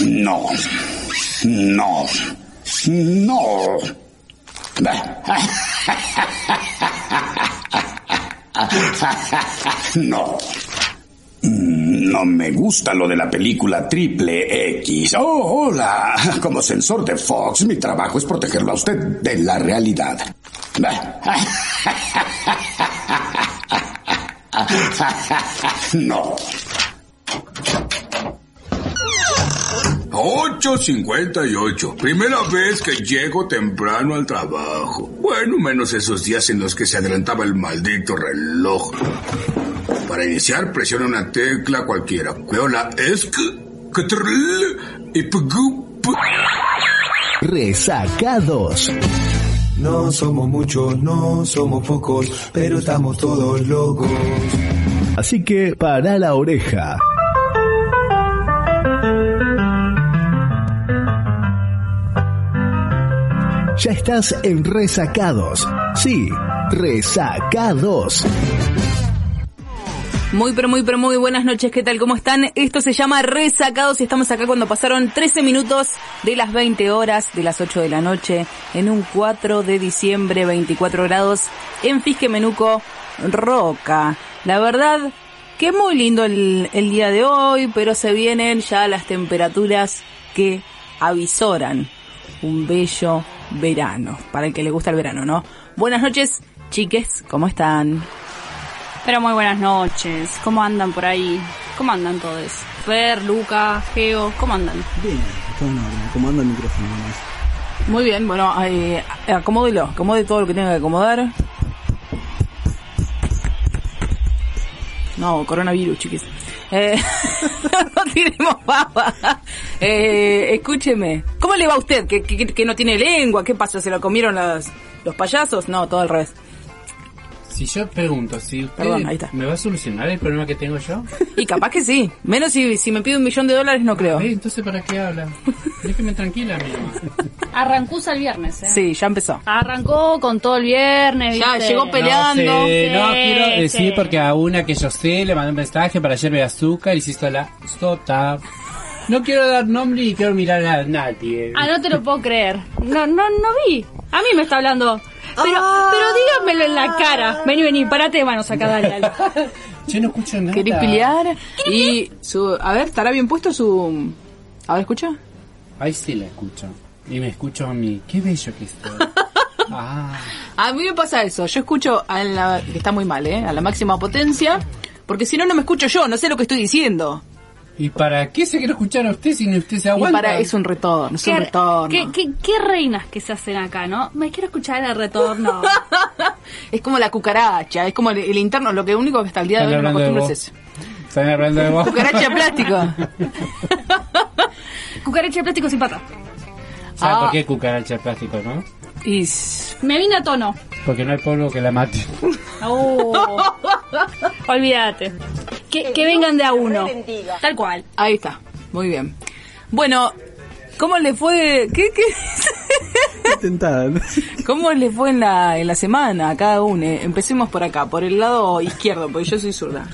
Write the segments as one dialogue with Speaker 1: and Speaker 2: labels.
Speaker 1: No. No. No. No. No me gusta lo de la película triple X. Oh, hola. Como sensor de Fox, mi trabajo es protegerlo a usted de la realidad. No.
Speaker 2: 8.58. Primera vez que llego temprano al trabajo. Bueno, menos esos días en los que se adelantaba el maldito reloj. Para iniciar, presiona una tecla cualquiera. Veo la E ESC, CTRL y PGUP.
Speaker 3: Resacados.
Speaker 4: No somos muchos, no somos pocos, pero estamos todos locos.
Speaker 3: Así que para la oreja. Ya estás en Resacados. Sí, Resacados.
Speaker 5: Muy, pero muy, pero muy buenas noches. ¿Qué tal? ¿Cómo están? Esto se llama Resacados y estamos acá cuando pasaron 13 minutos de las 20 horas de las 8 de la noche en un 4 de diciembre, 24 grados, en Fisque Menuco, Roca. La verdad que muy lindo el, el día de hoy, pero se vienen ya las temperaturas que avisoran un bello verano, para el que le gusta el verano, ¿no? Buenas noches, chiques, ¿cómo están?
Speaker 6: Pero muy buenas noches. ¿Cómo andan por ahí? ¿Cómo andan todos? Fer, Luca, Geo, ¿cómo andan?
Speaker 7: Bien, está en orden. ¿Cómo anda el micrófono? nomás?
Speaker 5: Muy bien, bueno, eh, acomódelo, acomode todo lo que tenga que acomodar. No, coronavirus, chiques. Eh, no tiremos papa. Eh, escúcheme. ¿Cómo le va a usted? ¿Que, que, que no tiene lengua? ¿Qué pasó? ¿Se lo comieron los, los payasos? No, todo al revés.
Speaker 8: Si yo pregunto, si usted
Speaker 5: Perdón, ahí está.
Speaker 8: me va a solucionar el problema que tengo yo,
Speaker 5: Y capaz que sí. Menos si, si me pide un millón de dólares, no creo.
Speaker 8: eh, entonces ¿para qué habla? Déjeme tranquila, amigo.
Speaker 6: Arrancó el viernes, ¿eh?
Speaker 5: Sí, ya empezó.
Speaker 6: Arrancó con todo el viernes,
Speaker 5: Ya,
Speaker 6: ¿viste?
Speaker 5: llegó pe- Peleando.
Speaker 8: No, sé, no
Speaker 6: Sí,
Speaker 8: quiero decir
Speaker 6: sí.
Speaker 8: porque a una que yo sé le mandé un mensaje para ayer de azúcar y se hizo la sota. No quiero dar nombre y quiero mirar a nadie.
Speaker 6: Ah, no te lo puedo creer. No, no, no vi. A mí me está hablando. Pero, pero dígamelo en la cara. Vení, vení, parate de manos acá, dale, dale.
Speaker 8: Yo no escucho nada.
Speaker 5: ¿Querés pelear? Y su... A ver, ¿estará bien puesto su... A ver, escucha.
Speaker 8: Ahí sí la escucho. Y me escucho a mí. Qué bello que estoy. Ah,
Speaker 5: A mí me pasa eso. Yo escucho a la... que está muy mal, ¿eh? A la máxima potencia. Porque si no, no me escucho yo. No sé lo que estoy diciendo.
Speaker 8: ¿Y para qué se quiere escuchar a usted si no usted se
Speaker 5: Y
Speaker 8: aguanta?
Speaker 5: para... Es un retorno. Es un
Speaker 6: ¿Qué,
Speaker 5: retorno.
Speaker 6: qué, qué- qué reinas que se hacen acá, no? Me quiero escuchar el retorno.
Speaker 5: Es como la cucaracha. Es como el, el interno. Lo que único que hasta el día de
Speaker 8: Están
Speaker 5: hoy no me
Speaker 8: hablando de
Speaker 5: acostumbro
Speaker 8: vos.
Speaker 5: es eso.
Speaker 8: Están hablando de vos.
Speaker 5: Cucaracha de plástico.
Speaker 6: Cucaracha de plástico sin pata.
Speaker 8: ¿Sabes
Speaker 5: Ah.
Speaker 8: por qué cucaracha de plástico, no?
Speaker 5: Y... s-
Speaker 6: Me vine a tono.
Speaker 8: Porque no hay polvo que la mate.
Speaker 6: Oh. Olvídate. Que, que vengan de a uno. Tal cual.
Speaker 5: Ahí está. Muy bien. Bueno... ¿Cómo le fue? ¿Qué, qué?
Speaker 7: Intentada.
Speaker 5: ¿Cómo le fue en la, en la semana a cada uno? Eh, Empecemos por acá, por el lado izquierdo, porque yo soy zurda.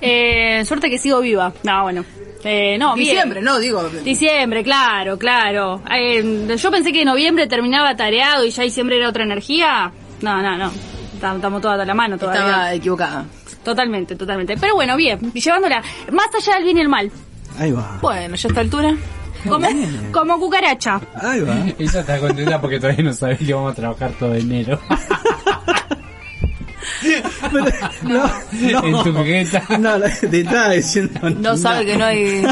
Speaker 6: Eh, suerte que sigo viva. No, bueno. Eh, no, bien.
Speaker 5: Diciembre, no, digo.
Speaker 6: Diciembre, claro, claro. Eh, yo pensé que noviembre terminaba tareado y ya diciembre era otra energía. No, no, no. Estamos todas a la mano todavía.
Speaker 5: Estaba equivocada.
Speaker 6: Totalmente, totalmente. Pero bueno, bien, llevándola más allá del bien y el mal.
Speaker 7: Ahí va.
Speaker 5: Bueno, ya a esta altura.
Speaker 6: Como, como cucaracha.
Speaker 7: Ahí va.
Speaker 8: Ella está contenta porque todavía no sabe que vamos a trabajar todo enero.
Speaker 7: No,
Speaker 8: En tu
Speaker 7: no.
Speaker 8: jeta.
Speaker 7: No, la- te estaba diciendo.
Speaker 5: No sabe que no hay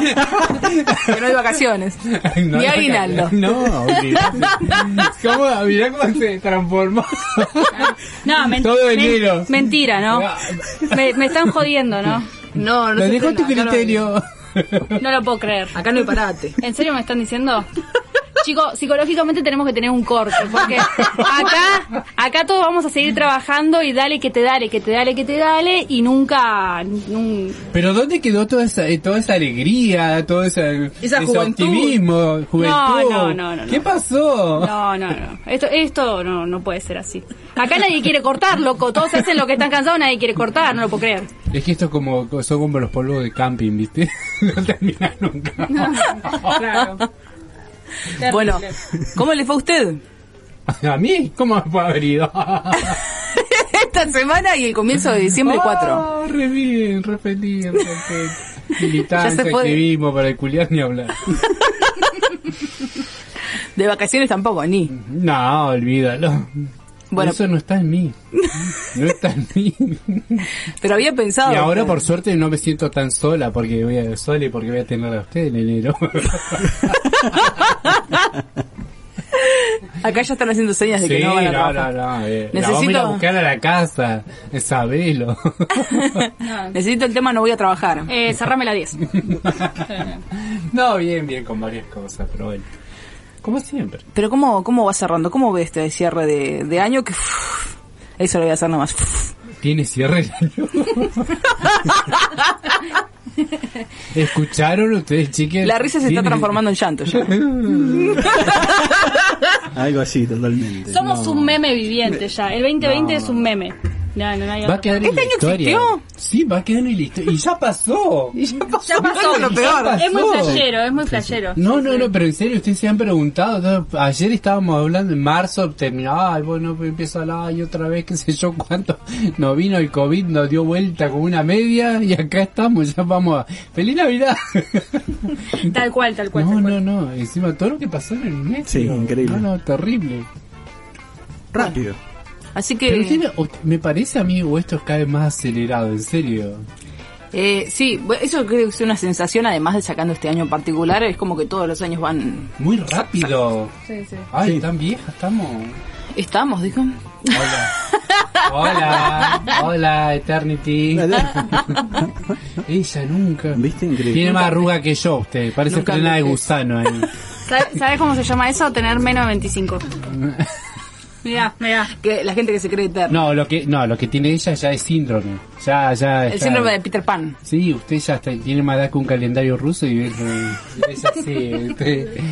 Speaker 5: que no hay vacaciones.
Speaker 8: No,
Speaker 5: Ni
Speaker 8: no,
Speaker 5: aguinaldo.
Speaker 8: No, olvidate. ¿Cómo? Mirá cómo se transformó.
Speaker 6: No, men-
Speaker 8: Todo
Speaker 6: men-
Speaker 8: enero.
Speaker 6: mentira, ¿no? Me, me están jodiendo, ¿no?
Speaker 5: No, no
Speaker 8: Lo
Speaker 5: se
Speaker 8: dejo a
Speaker 5: frena,
Speaker 8: tu
Speaker 5: acá no-
Speaker 8: criterio.
Speaker 6: No lo puedo creer.
Speaker 5: Acá no hay parate.
Speaker 6: ¿En serio me están diciendo? Chicos, psicológicamente tenemos que tener un corte, porque acá, acá todos vamos a seguir trabajando y dale que te dale, que te dale, que te dale, y nunca, nun-
Speaker 8: Pero ¿dónde quedó toda esa, eh, toda esa alegría, todo ese, ese
Speaker 9: juventud.
Speaker 8: optimismo, juventud?
Speaker 6: no, no, no, no.
Speaker 8: ¿Qué pasó?
Speaker 6: no, no, no. Esto, esto no, no puede ser así. Acá nadie quiere cortar, loco. Todos hacen lo que están cansados, nadie quiere cortar, no lo puedo creer.
Speaker 8: Es que esto es como, son como los polvos de camping, ¿viste? no terminan nunca.
Speaker 6: Claro.
Speaker 5: Bueno, ¿cómo le fue a usted?
Speaker 8: ¿A mí? ¿Cómo me puede haber ido?
Speaker 5: Esta semana y el comienzo de diciembre 4.
Speaker 8: Ah, re bien, re feliz, re feliz. Militancia,
Speaker 5: Ya se fue.
Speaker 8: activismo, para el culiar ni hablar.
Speaker 5: De vacaciones tampoco, ni.
Speaker 8: No, olvídalo.
Speaker 5: Bueno.
Speaker 8: Eso no está en mí. No está en mí.
Speaker 5: Pero había pensado.
Speaker 8: Y ahora, por suerte, no me siento tan sola porque voy a sola y porque voy a tener a usted en enero.
Speaker 5: Acá ya están haciendo señas de que no van a
Speaker 8: no,
Speaker 5: trabajar.
Speaker 8: no, no, eh, La
Speaker 5: Necesito-
Speaker 8: vamos a ir a buscar a la casa. eh, Sabelo.
Speaker 5: Necesito el tema, no voy a trabajar.
Speaker 6: Eh, cerrame la 10.
Speaker 8: no, bien, bien, con varias cosas, pero bueno. Como siempre.
Speaker 5: Pero ¿cómo, cómo va cerrando? ¿Cómo ve este cierre de, de año? Que uff, eso lo voy a hacer nomás. Uff.
Speaker 8: Tiene cierre el año. ¿Escucharon ustedes, chiques?
Speaker 5: La risa se está
Speaker 8: Tiene-
Speaker 5: transformando en llanto ya.
Speaker 7: Algo así, totalmente.
Speaker 6: Somos un meme viviente ya. El 2020 es un meme. No, no, no hay
Speaker 8: Va a
Speaker 6: otro.
Speaker 8: quedar en
Speaker 5: ¿Este
Speaker 8: la
Speaker 5: año
Speaker 8: historia.
Speaker 5: existió?
Speaker 8: Sí, va a quedar en la historia. Y ya pasó.
Speaker 5: Y ya pasó,
Speaker 6: Ya pasó.
Speaker 5: eso es lo peor.
Speaker 6: Es muy
Speaker 8: pasó.
Speaker 6: flashero, es muy flashero.
Speaker 8: No, no, no, pero en serio, ustedes se han preguntado. ¿no? Ayer estábamos hablando en marzo, terminaba, ay, bueno, pues empieza el año otra vez, qué sé yo cuánto. No vino el COVID, nos dio vuelta con una media y acá estamos, ya vamos a. ¡Feliz Navidad!
Speaker 6: Tal cual, tal cual.
Speaker 8: No,
Speaker 6: tal cual.
Speaker 8: no, no, encima todo lo que pasó en el mes.
Speaker 7: Sí,
Speaker 8: pero-
Speaker 7: increíble.
Speaker 8: No, no, terrible.
Speaker 7: Rápido.
Speaker 5: Así
Speaker 8: Pero
Speaker 5: que,
Speaker 8: tiene- o- me parece a mí, o esto es cada vez más acelerado, en serio.
Speaker 5: eh, sí, bueno, eso creo que es una sensación, además de sacando este año en particular, es como que todos los años van...
Speaker 8: Muy rápido.
Speaker 6: Sí, sí.
Speaker 8: Ay, tan vieja estamos.
Speaker 5: Estamos, dijo.
Speaker 8: Hola. Hola, hola, Eternity. Ella nunca.
Speaker 7: ¿Viste? Increíble.
Speaker 8: Tiene más arruga que yo, usted. Parece
Speaker 5: Nunca
Speaker 8: plena de
Speaker 5: envejece.
Speaker 8: gusano ahí.
Speaker 6: ¿Sabe- ¿Sabes cómo se llama eso? Tener menos de 25. Mirá, mirá.
Speaker 5: Que la gente que se cree eterna.
Speaker 8: No, lo que, no, lo que tiene ella ya es síndrome. Ya, ya.
Speaker 5: el
Speaker 8: ya-
Speaker 5: síndrome de Peter Pan.
Speaker 8: Sí, usted ya está- tiene más edad que un calendario ruso y es, eh, es así. Usted... Ah,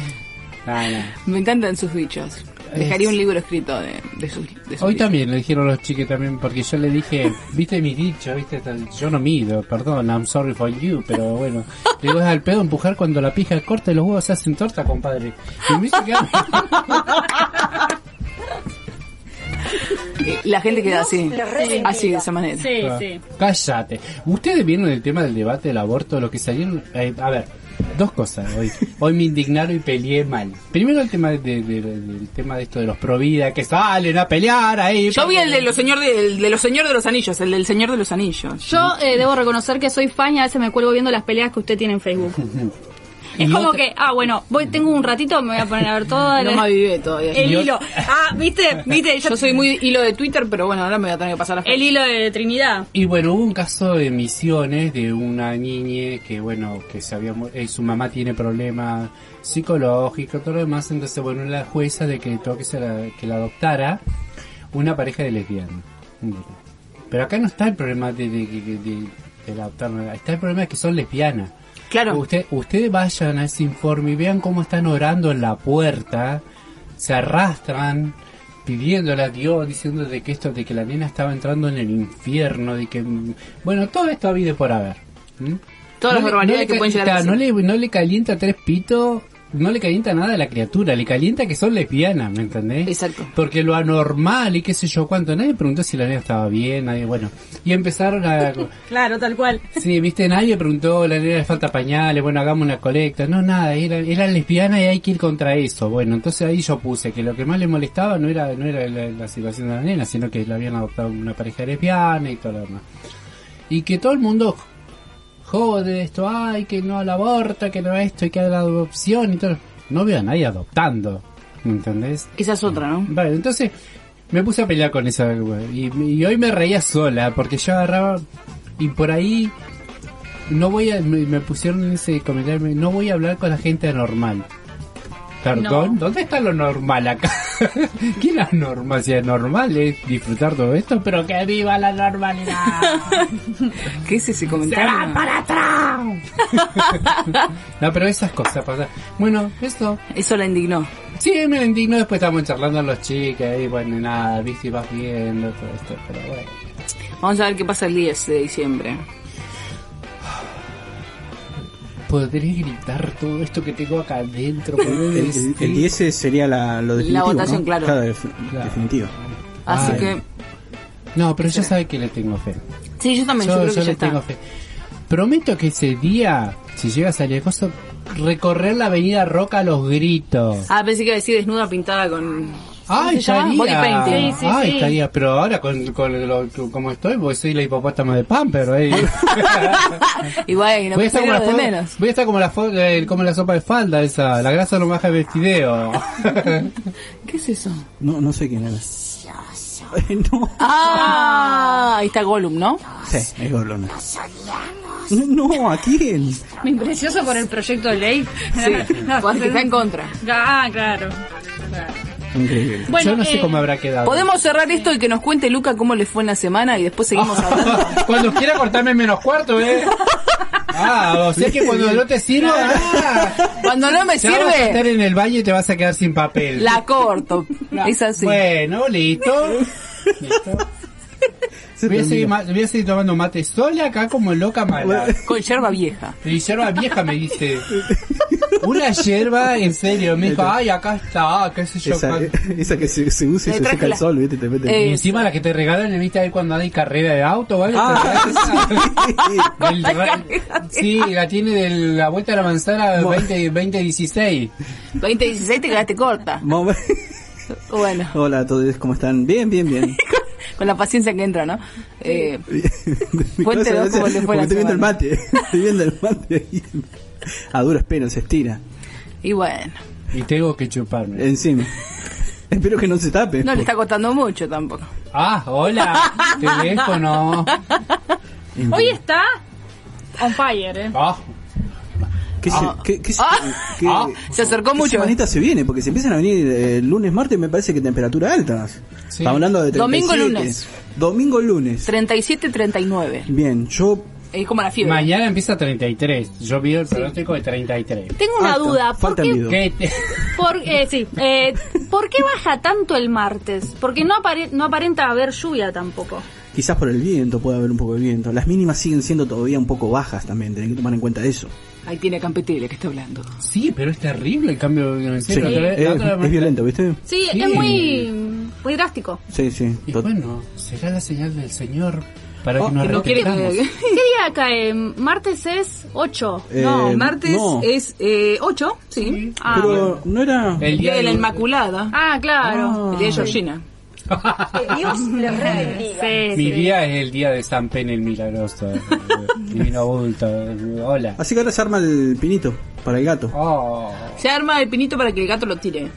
Speaker 8: Nah, nah.
Speaker 5: Me encantan sus bichos. Dejaría un libro escrito de, de sus, de sus
Speaker 8: Hoy
Speaker 5: bichos.
Speaker 8: también le dijeron los chiques también, porque yo le dije, viste mis dichos, viste, tal- yo no mido, perdón, I'm sorry for you, pero bueno. Le digo, es al pedo empujar cuando la pija corta y los huevos se hacen torta, compadre. Y me hizo quedar-
Speaker 5: Eh, La gente queda así, así de esa manera.
Speaker 6: Sí, sí.
Speaker 8: Cállate. Ustedes vieron el tema del debate del aborto, lo que salieron... eh, a ver, dos cosas hoy. Hoy me indignaron y peleé mal. Primero el tema de, de- de- del tema de esto de los pro vida, que salen a pelear ahí.
Speaker 5: Yo vi el de los señor de, el de los señor de los anillos, el del señor de los anillos.
Speaker 6: Yo eh, debo reconocer que soy fan y a veces me cuelgo viendo las peleas que usted tiene en Facebook.
Speaker 8: Y
Speaker 6: Es como
Speaker 8: otra-
Speaker 6: que, ah, bueno, voy, tengo un ratito, me voy a poner a ver todo.
Speaker 5: No me vive todavía.
Speaker 6: El
Speaker 8: Y ot-
Speaker 6: hilo. Ah, viste, viste, yo,
Speaker 5: Yo soy muy hilo de Twitter, pero bueno, ahora me voy a tener que pasar a
Speaker 6: el hilo de Trinidad.
Speaker 8: Y bueno, hubo un caso de misiones de una niña que, bueno, que se había mu- eh, su mamá tiene problemas psicológicos, todo lo demás, entonces, bueno, la jueza decretó que, se la, que la adoptara una pareja de lesbianas. Mira. Pero acá no está el problema de, de, de- de- de la adoptar, no, está el problema de que son lesbianas.
Speaker 5: Claro.
Speaker 8: Usted, ustedes vayan a ese informe y vean cómo están orando en la puerta, se arrastran pidiéndole a Dios, diciendo de que esto, de que la nena estaba entrando en el infierno, de que, mm, bueno, todo esto vive por haber. ¿m?
Speaker 5: Todas las
Speaker 8: le-
Speaker 5: barbaridades
Speaker 8: le
Speaker 5: que
Speaker 8: ca-
Speaker 5: pueden llegar a
Speaker 8: está, no
Speaker 5: decir.
Speaker 8: le, no le calienta tres pitos, no le calienta nada a la criatura, le calienta que son lesbianas, ¿me entendés?
Speaker 5: Exacto.
Speaker 8: Porque lo anormal y qué sé yo cuánto, nadie preguntó si la nena estaba bien, nadie, bueno, y empezaron a...
Speaker 6: Claro, tal cual.
Speaker 8: Sí, viste, nadie preguntó, la nena le falta pañales, bueno, hagamos una colecta. No, nada, era, era lesbiana y hay que ir contra eso. Bueno, entonces ahí yo puse que lo que más le molestaba no era, no era la, la situación de la nena, sino que la habían adoptado una pareja lesbiana y todo lo demás. Y que todo el mundo jode esto, ay, que no al aborto, que no esto, y que a la adopción y todo. No veo a nadie adoptando, ¿me entendés?
Speaker 5: Esa es otra, ¿no?
Speaker 8: Bueno, entonces me puse a pelear con esa y, y hoy me reía sola porque yo agarraba y por ahí no voy a me, me pusieron en ese comentario no voy a hablar con la gente anormal. Claro,
Speaker 6: No.
Speaker 8: ¿dó- ¿dónde está lo normal acá? ¿Qué es la normal? Si es normal es disfrutar todo esto, pero que viva la normalidad.
Speaker 5: ¿Qué es ese comentario?
Speaker 8: Ah, No, pero esas cosas pasan. Bueno, esto.
Speaker 5: Eso la indignó.
Speaker 8: Sí, me indignó, después estábamos charlando a los chicos y bueno, nada, viste, y vas viendo todo esto, pero bueno.
Speaker 5: Vamos a ver qué pasa el 10 de diciembre.
Speaker 8: Podré gritar todo esto que tengo acá adentro.
Speaker 7: El,
Speaker 8: podré
Speaker 7: el- el
Speaker 8: decir.
Speaker 7: 10 sería la, lo definitivo.
Speaker 5: votación,
Speaker 7: ¿no?
Speaker 5: claro.
Speaker 7: def-
Speaker 8: Claro.
Speaker 7: definitivo.
Speaker 5: Así
Speaker 8: Ay.
Speaker 5: que...
Speaker 8: No, pero ya sabe que le tengo fe.
Speaker 5: Sí, yo también, yo,
Speaker 8: Yo,
Speaker 5: creo
Speaker 8: yo
Speaker 5: que ya
Speaker 8: le
Speaker 5: está.
Speaker 8: tengo fe. Prometo que ese día, si llega a salir el coso, recorrer la avenida Roca a los gritos.
Speaker 5: Ah, pensé que iba a decir desnuda pintada con...
Speaker 8: Ay,
Speaker 5: Ah, se llama?
Speaker 8: estaría.
Speaker 5: Body painting.
Speaker 6: Sí, sí,
Speaker 8: Ay,
Speaker 6: sí.
Speaker 8: estaría. Pero ahora, con, con lo- como estoy, porque soy la hipopótama de Pamper, ¿eh?
Speaker 5: Y bueno,
Speaker 8: Voy a estar
Speaker 5: pero
Speaker 8: como la,
Speaker 5: de
Speaker 8: fo-
Speaker 5: menos.
Speaker 8: voy a estar como la, fo- eh, como la sopa de falda esa, la grasa no me baja el vestideo.
Speaker 5: ¿Qué es eso?
Speaker 7: No, no sé quién era. no.
Speaker 5: Ah, ahí está Gollum, ¿no?
Speaker 7: Sí, es Gorlona. No, ¿a quién?
Speaker 6: Me impresioso por el proyecto de ley.
Speaker 5: Sí, porque está en contra.
Speaker 6: Ah, claro.
Speaker 7: Increíble.
Speaker 6: Bueno,
Speaker 8: Yo no sé
Speaker 6: eh,
Speaker 8: cómo habrá quedado.
Speaker 5: Podemos cerrar esto y que nos cuente Luca cómo le fue en la semana y después seguimos hablando.
Speaker 8: cuando quiera cortarme menos cuarto, ¿eh? Ah, o sea que cuando no te sirva, ah,
Speaker 5: Cuando no me
Speaker 8: te vas a estar
Speaker 5: sirve,
Speaker 8: en el baño y te vas a quedar sin papel.
Speaker 5: la corto. Es así.
Speaker 8: Bueno, listo. Listo.
Speaker 7: Se
Speaker 8: Voy a, seguir,
Speaker 7: terminó.
Speaker 8: ma- voy a seguir tomando mate sola acá como loca mala.
Speaker 5: Con yerba vieja.
Speaker 8: Y hierba vieja me dice. Una hierba, en serio. Me dijo, ay, acá está, qué sé yo.
Speaker 7: Esa,
Speaker 8: cuánto".
Speaker 7: esa que se, se usa y
Speaker 5: Eh,
Speaker 7: se seca
Speaker 5: trájela.
Speaker 7: el sol, ¿viste? Te mete.
Speaker 8: Y
Speaker 5: Eh,
Speaker 8: encima la que te regalan, viste ahí cuando hay carrera de auto, ¿vale?
Speaker 7: Ah,
Speaker 8: Del ra- sí, la tiene de la vuelta a la manzana 20, 2016.
Speaker 5: 2016 te quedaste corta.
Speaker 7: Vamos a ver.
Speaker 5: Bueno,
Speaker 7: Hola a todos, ¿cómo están? Bien, bien, bien.
Speaker 5: con la paciencia que entra, ¿no? Eh,
Speaker 7: Porque
Speaker 5: vos cómo le fue la
Speaker 7: estoy viendo
Speaker 5: semana.
Speaker 7: el mate. Estoy viendo el mate ahí. A duras penas se estira.
Speaker 5: y bueno,
Speaker 8: Y tengo que chuparme.
Speaker 7: Encima. Espero que no se tape.
Speaker 5: no le está costando mucho tampoco.
Speaker 8: Ah, hola, teléfono.
Speaker 6: Hoy está on fire, eh.
Speaker 8: Ah,
Speaker 7: ¿Qué, se- qué- qué se-
Speaker 5: Ah.
Speaker 7: qué-
Speaker 8: Ah.
Speaker 5: Se acercó
Speaker 7: qué
Speaker 5: mucho.
Speaker 7: semanita se viene? Porque se empiezan a venir eh, lunes, martes, me parece que temperatura altas.
Speaker 8: Sí.
Speaker 7: Estamos hablando de
Speaker 5: Domingo,
Speaker 7: 37.
Speaker 5: lunes.
Speaker 7: Domingo, lunes.
Speaker 5: 37-39.
Speaker 7: Bien, yo
Speaker 5: Es como la fiebre.
Speaker 8: mañana empieza 33. Yo vi el pronóstico de 33.
Speaker 6: Tengo una
Speaker 7: Ah,
Speaker 6: duda.
Speaker 7: está.
Speaker 6: ¿Por
Speaker 7: Falta el
Speaker 6: qué,
Speaker 7: video.
Speaker 8: ¿Qué te-
Speaker 6: por, eh, sí, eh, ¿Por qué baja tanto el martes? Porque no, apare- no aparenta haber lluvia tampoco.
Speaker 7: Quizás por el viento, puede haber un poco de viento. Las mínimas siguen siendo todavía un poco bajas también, tenés que tomar en cuenta eso.
Speaker 5: Ahí tiene Campetele que está hablando.
Speaker 7: Eh,
Speaker 8: Sí, pero es terrible el cambio en
Speaker 7: Sí, es, es violento, ¿viste?
Speaker 6: Sí,
Speaker 8: Sí.
Speaker 6: es muy, muy drástico.
Speaker 7: Sí, sí.
Speaker 8: Y
Speaker 7: to-
Speaker 8: bueno, será la señal del Señor para
Speaker 7: Oh,
Speaker 8: que nos
Speaker 5: No quiere
Speaker 8: arrepentamos.
Speaker 5: que...
Speaker 6: ¿Qué día cae? Martes es 8.
Speaker 5: No,
Speaker 7: eh,
Speaker 5: martes
Speaker 7: no.
Speaker 5: es eh, 8, sí.
Speaker 6: Ah, bueno.
Speaker 7: Pero no era...
Speaker 8: El
Speaker 5: El día de la
Speaker 8: del-
Speaker 5: Inmaculada.
Speaker 6: Ah, claro.
Speaker 5: El día de Georgina.
Speaker 7: Ah.
Speaker 6: Sí,
Speaker 8: Mi
Speaker 6: sí.
Speaker 8: día es el día de San Pen el milagroso. eh, Divino bulto. eh, Hola.
Speaker 7: Así que ahora se arma el pinito para el gato.
Speaker 8: Oh.
Speaker 5: Se arma el pinito para que el gato lo tire.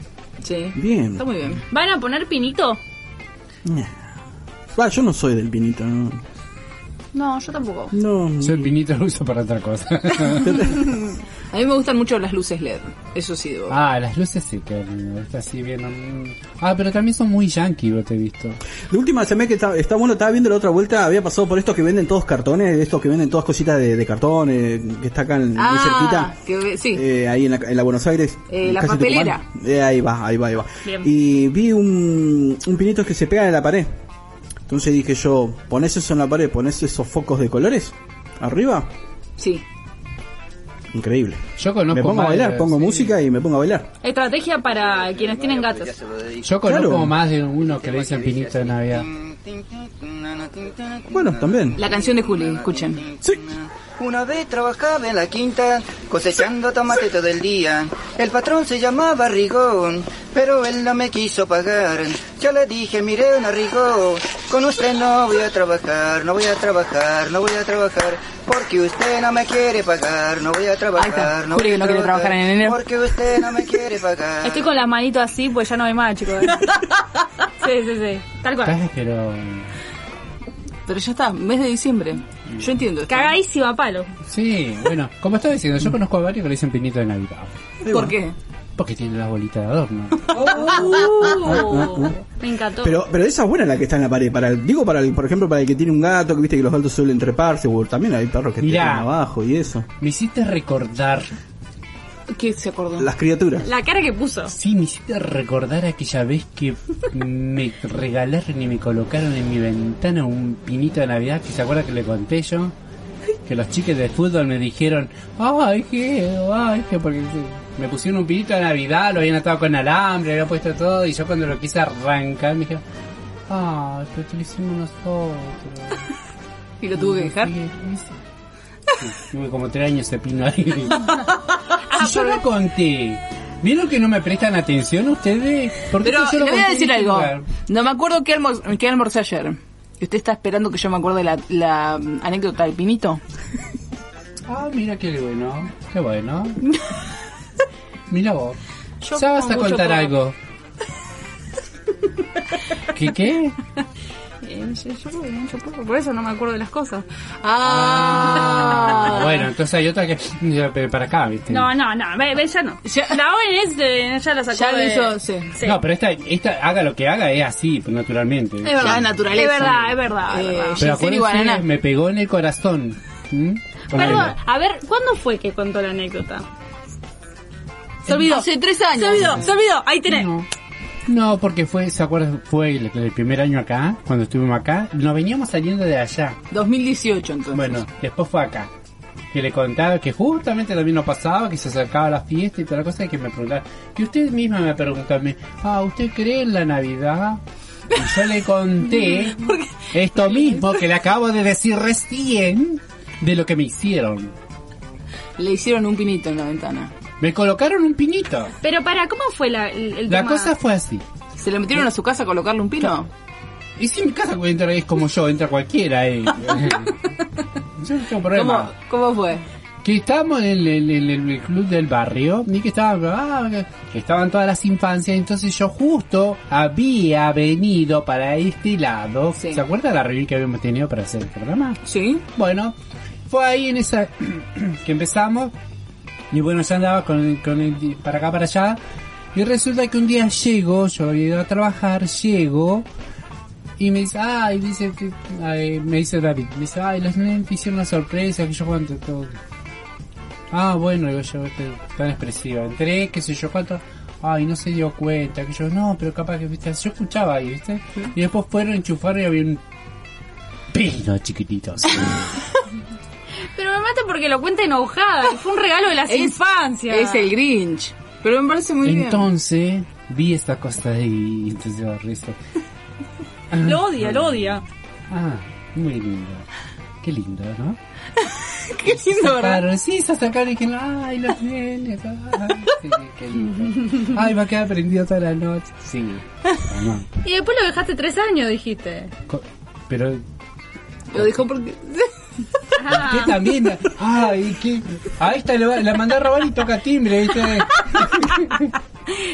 Speaker 5: Sí.
Speaker 7: Bien.
Speaker 5: Está muy bien.
Speaker 6: ¿Van a poner pinito?
Speaker 7: Va, yo no soy del pinito, no.
Speaker 6: No, yo tampoco.
Speaker 7: No,
Speaker 8: Yo el pinito lo uso para otra cosa.
Speaker 5: A mí me gustan mucho las luces LED. Eso sí, debo.
Speaker 8: ah, las luces sí que me gusta así bien. mm. Ah, pero también son muy yankee, vos te he visto.
Speaker 7: De última se me que está, está bueno, estaba viendo la otra vuelta, había pasado por estos que venden todos cartones, estos que venden todas cositas de, de cartón, eh, que está acá en- muy
Speaker 5: Ah,
Speaker 7: cerquita.
Speaker 5: que, sí.
Speaker 7: Eh, ahí en la, en la Buenos Aires.
Speaker 5: Eh, la
Speaker 7: casi
Speaker 5: papelera.
Speaker 7: Tucumán. Eh, ahí va, ahí va, ahí va.
Speaker 6: Bien.
Speaker 7: Y vi un, un pinito que se pega en la pared. Entonces dije yo, pones eso en la pared, pones esos focos de colores arriba.
Speaker 5: Sí.
Speaker 7: Increíble.
Speaker 8: Yo conozco.
Speaker 7: me pongo a
Speaker 8: más-
Speaker 7: bailar, pongo
Speaker 8: sí.
Speaker 7: música y me pongo a bailar.
Speaker 6: Estrategia para quienes tienen gatos.
Speaker 8: Yo conozco
Speaker 7: Claro.
Speaker 8: más de uno que le dicen pinito de Navidad.
Speaker 7: Bueno, también.
Speaker 5: La canción de Juli, escuchen.
Speaker 7: Sí.
Speaker 9: Una vez trabajaba en la quinta, cosechando tomate todo el día. El patrón se llamaba Rigón, pero él no me quiso pagar. Yo le dije, mire, don Rigón, con usted no voy a trabajar, no voy a trabajar, no voy a trabajar, porque usted no me quiere pagar, no voy a trabajar, no
Speaker 5: Juli
Speaker 9: voy
Speaker 5: que
Speaker 9: a
Speaker 5: no quiere trabajar en enero.
Speaker 9: porque usted no me quiere pagar.
Speaker 6: Estoy con las manitos así, pues ya no hay más, chicos. Sí, sí, sí. Tal cual.
Speaker 8: Estás pero.
Speaker 5: Pero ya está, mes de diciembre. Yo entiendo. esto.
Speaker 6: Cagadísima palo.
Speaker 8: Sí, bueno, como estaba diciendo, yo conozco a varios que le dicen pinito de Navidad.
Speaker 5: ¿Por qué?
Speaker 8: porque tiene las bolitas de adorno.
Speaker 7: Ah,
Speaker 6: Uh, Me encantó.
Speaker 7: Pero, pero esa es buena la que está en la pared. Para el- digo, para el, por ejemplo, para el que tiene un gato, que viste que los gatos suelen treparse, o también hay perros que te
Speaker 8: Mirá.
Speaker 7: trepan abajo y eso.
Speaker 8: Me hiciste recordar,
Speaker 5: ¿Qué se acordó?
Speaker 7: Las criaturas.
Speaker 6: La cara que puso.
Speaker 8: sí, me hiciste recordar aquella vez que me regalaron y me colocaron en mi ventana un pinito de Navidad, que se acuerda que le conté yo, que los chiques de fútbol me dijeron, ay, qué, ay, qué, porque se- me pusieron un pinito de Navidad, lo habían atado con alambre, había puesto todo, y yo cuando lo quise arrancar me dijeron, ay, pero te lo hicimos nosotros.
Speaker 5: ¿Y lo tuvo que dejar?
Speaker 8: Sí, sí. Tuve como tres años de pino ahí. Si yo lo conté. ¿Vieron que no me prestan atención ustedes? ¿Por qué
Speaker 5: Pero le
Speaker 8: yo lo
Speaker 5: voy a
Speaker 8: conté en
Speaker 5: decir
Speaker 8: este
Speaker 5: algo.
Speaker 8: lugar?
Speaker 5: No me acuerdo qué, almor- qué almorcé ayer. ¿Y usted está esperando que yo me acuerde la, la mm, anécdota del pinito?
Speaker 8: Ah, mira qué bueno. Qué bueno. Mira vos. ya vas a
Speaker 6: con mucho
Speaker 8: contar
Speaker 6: poco.
Speaker 8: algo. ¿Qué qué?
Speaker 6: Eh, yo, yo creo que mucho poco, por eso no me acuerdo de las cosas.
Speaker 5: Ah.
Speaker 8: Bueno, entonces hay otra que... ya, pero Para acá, ¿viste?
Speaker 6: No, no, no, ve, ve, ya no.
Speaker 5: Ya-
Speaker 6: La ONU es de- ya la sacó.
Speaker 5: Ya lo
Speaker 6: de-
Speaker 5: hizo, sí.
Speaker 6: sí.
Speaker 8: No, pero esta, esta, haga lo que haga, es así, pues, naturalmente.
Speaker 5: Es verdad, es naturaleza.
Speaker 6: Es verdad, es verdad, es
Speaker 5: Eh,
Speaker 6: verdad.
Speaker 8: Pero
Speaker 5: Giselle y
Speaker 8: acuérdense,
Speaker 5: Guaraná.
Speaker 8: me pegó en el corazón. ¿Mm? Con
Speaker 6: Perdón,
Speaker 8: algo.
Speaker 6: a ver, ¿cuándo fue que contó la anécdota?
Speaker 5: Se olvidó. Hace tres años.
Speaker 6: Se olvidó, se olvidó, ahí tenés.
Speaker 8: No. No, porque fue, ¿se acuerdan? Fue el, el primer año acá, cuando estuvimos acá. Nos veníamos saliendo de allá.
Speaker 5: 2018 entonces.
Speaker 8: Bueno, después fue acá. Que le contaba que justamente también nos pasaba, que se acercaba la fiesta y toda la cosa, y que me preguntaba. Que usted misma me preguntó a mí, ah, ¿usted cree en la Navidad? Y yo le conté esto mismo que le acabo de decir recién de lo que me hicieron.
Speaker 5: Le hicieron un pinito en la ventana.
Speaker 8: Me colocaron un pinito.
Speaker 6: Pero para, ¿cómo fue la, el, el
Speaker 8: La
Speaker 6: tema?
Speaker 8: cosa fue así.
Speaker 5: ¿Se lo metieron a su casa a colocarle un pino?
Speaker 8: Y si en mi casa entra es como yo, entra cualquiera. Eh. yo no tengo problema.
Speaker 5: ¿Cómo, ¿Cómo fue?
Speaker 8: Que estábamos en el, en el- en el club del barrio y que estaban, ah, que estaban todas las infancias. Entonces yo justo había venido para este lado.
Speaker 5: Sí.
Speaker 8: ¿Se acuerda la reunión que habíamos tenido para hacer el programa?
Speaker 5: ¿Sí?
Speaker 8: Bueno, fue ahí en esa que empezamos. Y bueno, ya andaba con, con el, para acá, para allá. Y resulta que un día llego, yo había ido a trabajar, llego. Y me dice, ay, dice, que- ay, me dice David, me dice, ay, los nenes te hicieron una sorpresa, que yo cuánto, todo. Ah, bueno, digo yo, este, tan expresiva. Entré, qué sé yo cuánto. Ay, no se dio cuenta, que yo, no, pero capaz que, viste, yo escuchaba ahí, viste. Y después fueron a enchufar y había un pino chiquititos.
Speaker 6: Pero me mata porque lo cuenta enojada. que Fue un regalo de las
Speaker 5: Es-
Speaker 6: infancias.
Speaker 5: Es el Grinch. Pero me parece muy bien.
Speaker 8: Entonces vi esta cosa ahí y entonces yo rezo.
Speaker 6: Lo odia, lo odia.
Speaker 8: Ah, muy lindo. Qué lindo, ¿no?
Speaker 5: Qué lindo, ¿verdad?
Speaker 8: Claro, sí, se acercaron y dijeron, ay, los nenes, ay, sí, qué lindo. Ay, va a quedar prendido toda la noche. Sí. no.
Speaker 6: Y después lo dejaste tres años, dijiste.
Speaker 8: Co- Pero
Speaker 5: Lo dejó porque...
Speaker 8: ¿Qué
Speaker 5: Ah.
Speaker 8: también? Ay, ¿qué? A esta le va- la mandé a robar y toca timbre, ¿viste?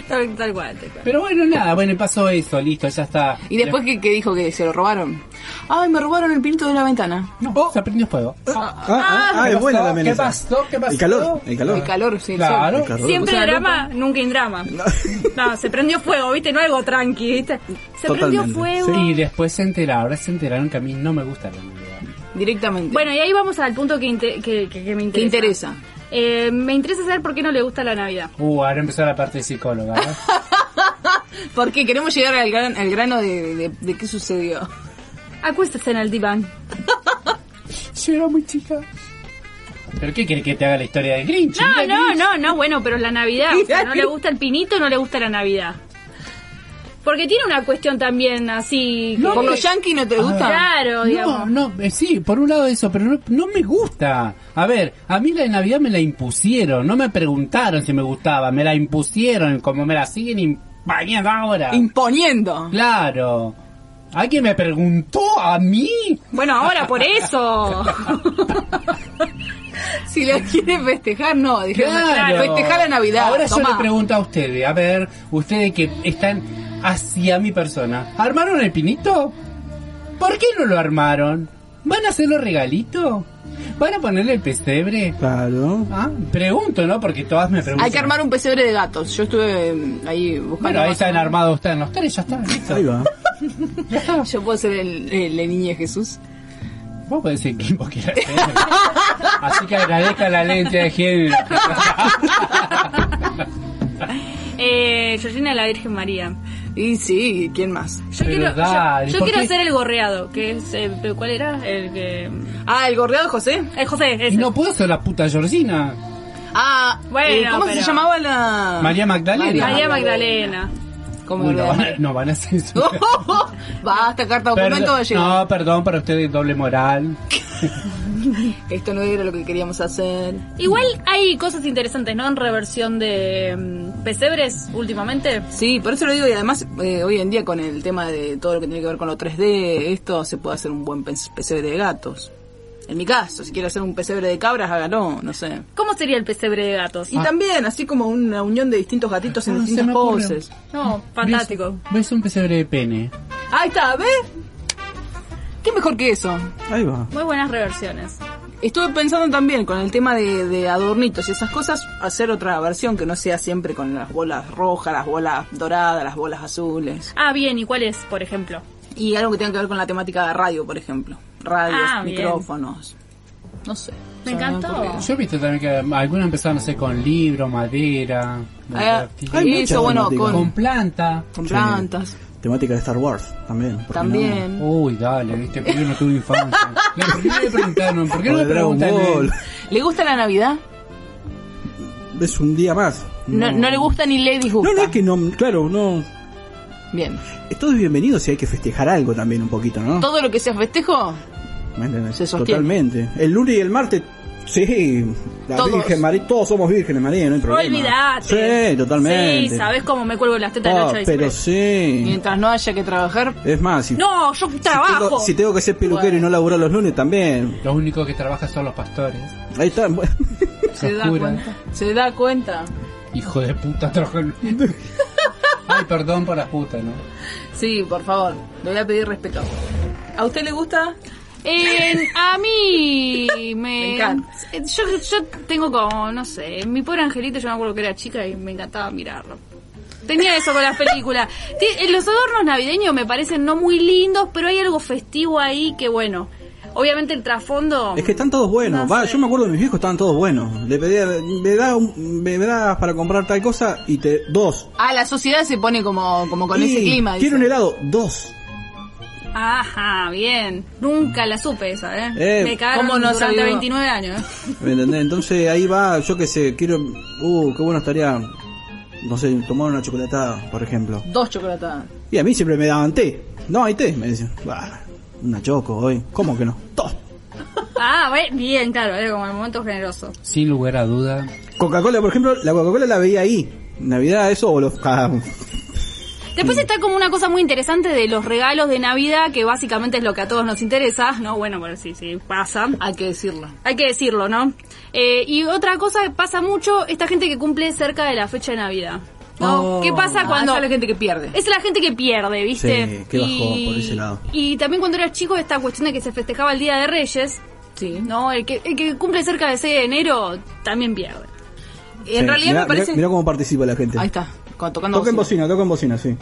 Speaker 6: Tal, tal cual, tal cual.
Speaker 8: Pero bueno, nada, bueno, pasó eso, listo, ya está.
Speaker 5: ¿Y después qué, qué dijo? ¿Que se lo robaron? Ay, me robaron el pinito de la ventana.
Speaker 8: No, se prendió fuego.
Speaker 5: Oh.
Speaker 7: Ah, ah, ah,
Speaker 8: ¿Qué
Speaker 7: es buena
Speaker 8: pasó?
Speaker 7: también
Speaker 8: ¿Qué
Speaker 7: esa.
Speaker 8: pasó? ¿Qué pasó?
Speaker 7: El calor, el calor.
Speaker 5: El calor, sí, el sol.
Speaker 8: Claro.
Speaker 7: Claro.
Speaker 6: Siempre
Speaker 5: O sea,
Speaker 6: drama, nunca en drama. No. se prendió fuego, viste, no algo tranqui, viste. Se prendió
Speaker 7: Totalmente,
Speaker 6: fuego.
Speaker 8: Y después se enteraron, ahora se enteraron que a mí no me gusta la Navidad.
Speaker 5: Directamente.
Speaker 6: Bueno, y ahí vamos al punto que, inte- que, que- que me
Speaker 5: ¿Te
Speaker 6: interesa.
Speaker 5: interesa?
Speaker 6: Eh, me interesa saber por qué no le gusta la Navidad.
Speaker 8: Uh, ahora empezó la parte de psicóloga. ¿no?
Speaker 5: Porque queremos llegar al, gran- al grano de, de- de qué sucedió.
Speaker 6: Acuéstese en el diván.
Speaker 8: Yo era muy chica. ¿Pero qué quiere que te haga la historia de Grinch?
Speaker 6: No,
Speaker 8: Mira,
Speaker 6: no,
Speaker 8: Grinch.
Speaker 6: no, no, bueno, pero la Navidad. o sea, no le gusta el pinito, no le gusta la Navidad. Porque tiene una cuestión también así. que-
Speaker 5: ¿Por los yankees no te gusta?
Speaker 8: Ah,
Speaker 6: Claro,
Speaker 8: No,
Speaker 6: digamos.
Speaker 8: no, eh, sí, por un lado eso, pero no, no me gusta. A ver, a mí la de Navidad me la impusieron, no me preguntaron si me gustaba, me la impusieron como me la siguen imponiendo ahora.
Speaker 5: Imponiendo.
Speaker 8: claro. ¿Alguien me preguntó a mí?
Speaker 6: Bueno, ahora por eso.
Speaker 5: Si la quieren festejar, no. dijeron,
Speaker 8: Claro.
Speaker 5: Festejar la Navidad.
Speaker 8: Ahora yo
Speaker 5: tomá.
Speaker 8: le pregunto a ustedes, a ver, ustedes que están hacia mi persona, ¿armaron el pinito? ¿Por qué no lo armaron? ¿Van a hacer los regalitos? ¿Van a ponerle el pesebre?
Speaker 7: Claro.
Speaker 8: Ah, pregunto, ¿no? Porque todas me preguntan.
Speaker 5: Hay que armar un pesebre de gatos. Yo estuve eh, ahí buscando.
Speaker 8: Bueno, ahí están armados, están los tres, ya está, listo.
Speaker 7: Ahí va.
Speaker 5: Yo puedo ser el, el- la niña Jesús.
Speaker 8: Vos podés ser quien vos quieras ser. Así que agradezca la lente de género.
Speaker 6: Eh, Georgina la Virgen María.
Speaker 5: Y sí, ¿quién más?
Speaker 6: Yo
Speaker 8: Pero
Speaker 6: quiero, yo-
Speaker 8: dale,
Speaker 6: yo
Speaker 8: ¿por
Speaker 6: quiero
Speaker 8: qué?
Speaker 6: ser el gorreado, que es, eh, ¿cuál era? El que...
Speaker 5: Ah, el gorreado José.
Speaker 6: El José, ese.
Speaker 8: Y no puedo ser la puta Georgina.
Speaker 5: Ah,
Speaker 6: Bueno,
Speaker 5: eh, ¿Cómo se
Speaker 6: pero-
Speaker 5: llamaba la.
Speaker 8: María Magdalena.
Speaker 6: María Magdalena.
Speaker 5: Ah. ¿Cómo
Speaker 8: Uy,
Speaker 5: era?
Speaker 8: no, van a, no van a ser su-
Speaker 5: Basta, carta
Speaker 8: Perdón-
Speaker 5: documento va a llegar.
Speaker 8: no, perdón para ustedes, doble moral.
Speaker 5: Esto no era lo que queríamos hacer.
Speaker 6: Igual hay cosas interesantes, ¿no? En reversión de mm, pesebres últimamente.
Speaker 5: Sí, por eso lo digo y además eh, hoy en día con el tema de todo lo que tiene que ver con lo 3D, esto se puede hacer un buen pes- pesebre de gatos. En mi caso, si quiero hacer un pesebre de cabras, hágalo, no sé.
Speaker 6: ¿Cómo sería el pesebre de gatos?
Speaker 5: Y
Speaker 7: Ah.
Speaker 5: también, así como una unión de distintos gatitos en
Speaker 8: Ah, se
Speaker 5: distintas
Speaker 8: me ocurre.
Speaker 5: poses.
Speaker 6: No, fantástico.
Speaker 8: ¿Ves, ves un pesebre de pene?
Speaker 5: Ahí está, ¿ves? ¿Qué mejor que eso?
Speaker 7: Ahí va.
Speaker 6: Muy buenas reversiones.
Speaker 5: Estuve pensando también con el tema de, de adornitos y esas cosas, hacer otra versión que no sea siempre con las bolas rojas, las bolas doradas, las bolas azules.
Speaker 6: Ah, bien, ¿y cuál es, por ejemplo?
Speaker 5: Y algo que tenga que ver con la temática de radio, por ejemplo. Radios,
Speaker 6: Ah, bien.
Speaker 5: micrófonos. No sé.
Speaker 6: Me
Speaker 5: Se me
Speaker 6: encantó.
Speaker 5: ocurrió.
Speaker 8: Yo he visto también que algunos empezaron, no sé, con libro, madera,
Speaker 5: Ah,
Speaker 8: con-
Speaker 7: Hay
Speaker 5: y
Speaker 7: muchas
Speaker 5: eso, bueno,
Speaker 7: temáticas.
Speaker 8: con
Speaker 5: con,
Speaker 8: planta.
Speaker 5: con
Speaker 7: Sí.
Speaker 5: plantas
Speaker 7: Temática de Star Wars también. ¿por qué no?
Speaker 5: también.
Speaker 8: Uy, dale, viste, porque yo no tuve infancia. Claro, ¿Por qué no le preguntaron? ¿Por qué no
Speaker 7: O
Speaker 8: le
Speaker 7: de Dragon
Speaker 8: preguntan? eh?
Speaker 7: Ball.
Speaker 5: ¿Le gusta la Navidad?
Speaker 7: Es un día más.
Speaker 5: No, no le gusta ni le disgusta.
Speaker 7: No, no es que no. Claro, no.
Speaker 5: Bien.
Speaker 7: Todo es bienvenido si hay que festejar algo también un poquito, ¿no?
Speaker 5: Todo lo que sea festejo,
Speaker 7: ¿Me entendés?
Speaker 5: se sostiene.
Speaker 7: Totalmente. El lunes y el martes. Sí, la
Speaker 5: Todos.
Speaker 7: Virgen María, todos somos vírgenes María, no hay problema.
Speaker 6: Olvidate.
Speaker 7: Sí, totalmente.
Speaker 6: Sí, ¿sabes cómo me cuelgo las tetas
Speaker 7: Ah,
Speaker 6: del 8 de
Speaker 7: pero
Speaker 6: diciembre?
Speaker 7: sí.
Speaker 5: mientras no haya que trabajar,
Speaker 7: Es más, si,
Speaker 6: No, yo
Speaker 7: si
Speaker 6: trabajo.
Speaker 7: tengo, si tengo que ser peluquero y no laburar los lunes también.
Speaker 8: Los únicos que trabajan son los pastores.
Speaker 7: Ahí está. bueno.
Speaker 5: se da
Speaker 8: Oscura.
Speaker 5: cuenta. Se da cuenta.
Speaker 8: Hijo de puta, trajo el... Ay, perdón por las putas, ¿no?
Speaker 5: Sí, por favor, le voy a pedir respeto. ¿A usted le gusta?
Speaker 6: En- a mí me,
Speaker 5: Me encanta.
Speaker 6: eh, Yo, yo tengo como, no sé, mi pobre angelito, yo me acuerdo que era chica y me encantaba mirarlo. Tenía eso con las películas. Ti- eh, Los adornos navideños me parecen no muy lindos, pero hay algo festivo ahí que bueno. Obviamente el trasfondo...
Speaker 7: Es que están todos buenos.
Speaker 6: No
Speaker 7: Va,
Speaker 6: sé.
Speaker 7: yo me acuerdo de mis viejos, estaban todos buenos. Le pedía, me da, un- me das para comprar tal cosa y te dos.
Speaker 5: Ah, la sociedad se pone como, como con
Speaker 7: Y
Speaker 5: ese clima.
Speaker 7: Quiero un
Speaker 5: dice.
Speaker 7: helado, dos.
Speaker 6: Ajá, bien. Nunca la supe esa, ¿eh?
Speaker 7: Eh,
Speaker 6: me cagaron
Speaker 5: ¿cómo no
Speaker 6: durante
Speaker 5: sabía?
Speaker 6: 29 años. ¿eh?
Speaker 7: ¿Me entendés? Entonces ahí va, yo qué sé, quiero. Uh, qué bueno estaría. No sé, tomar una chocolatada, por ejemplo.
Speaker 5: Dos chocolatadas.
Speaker 7: Y a mí siempre me daban té. No, hay té, me decían. Bah, una choco hoy. ¿Cómo que no? Dos.
Speaker 6: Ah, ve- bien, claro, era como el momento generoso.
Speaker 8: Sin lugar a duda.
Speaker 7: Coca-Cola, por ejemplo, la Coca-Cola la veía ahí. Navidad, eso, o los. ah,
Speaker 6: Después está como una cosa muy interesante de los regalos de Navidad, que básicamente es lo que a todos nos interesa, ¿no? Bueno, bueno, sí, sí, pasa.
Speaker 5: Hay que decirlo.
Speaker 6: Hay que decirlo, ¿no? Eh, y otra cosa que pasa mucho, esta gente que cumple cerca de la fecha de Navidad. ¿no?
Speaker 5: Oh.
Speaker 6: ¿Qué pasa
Speaker 5: Ah,
Speaker 6: cuando...?
Speaker 5: esa es la gente que pierde.
Speaker 6: Es la gente que pierde, ¿viste?
Speaker 7: Sí, qué bajón por ese lado.
Speaker 6: Y también cuando eras chico, esta cuestión de que se festejaba el Día de Reyes,
Speaker 5: Sí.
Speaker 6: ¿no? El que, el que cumple cerca del 6 de enero también pierde.
Speaker 5: En
Speaker 7: sí.
Speaker 5: realidad
Speaker 7: Mirá-
Speaker 5: me parece.
Speaker 7: Mirá, mirá cómo participa la gente.
Speaker 5: Ahí está, con- tocando
Speaker 7: Toca en
Speaker 5: bocina.
Speaker 7: bocina, toca en bocina, sí.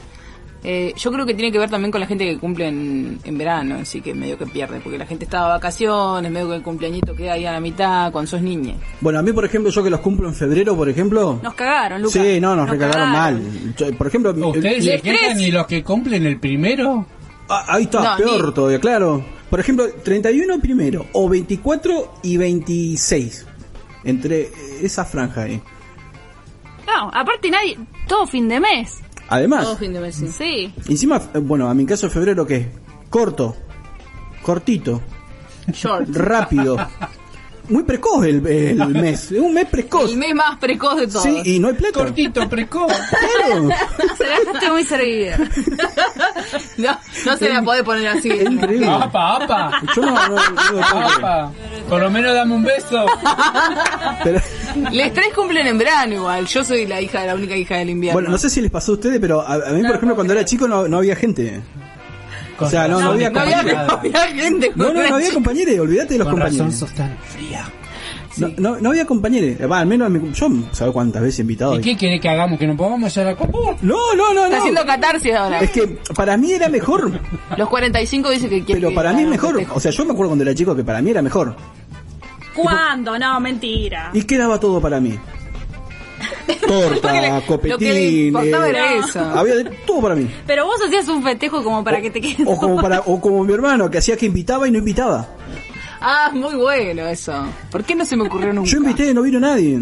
Speaker 5: Eh, yo creo que tiene que ver también con la gente que cumple en, en verano, así que medio que pierde, porque la gente está de vacaciones, medio que el cumpleañito queda ahí a la mitad cuando sos niña.
Speaker 7: Bueno, a mí, por ejemplo, yo que los cumplo en febrero, por ejemplo.
Speaker 6: Nos cagaron, Lucas.
Speaker 7: sí, no, nos, recagaron
Speaker 6: cagaron.
Speaker 7: mal. Yo, por ejemplo, mi-
Speaker 8: ¿Ustedes
Speaker 6: el
Speaker 8: se quejan
Speaker 6: estrés.
Speaker 8: y los que cumplen el primero?
Speaker 7: Ah, ahí está,
Speaker 5: No,
Speaker 7: peor
Speaker 5: ni-
Speaker 7: todavía, claro. Por ejemplo, 31 primero, o 24 y 26. Entre eh, esa franja ahí.
Speaker 6: No, aparte nadie... Todo fin de mes.
Speaker 5: Todo
Speaker 7: Además,
Speaker 5: fin de mes. sí.
Speaker 6: Sí.
Speaker 7: encima, eh, bueno, a mi caso febrero que es corto, cortito,
Speaker 5: Short.
Speaker 7: rápido. Muy precoz el, el mes, es un mes precoz.
Speaker 5: El mes más precoz de todos.
Speaker 7: Sí, y no hay plata.
Speaker 8: Cortito, precoz.
Speaker 7: Claro.
Speaker 6: Se la dejaste muy servida.
Speaker 5: No, no se la puede poner así.
Speaker 7: Es increíble.
Speaker 8: Apa, apa.
Speaker 7: Yo no, no- no lo puedo creer.
Speaker 8: Apa. Por lo menos dame un beso.
Speaker 7: Pero-
Speaker 5: Les tres cumplen en verano igual. Yo soy la hija, la única hija del invierno.
Speaker 7: bueno, no sé si les pasó a ustedes, pero a, a mí, por ejemplo, cuando era chico no, no había gente. O sea, no, no había
Speaker 5: No había, no
Speaker 7: compañeros.
Speaker 5: había gente.
Speaker 7: No, no, no había compañeros, olvídate de los
Speaker 8: Con razón
Speaker 7: compañeros.
Speaker 8: sos tan fría.
Speaker 7: No, no, no había compañeros. Eh, va, al menos en mi- yo sabes cuántas veces he invitado.
Speaker 8: ¿Y qué quiere que hagamos? ¿Que nos pongamos a la ¡Uh! copa?
Speaker 7: No, no, no,
Speaker 5: Está haciendo
Speaker 7: no.
Speaker 5: catarsis ahora.
Speaker 7: Es que para mí era mejor.
Speaker 5: Los 45 dice que quiere.
Speaker 7: Pero
Speaker 5: que
Speaker 7: para mí es
Speaker 5: hagan un
Speaker 7: mejor.
Speaker 5: festejo.
Speaker 7: O sea, yo me acuerdo cuando era chico que para mí era mejor.
Speaker 6: ¿Cuándo? No, mentira.
Speaker 7: Y quedaba todo para mí. Torta,
Speaker 5: Lo que le
Speaker 7: copetín.
Speaker 5: importaba
Speaker 7: eh,
Speaker 5: era eso.
Speaker 7: había de todo para mí.
Speaker 6: Pero vos hacías un festejo como para que te quedes.
Speaker 7: O como, para, o como mi hermano, que hacía que invitaba y no invitaba.
Speaker 5: Ah, muy bueno eso. ¿Por qué no se me ocurrió nunca?
Speaker 7: Yo invité y no vino nadie.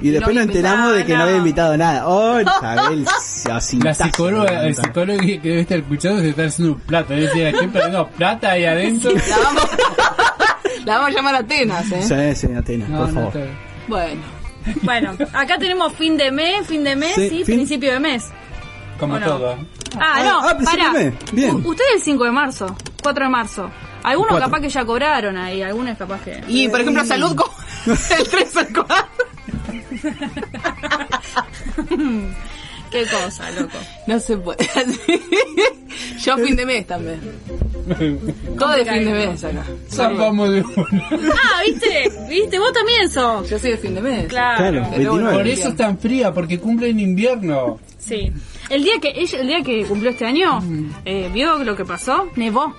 Speaker 7: Y después
Speaker 5: no
Speaker 7: nos enteramos de que no había invitado nada. Oh, Isabel, así.
Speaker 8: La psicóloga, el psicólogo que debe estar escuchando se está haciendo un plato. Debe decir, estoy perdiendo plata ahí adentro.
Speaker 5: La vamos, la vamos a llamar Atenas, ¿eh?
Speaker 7: Sí, sí, Atenas,
Speaker 8: No,
Speaker 7: por
Speaker 8: no,
Speaker 7: favor.
Speaker 8: está bien.
Speaker 5: Bueno.
Speaker 6: Bueno, acá tenemos fin de mes, fin de mes
Speaker 7: Sí,
Speaker 6: y
Speaker 7: fin-
Speaker 6: principio de mes.
Speaker 8: Como
Speaker 6: Bueno.
Speaker 8: todo.
Speaker 6: Ah,
Speaker 7: Ah,
Speaker 6: no,
Speaker 7: ah, principio
Speaker 6: pará.
Speaker 7: de mes, bien.
Speaker 6: U- Usted es el 5 de marzo, 4 de marzo. Algunos
Speaker 7: Cuatro.
Speaker 6: capaz que ya cobraron ahí, algunos capaz que...
Speaker 5: Y por ejemplo, salud con el 3 al 4.
Speaker 6: Qué cosa, loco.
Speaker 5: No se puede. Yo fin de mes también. Todo de fin de mes acá.
Speaker 8: Zambamos de una.
Speaker 6: Ah, ¿viste? ¿Viste? Vos también sos.
Speaker 5: Yo soy de fin de mes.
Speaker 6: Claro.
Speaker 7: Claro,
Speaker 5: Pero bueno,
Speaker 8: Por
Speaker 7: 29.
Speaker 8: eso es tan fría, porque cumple en invierno.
Speaker 6: Sí. El día que ella- el día que cumplió este año,
Speaker 7: Mm.
Speaker 6: eh, ¿vio lo que pasó? Nevó.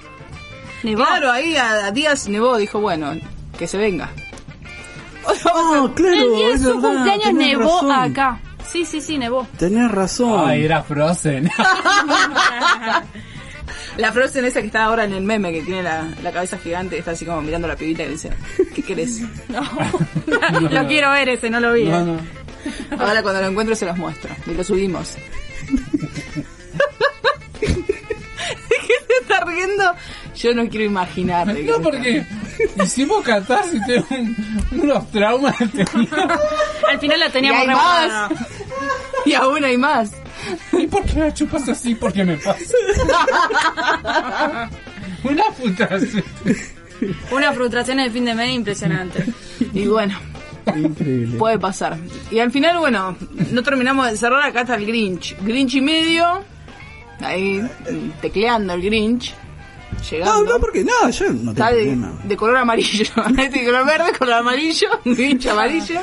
Speaker 6: Nevó.
Speaker 5: Claro, ahí a, a Díaz nevó, dijo, bueno, que se venga.
Speaker 7: Ah, claro.
Speaker 6: el día de
Speaker 7: es
Speaker 6: su
Speaker 7: verdad,
Speaker 6: cumpleaños
Speaker 7: tenés
Speaker 6: nevó
Speaker 7: razón.
Speaker 6: acá. Sí, sí, sí, nevó.
Speaker 7: Tenés razón.
Speaker 8: Ay, era Frozen.
Speaker 5: La Frozen esa que está ahora en el meme, que tiene la, la cabeza gigante, está así como mirando a la pibita y dice, ¿qué querés?
Speaker 6: lo quiero ver ese, no lo vi. eh.
Speaker 8: No, no.
Speaker 5: Ahora cuando lo encuentro se los muestro y lo subimos. ¿Qué se está riendo? Yo no quiero imaginar. de qué
Speaker 8: No,
Speaker 5: se
Speaker 8: porque hicimos catarsis, tengo un- unos traumas. tenía.
Speaker 6: Al final la
Speaker 5: Y
Speaker 6: teníamos
Speaker 5: hay
Speaker 6: remada.
Speaker 5: más. está- Y aún hay más.
Speaker 8: ¿Y por qué la chupas así? Porque me pasa. Una puta.
Speaker 6: Una frustración de fin de mes impresionante.
Speaker 5: Y bueno,
Speaker 7: Increíble.
Speaker 5: puede pasar. Y al final, bueno, no terminamos de cerrar acá está el Grinch. Grinch y medio. Ahí mm, tecleando el Grinch.
Speaker 7: No,
Speaker 5: Llegando.
Speaker 7: no, porque no, yo no tengo
Speaker 5: Está de,
Speaker 7: problema.
Speaker 5: de color amarillo. Este de color verde, color amarillo. Grinch amarillo.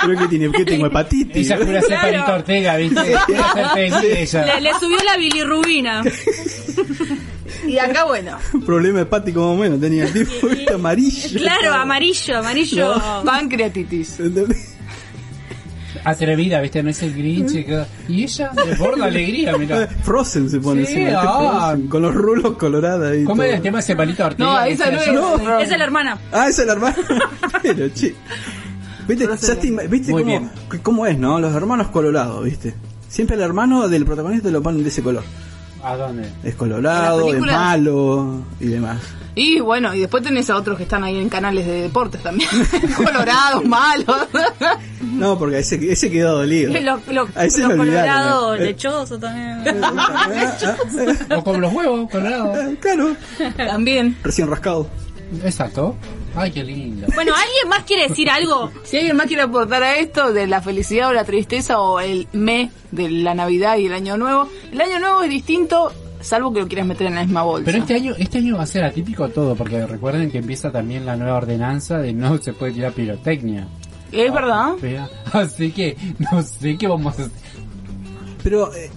Speaker 7: Creo que tiene, que tengo hepatitis.
Speaker 8: Ella jura ser
Speaker 6: Claro.
Speaker 8: Palito Ortega, ¿viste? Jura ser Pelito
Speaker 6: Le,
Speaker 8: ella.
Speaker 6: le subió la bilirrubina.
Speaker 5: Y acá, bueno,
Speaker 7: problema hepático más o menos, tenía el tipo este amarillo.
Speaker 6: Claro, amarillo, amarillo.
Speaker 5: pancreatitis.
Speaker 7: ¿Entendés?
Speaker 8: Atrevida, ¿viste? No es el Grinch. que- Y ella desborda alegría, mira.
Speaker 7: Frozen se pone
Speaker 8: Sí,
Speaker 7: encima, ¿viste?
Speaker 8: ah.
Speaker 7: Frozen, con los rulos colorados ahí.
Speaker 8: ¿Cómo
Speaker 7: todo.
Speaker 8: era el tema ese Palito Ortega?
Speaker 5: No, esa no
Speaker 8: ¿viste?
Speaker 5: es.
Speaker 7: No.
Speaker 6: Esa es la hermana.
Speaker 7: Ah, esa es la hermana. Pero, che. ¿Viste,
Speaker 5: Frozen.
Speaker 7: ya te ima- ¿viste
Speaker 8: Muy
Speaker 7: cómo,
Speaker 8: bien.
Speaker 7: c- cómo es, no? Los hermanos colorados, ¿viste? Siempre el hermano del protagonista lo ponen de ese color.
Speaker 8: ¿A dónde?
Speaker 7: Es colorado,
Speaker 5: En las
Speaker 7: es
Speaker 5: películas-
Speaker 7: malo y demás.
Speaker 5: Y bueno, y después tenés a otros que están ahí en canales de deportes también. Colorados, malos.
Speaker 7: No, porque ese, ese quedó dolido.
Speaker 6: Los, los,
Speaker 7: Ahí se
Speaker 6: los
Speaker 7: me olvidaron,
Speaker 6: colorados,
Speaker 7: eh.
Speaker 6: lechosos también.
Speaker 7: Ah, ah, ah,
Speaker 8: O con los huevos colorados.
Speaker 7: ah, claro,
Speaker 5: también.
Speaker 7: recién rascado.
Speaker 8: Exacto. Ay, qué lindo.
Speaker 6: Bueno, ¿alguien más quiere decir algo?
Speaker 5: Si alguien más quiere aportar a esto de la felicidad o la tristeza o el me de la Navidad y el Año Nuevo, el Año Nuevo es distinto, salvo que lo quieras meter en la misma bolsa.
Speaker 8: Pero este año, este año va a ser atípico todo, porque recuerden que empieza también la nueva ordenanza de no se puede tirar pirotecnia.
Speaker 5: ¿Es verdad?
Speaker 8: Vea, Así que no sé qué vamos a hacer.
Speaker 7: Pero eh,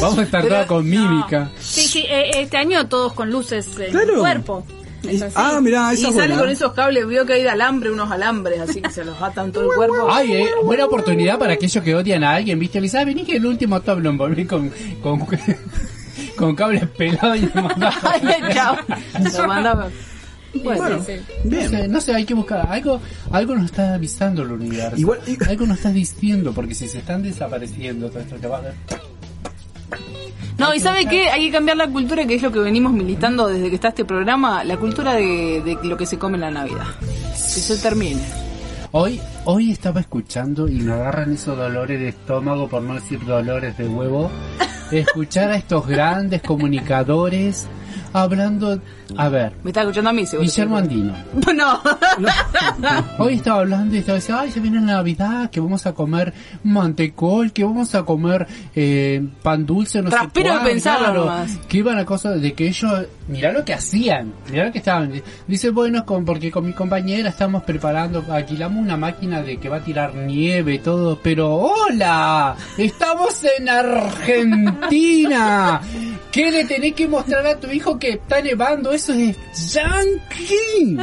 Speaker 8: Vamos a estar todos con mímica.
Speaker 6: Sí, sí, eh, este año todos con luces en
Speaker 7: Claro.
Speaker 6: el cuerpo.
Speaker 7: Y- ah, mirá,
Speaker 5: Y
Speaker 7: esa es
Speaker 5: sale
Speaker 7: buena.
Speaker 5: con esos cables, vio que hay de alambre, unos alambres, así que se los atan todo el cuerpo.
Speaker 8: Ay, eh, buena oportunidad para aquellos que odian a alguien, ¿viste? Le saben vení que el último Toblón volví con, con, con cables pelados y lo mandás.
Speaker 5: Ay, chao. Lo mandamos. Bueno,
Speaker 6: Sí, sí.
Speaker 8: No
Speaker 7: bien.
Speaker 8: sé, no sé, hay que buscar. Algo, algo nos está avisando el universo.
Speaker 7: Igual- y-
Speaker 8: Algo nos está diciendo, porque si se están desapareciendo todo esto que va a haber-
Speaker 5: No, y ¿sabe qué? Hay que cambiar la cultura, que es lo que venimos militando desde que está este programa, la cultura de, de lo que se come en la Navidad. Que se termine.
Speaker 8: Hoy, hoy estaba escuchando y me agarran esos dolores de estómago, por no decir dolores de huevo, escuchar a estos grandes comunicadores hablando. A ver,
Speaker 5: Me está escuchando a mí, seguro.
Speaker 8: Guillermo Andino.
Speaker 5: No. ¿eh?
Speaker 8: Hoy estaba hablando y estaba diciendo, ay, se viene la Navidad, que vamos a comer mantecol, que vamos a comer eh, pan dulce, no
Speaker 5: Traspero
Speaker 8: sé
Speaker 5: de
Speaker 8: cuál,
Speaker 5: pensarlo
Speaker 8: claro,
Speaker 5: nomás.
Speaker 8: Que iban a cosas de que ellos, mirá lo que hacían, mirá lo que estaban. Dice, bueno, con, porque con mi compañera estamos preparando, alquilamos una máquina de que va a tirar nieve y todo, pero hola, estamos en Argentina. ¿Qué le tenés que mostrar a tu hijo que está nevando? Eso es yankee.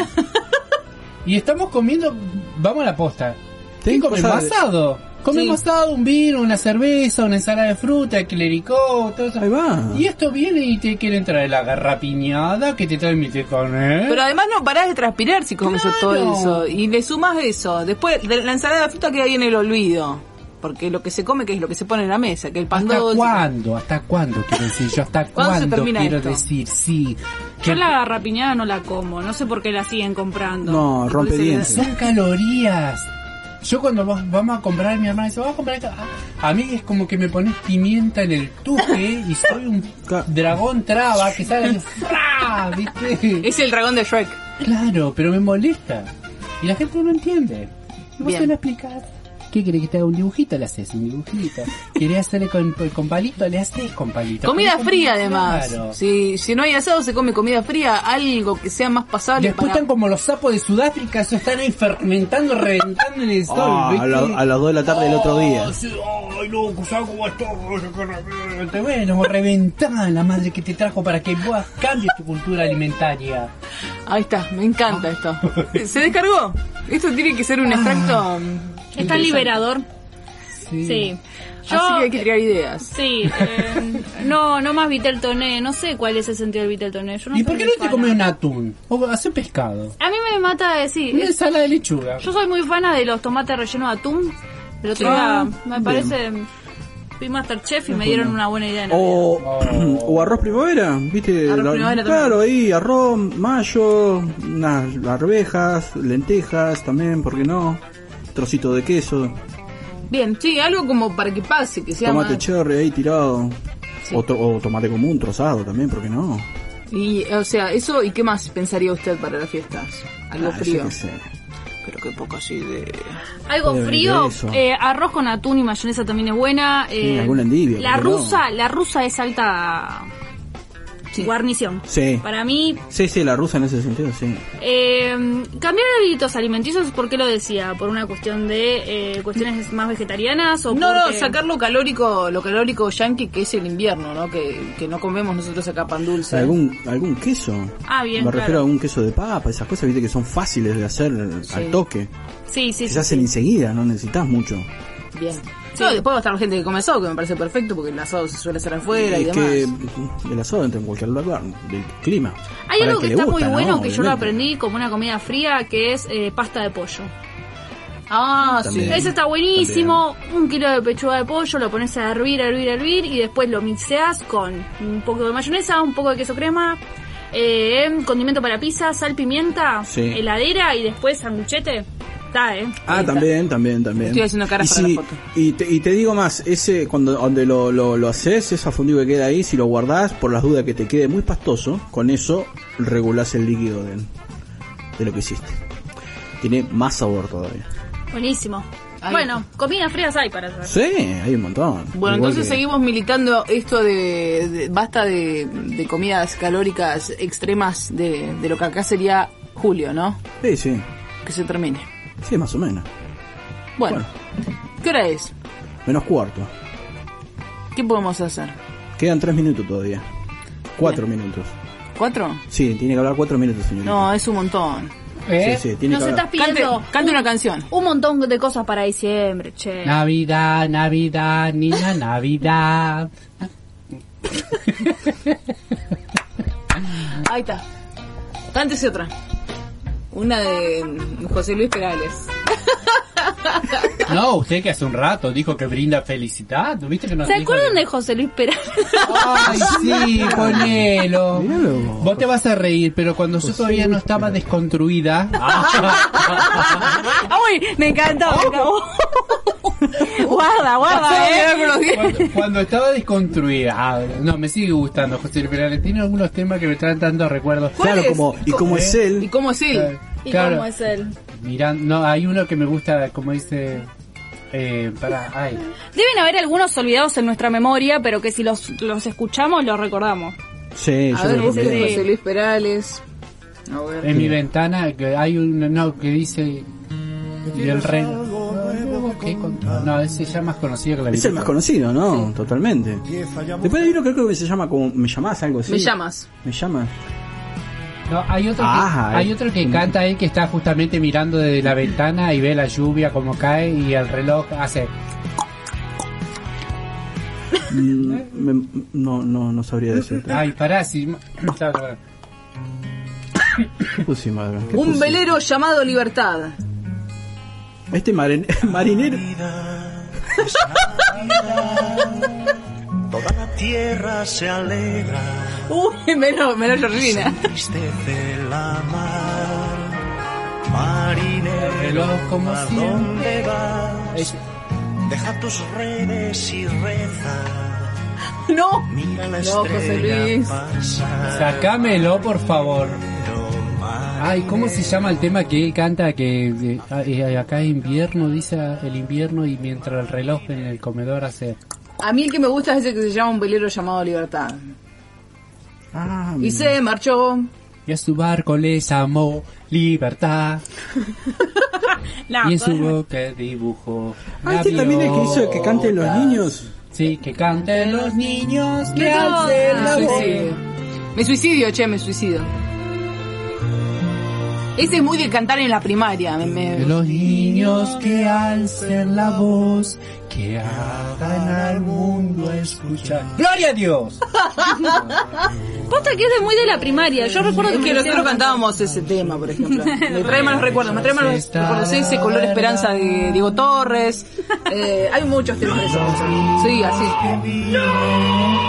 Speaker 8: Y estamos comiendo, vamos a la posta. ¿Qué
Speaker 7: Tengo
Speaker 8: comemos?
Speaker 7: cosas de-
Speaker 8: Asado. Comemos asado, un vino, una cerveza, una ensalada de fruta, clericó, todo eso.
Speaker 7: Ahí va.
Speaker 8: Y esto viene y te quieren traer la garrapiñada que te trae mi con ¿eh?
Speaker 5: Pero además no parás de transpirar si comes
Speaker 8: Claro.
Speaker 5: todo eso. Y le sumas eso. Después, de la ensalada de fruta queda ahí en el olvido. Porque lo que se come, que es lo que se pone en la mesa, que el pan
Speaker 8: ¿Hasta
Speaker 5: dulce-
Speaker 8: cuándo? ¿Hasta cuándo? Quiero decir yo, ¿hasta
Speaker 5: ¿Cuándo se
Speaker 8: cuándo
Speaker 5: termina
Speaker 8: quiero
Speaker 5: esto?
Speaker 8: decir? Sí.
Speaker 6: Yo la garrapiñada no la como, no sé por qué la siguen comprando.
Speaker 7: No, rompe dientes.
Speaker 8: Son calorías. Yo cuando va- vamos a comprar, mi hermana dice, vamos a comprar esto. Ah, A mí es como que me pones pimienta en el tuje y soy un
Speaker 7: Claro.
Speaker 8: dragón traba que sale así, ¡fra! ¿viste?
Speaker 5: Es el dragón de Shrek.
Speaker 8: Claro, pero me molesta. Y la gente no entiende. Y vos
Speaker 5: Bien.
Speaker 8: se lo explicás. ¿Qué querés que te haga un dibujito? Le haces un dibujito. ¿Querés hacerle con, con palito? Le haces con palito.
Speaker 5: Comida
Speaker 8: ¿Querés con-
Speaker 5: fría además.
Speaker 8: Claro.
Speaker 5: Si, si no hay asado, se come comida fría. Algo que sea más pasable
Speaker 8: Después
Speaker 5: para...
Speaker 8: están como los sapos de Sudáfrica, eso están ahí fermentando, reventando en el sol.
Speaker 7: Ah, a,
Speaker 8: ¿viste?
Speaker 7: la- a las 2 de la tarde del otro día.
Speaker 8: Ah, sí, Ay, loco, ¿sabes cómo está? Te bueno, reventá la madre que te trajo para que vos cambies tu cultura alimentaria.
Speaker 5: Ahí está, me encanta esto. ¿Se descargó? Esto tiene que ser un extracto... mm,
Speaker 6: Es tan liberador. Sí. Yo,
Speaker 5: Así que hay que crear ideas.
Speaker 6: Sí, eh, no, no más Vitel Toné, no sé cuál es el sentido del Vitel Toné. Yo no
Speaker 8: ¿Y
Speaker 6: soy
Speaker 8: por qué
Speaker 6: muy
Speaker 8: no te
Speaker 6: fana.
Speaker 8: comes un atún? O hacer pescado.
Speaker 6: A mí me mata decir,
Speaker 8: Una
Speaker 6: es-
Speaker 8: ensalada de lechuga.
Speaker 6: yo soy muy fana de los tomates rellenos de atún, pero otro
Speaker 7: Ah,
Speaker 6: día me parece, fui Masterchef y me dieron una buena idea. de Navidad.
Speaker 7: O,
Speaker 6: Oh.
Speaker 7: o arroz primavera, ¿viste?
Speaker 5: Arroz
Speaker 7: La-
Speaker 5: primavera también.
Speaker 7: claro, ahí arroz, mayo, unas arvejas, lentejas también, ¿por qué no? Trocito de queso,
Speaker 5: Bien, sí, algo como para que pase, que sea
Speaker 7: tomate
Speaker 5: más-
Speaker 7: cherry ahí tirado.
Speaker 5: Sí.
Speaker 7: O, to- o tomate común trozado también, ¿por qué no?
Speaker 5: Y, o sea, eso, ¿y qué más pensaría usted para las fiestas? Algo
Speaker 7: Ah, yo
Speaker 5: frío.
Speaker 7: qué sé.
Speaker 5: Pero qué pocas ideas.
Speaker 6: Algo
Speaker 7: Puede
Speaker 6: frío,
Speaker 7: vender eso.
Speaker 6: eh, arroz con atún y mayonesa también es buena. eh,
Speaker 7: alguna endivia,
Speaker 6: La
Speaker 7: pero no.
Speaker 6: rusa, la rusa es alta
Speaker 5: Sí.
Speaker 6: guarnición.
Speaker 7: Sí.
Speaker 6: Para mí,
Speaker 7: Sí, sí, la rusa en ese sentido, sí.
Speaker 6: Eh, cambiar hábitos alimenticios, ¿por qué lo decía? ¿Por una cuestión de eh, cuestiones más vegetarianas? O
Speaker 5: No, no,
Speaker 6: porque-
Speaker 5: sacar lo calórico, lo calórico yankee que es el invierno, ¿no? Que, que no comemos nosotros acá pan dulce.
Speaker 7: ¿Algún, algún queso?
Speaker 6: Ah, bien,
Speaker 7: Me refiero
Speaker 6: claro.
Speaker 7: a algún queso de papa, esas cosas, viste, que son fáciles de hacer al toque.
Speaker 6: Sí, sí, sí.
Speaker 7: Que se hacen enseguida, no necesitas mucho.
Speaker 5: Bien. No, después va a estar la gente que come asado, que me parece perfecto, porque el asado se suele hacer afuera y,
Speaker 7: es
Speaker 5: demás.
Speaker 7: que el asado entra en cualquier lugar del clima.
Speaker 6: Hay
Speaker 7: Para
Speaker 6: algo
Speaker 7: el
Speaker 6: que,
Speaker 7: le
Speaker 6: está
Speaker 7: gusta,
Speaker 6: muy
Speaker 7: ¿no?
Speaker 6: bueno que yo lo
Speaker 7: Obviamente.
Speaker 6: aprendí como una comida fría, que es eh, pasta de pollo.
Speaker 5: Ah, sí.
Speaker 7: También.
Speaker 6: Eso está buenísimo, un kilo de pechuga de pollo, lo pones a hervir, a hervir, a hervir y después lo mixeas con un poco de mayonesa, un poco de queso crema, eh, condimento para pizza, sal, pimienta,
Speaker 7: Sí.
Speaker 6: heladera y después sanguchete. Está, eh.
Speaker 7: Ah, también, también, también.
Speaker 5: Estoy haciendo caras
Speaker 7: y
Speaker 5: para
Speaker 7: si-
Speaker 5: la foto.
Speaker 7: Y te, y te digo más, ese cuando donde lo, lo, lo haces, ese fundido que queda ahí, si lo guardás, por las dudas que te quede muy pastoso, con eso regulás el líquido del- de lo que hiciste. Tiene más sabor todavía.
Speaker 6: Buenísimo.
Speaker 5: Ahí
Speaker 6: bueno, comidas frías hay para hacer.
Speaker 7: Sí, hay un montón.
Speaker 5: Bueno,
Speaker 7: Igual
Speaker 5: entonces
Speaker 7: que-
Speaker 5: seguimos militando esto de, de- basta de, de comidas calóricas extremas de, de lo que acá sería julio, ¿no?
Speaker 7: Sí, sí,
Speaker 5: Que se termine.
Speaker 7: sí, más o menos.
Speaker 5: Bueno, ¿qué hora es?
Speaker 7: Menos cuarto.
Speaker 5: ¿Qué podemos hacer?
Speaker 7: Quedan tres minutos todavía. Cuatro minutos.
Speaker 5: ¿Cuatro?
Speaker 7: Sí, tiene que hablar cuatro minutos, señorita.
Speaker 5: No, es un montón.
Speaker 8: ¿Eh?
Speaker 7: Sí, sí, tiene
Speaker 6: Nos
Speaker 7: que
Speaker 6: estás
Speaker 7: hablar.
Speaker 5: Cante,
Speaker 6: pidiendo
Speaker 5: cante una canción.
Speaker 6: un montón de cosas para diciembre, che.
Speaker 8: Navidad, Navidad, niña, Navidad.
Speaker 5: Ahí está. Cántese otra. Una de José Luis Perales.
Speaker 8: No, usted que hace un rato dijo que brinda felicidad, ¿no viste que no
Speaker 6: ¿Se acuerdan de José Luis Perales?
Speaker 8: Ay, sí, ponelo.
Speaker 7: Míralo.
Speaker 8: Vos te vas a reír, pero cuando yo todavía no estaba desconstruida.
Speaker 5: ¡Ay! Me encantó. me encantó. guarda, guarda,
Speaker 8: Cuando-
Speaker 5: eh.
Speaker 8: Cuando, cuando estaba desconstruida, ah, no, me sigue gustando José Luis Tiene algunos temas que me traen tantos recuerdos.
Speaker 5: ¿Cuál
Speaker 7: Claro,
Speaker 5: es?
Speaker 7: como, y
Speaker 5: Co-
Speaker 7: como es
Speaker 5: ¿Eh? ¿Y
Speaker 7: él,
Speaker 5: cómo sí?
Speaker 8: Eh,
Speaker 6: ¿Y
Speaker 8: claro,
Speaker 6: cómo es él?
Speaker 8: miran- no, hay uno que me gusta, como dice, eh, para, ay,
Speaker 6: Deben haber algunos olvidados en nuestra memoria, pero que si los, los escuchamos, los recordamos.
Speaker 7: sí,
Speaker 5: A
Speaker 7: yo
Speaker 5: ver,
Speaker 7: lo
Speaker 5: ese de
Speaker 7: recomiendo.
Speaker 5: José Luis Perales.
Speaker 9: A ver.
Speaker 8: en mi ventana que hay uno no, que dice y el rey. No, ese ya más conocido que la
Speaker 7: Es el más conocido, ¿no? Totalmente. Después hay uno que creo que se llama como Me llamás algo así.
Speaker 5: Me llamas.
Speaker 7: Me llama.
Speaker 8: No, hay otro,
Speaker 7: Ah,
Speaker 8: que, hay
Speaker 7: eh.
Speaker 8: otro que canta él que está justamente mirando desde la ventana y ve la lluvia como cae y el reloj hace.
Speaker 7: Mm, me- no, no, no sabría decirte.
Speaker 8: Ay, pará, si. ya, pará.
Speaker 7: ¿Qué puse, madre? ¿Qué
Speaker 5: Un
Speaker 7: puse?
Speaker 5: velero llamado Libertad.
Speaker 7: Este marin- marinero.
Speaker 4: Toda la tierra se alegra,
Speaker 5: Uy, menos, menos Georgina.
Speaker 4: tristece la mar. Marinero,
Speaker 8: reloj como
Speaker 4: ¿a
Speaker 8: siempre.
Speaker 4: dónde vas?
Speaker 8: Es-
Speaker 4: Deja tus redes y reza.
Speaker 5: No.
Speaker 4: Mira la
Speaker 5: No, José Luis.
Speaker 4: estrella pasar.
Speaker 8: Sacámelo, por favor. Ay, ¿cómo se llama el tema que él canta? Que eh, ah, eh, acá es invierno, dice ah, el invierno, y mientras el reloj en el comedor hace.
Speaker 5: A mí el que me gusta es ese que se llama Un velero llamado Libertad.
Speaker 7: Ah,
Speaker 8: Mm.
Speaker 5: Y se marchó.
Speaker 8: Y a su barco le llamó libertad.
Speaker 5: Ah,
Speaker 8: y en su boca dibujó.
Speaker 7: ah, este también es el que hizo que canten los
Speaker 8: gaviotas.
Speaker 7: niños.
Speaker 8: Sí, que canten los niños, que
Speaker 5: Me
Speaker 8: alcen la voz.
Speaker 5: suicidio. Me suicidio, che, me suicidio. Ese es muy de cantar en la primaria. me- me-
Speaker 8: Que los niños que alcen la voz, que hagan al mundo escuchar. ¡Gloria a Dios!
Speaker 6: Posta que es de muy de la primaria. Yo recuerdo
Speaker 5: Es
Speaker 6: que
Speaker 5: que nosotros
Speaker 6: hicieron cantar.
Speaker 5: cantábamos ese tema, por ejemplo. Me trae malos recuerdos, me trae malos recuerdos. Ese color esperanza de Diego Torres. Eh, hay muchos temas de esos. Sí, así.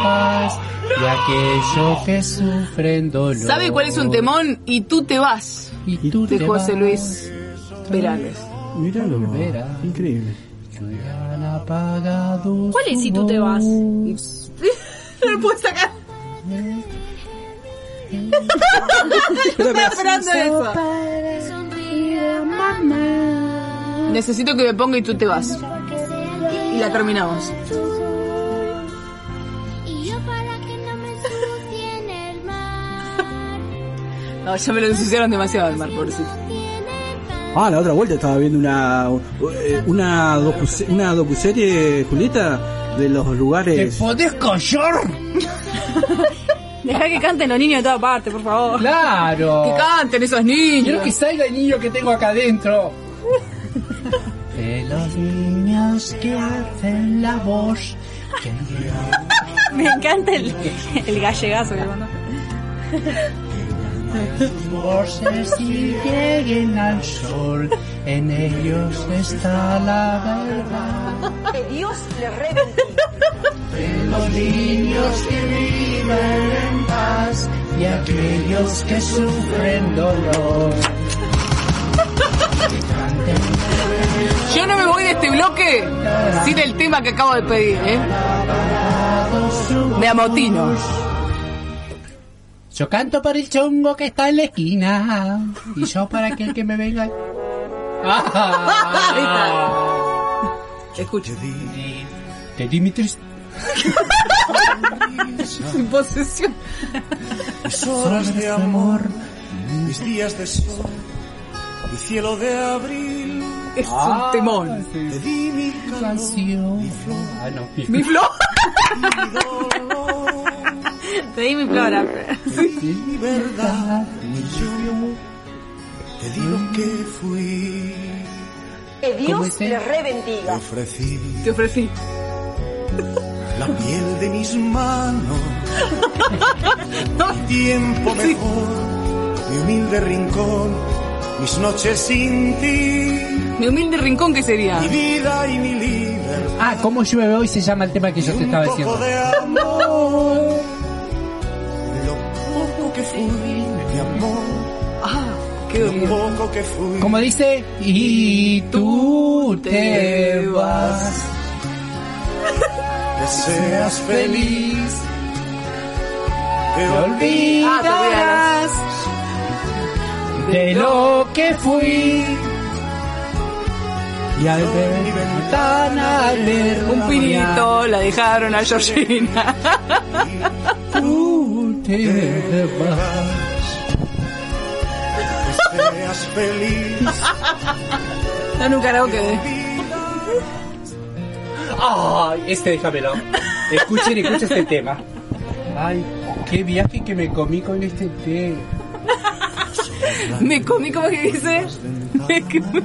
Speaker 8: Paz Y aquellos que sufren dolor.
Speaker 5: ¿Sabe cuál es un temón? Y tú te vas.
Speaker 8: Y tú
Speaker 5: De
Speaker 8: te
Speaker 5: José
Speaker 8: vas,
Speaker 5: Luis Perales.
Speaker 7: Míralo.
Speaker 8: Volverá.
Speaker 7: Increíble.
Speaker 8: que han apagado
Speaker 6: ¿Cuál es
Speaker 8: su
Speaker 6: si tú te vas?
Speaker 8: voz.
Speaker 5: No lo puedo sacar. Estaba esperando eso. Necesito que me ponga y tú te vas. Y la terminamos. No, ya me lo ensuciaron demasiado el mar, pobrecito.
Speaker 7: Ah, la otra vuelta estaba viendo una eh, una docu- una docuserie, Julieta, de los
Speaker 8: ¿Te
Speaker 7: lugares.
Speaker 8: podés callar?
Speaker 6: Deja que canten los niños de todas partes, por favor.
Speaker 8: ¡Claro!
Speaker 5: Que canten esos
Speaker 8: Quiero
Speaker 5: niños.
Speaker 8: que salga el niño que tengo acá adentro. De los niños que hacen la voz.
Speaker 6: Me encanta el, el gallegazo que mandó.
Speaker 8: Voces y lleguen al sol, en ellos está la verdad. Que Dios les De los niños que viven en paz y aquellos que sufren dolor.
Speaker 5: Yo no me voy de este bloque sin el tema que acabo de pedir, ¿eh? Me amotino.
Speaker 8: Yo canto para el chongo que está en la esquina y yo para aquel que me venga.
Speaker 5: Ahí
Speaker 8: Ah.
Speaker 5: está. Escucho.
Speaker 8: Te di mi tris-
Speaker 5: Sin posesión.
Speaker 4: Mis horas de amor, mis días de sol, el cielo de abril,
Speaker 5: Es un temón.
Speaker 4: te di mi
Speaker 8: canción. Ah, no.
Speaker 5: Mi flor.
Speaker 4: calor,
Speaker 6: Te di mi flora.
Speaker 4: mi verdad, mi yo, te di lo que fui,
Speaker 8: ¿Cómo es él?
Speaker 4: te ofrecí
Speaker 5: Te ofrecí.
Speaker 4: la piel de mis manos, mi tiempo mejor, mi humilde rincón, mis noches sin ti,
Speaker 5: Mi humilde rincón que sería.
Speaker 4: mi vida y mi libertad,
Speaker 8: Ah, ¿cómo llueve hoy? Se llama el tema que Ah, yo te estaba
Speaker 4: un poco
Speaker 8: diciendo.
Speaker 4: de amor, lo poco que fui, mi amor.
Speaker 5: Ah, qué
Speaker 4: Lo
Speaker 5: dormido.
Speaker 4: poco que fui.
Speaker 8: Como dice, y tú te vas
Speaker 4: que seas feliz. Te
Speaker 5: Ah,
Speaker 4: olvidarás
Speaker 8: de lo que fui. Y al ver mi ventana al ver
Speaker 5: Un pinito la dejaron a Georgina.
Speaker 8: tú te vas.
Speaker 4: que seas feliz.
Speaker 5: Dan un karaoke de...
Speaker 8: Ay, este déjamelo. Escuchen, escuchen este tema. Ay, qué viaje que me comí con este té.
Speaker 5: Me comí, como que dice? Me comí-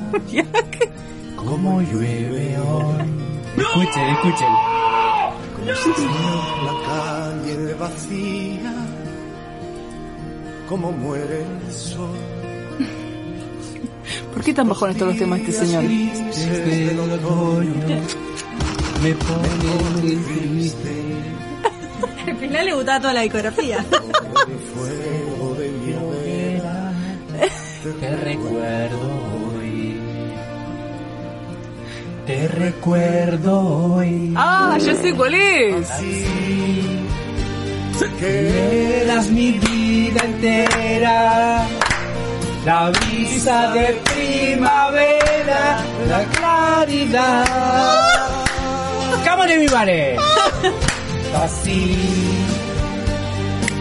Speaker 8: ¿Cómo llueve hoy? Escuchen, escuchen.
Speaker 4: La calle vacía, como muere el sol.
Speaker 5: ¿Por qué tan bajones todos los temas este señor?
Speaker 8: Desde el otoño este me pone triste.
Speaker 10: Al final le gustaba toda la discografía.
Speaker 8: Te recuerdo hoy. Te recuerdo hoy.
Speaker 5: Ah, ya sé cuál es.
Speaker 8: Eras mi vida entera, la brisa de primavera, la claridad. ¡Cámara mi vale! Así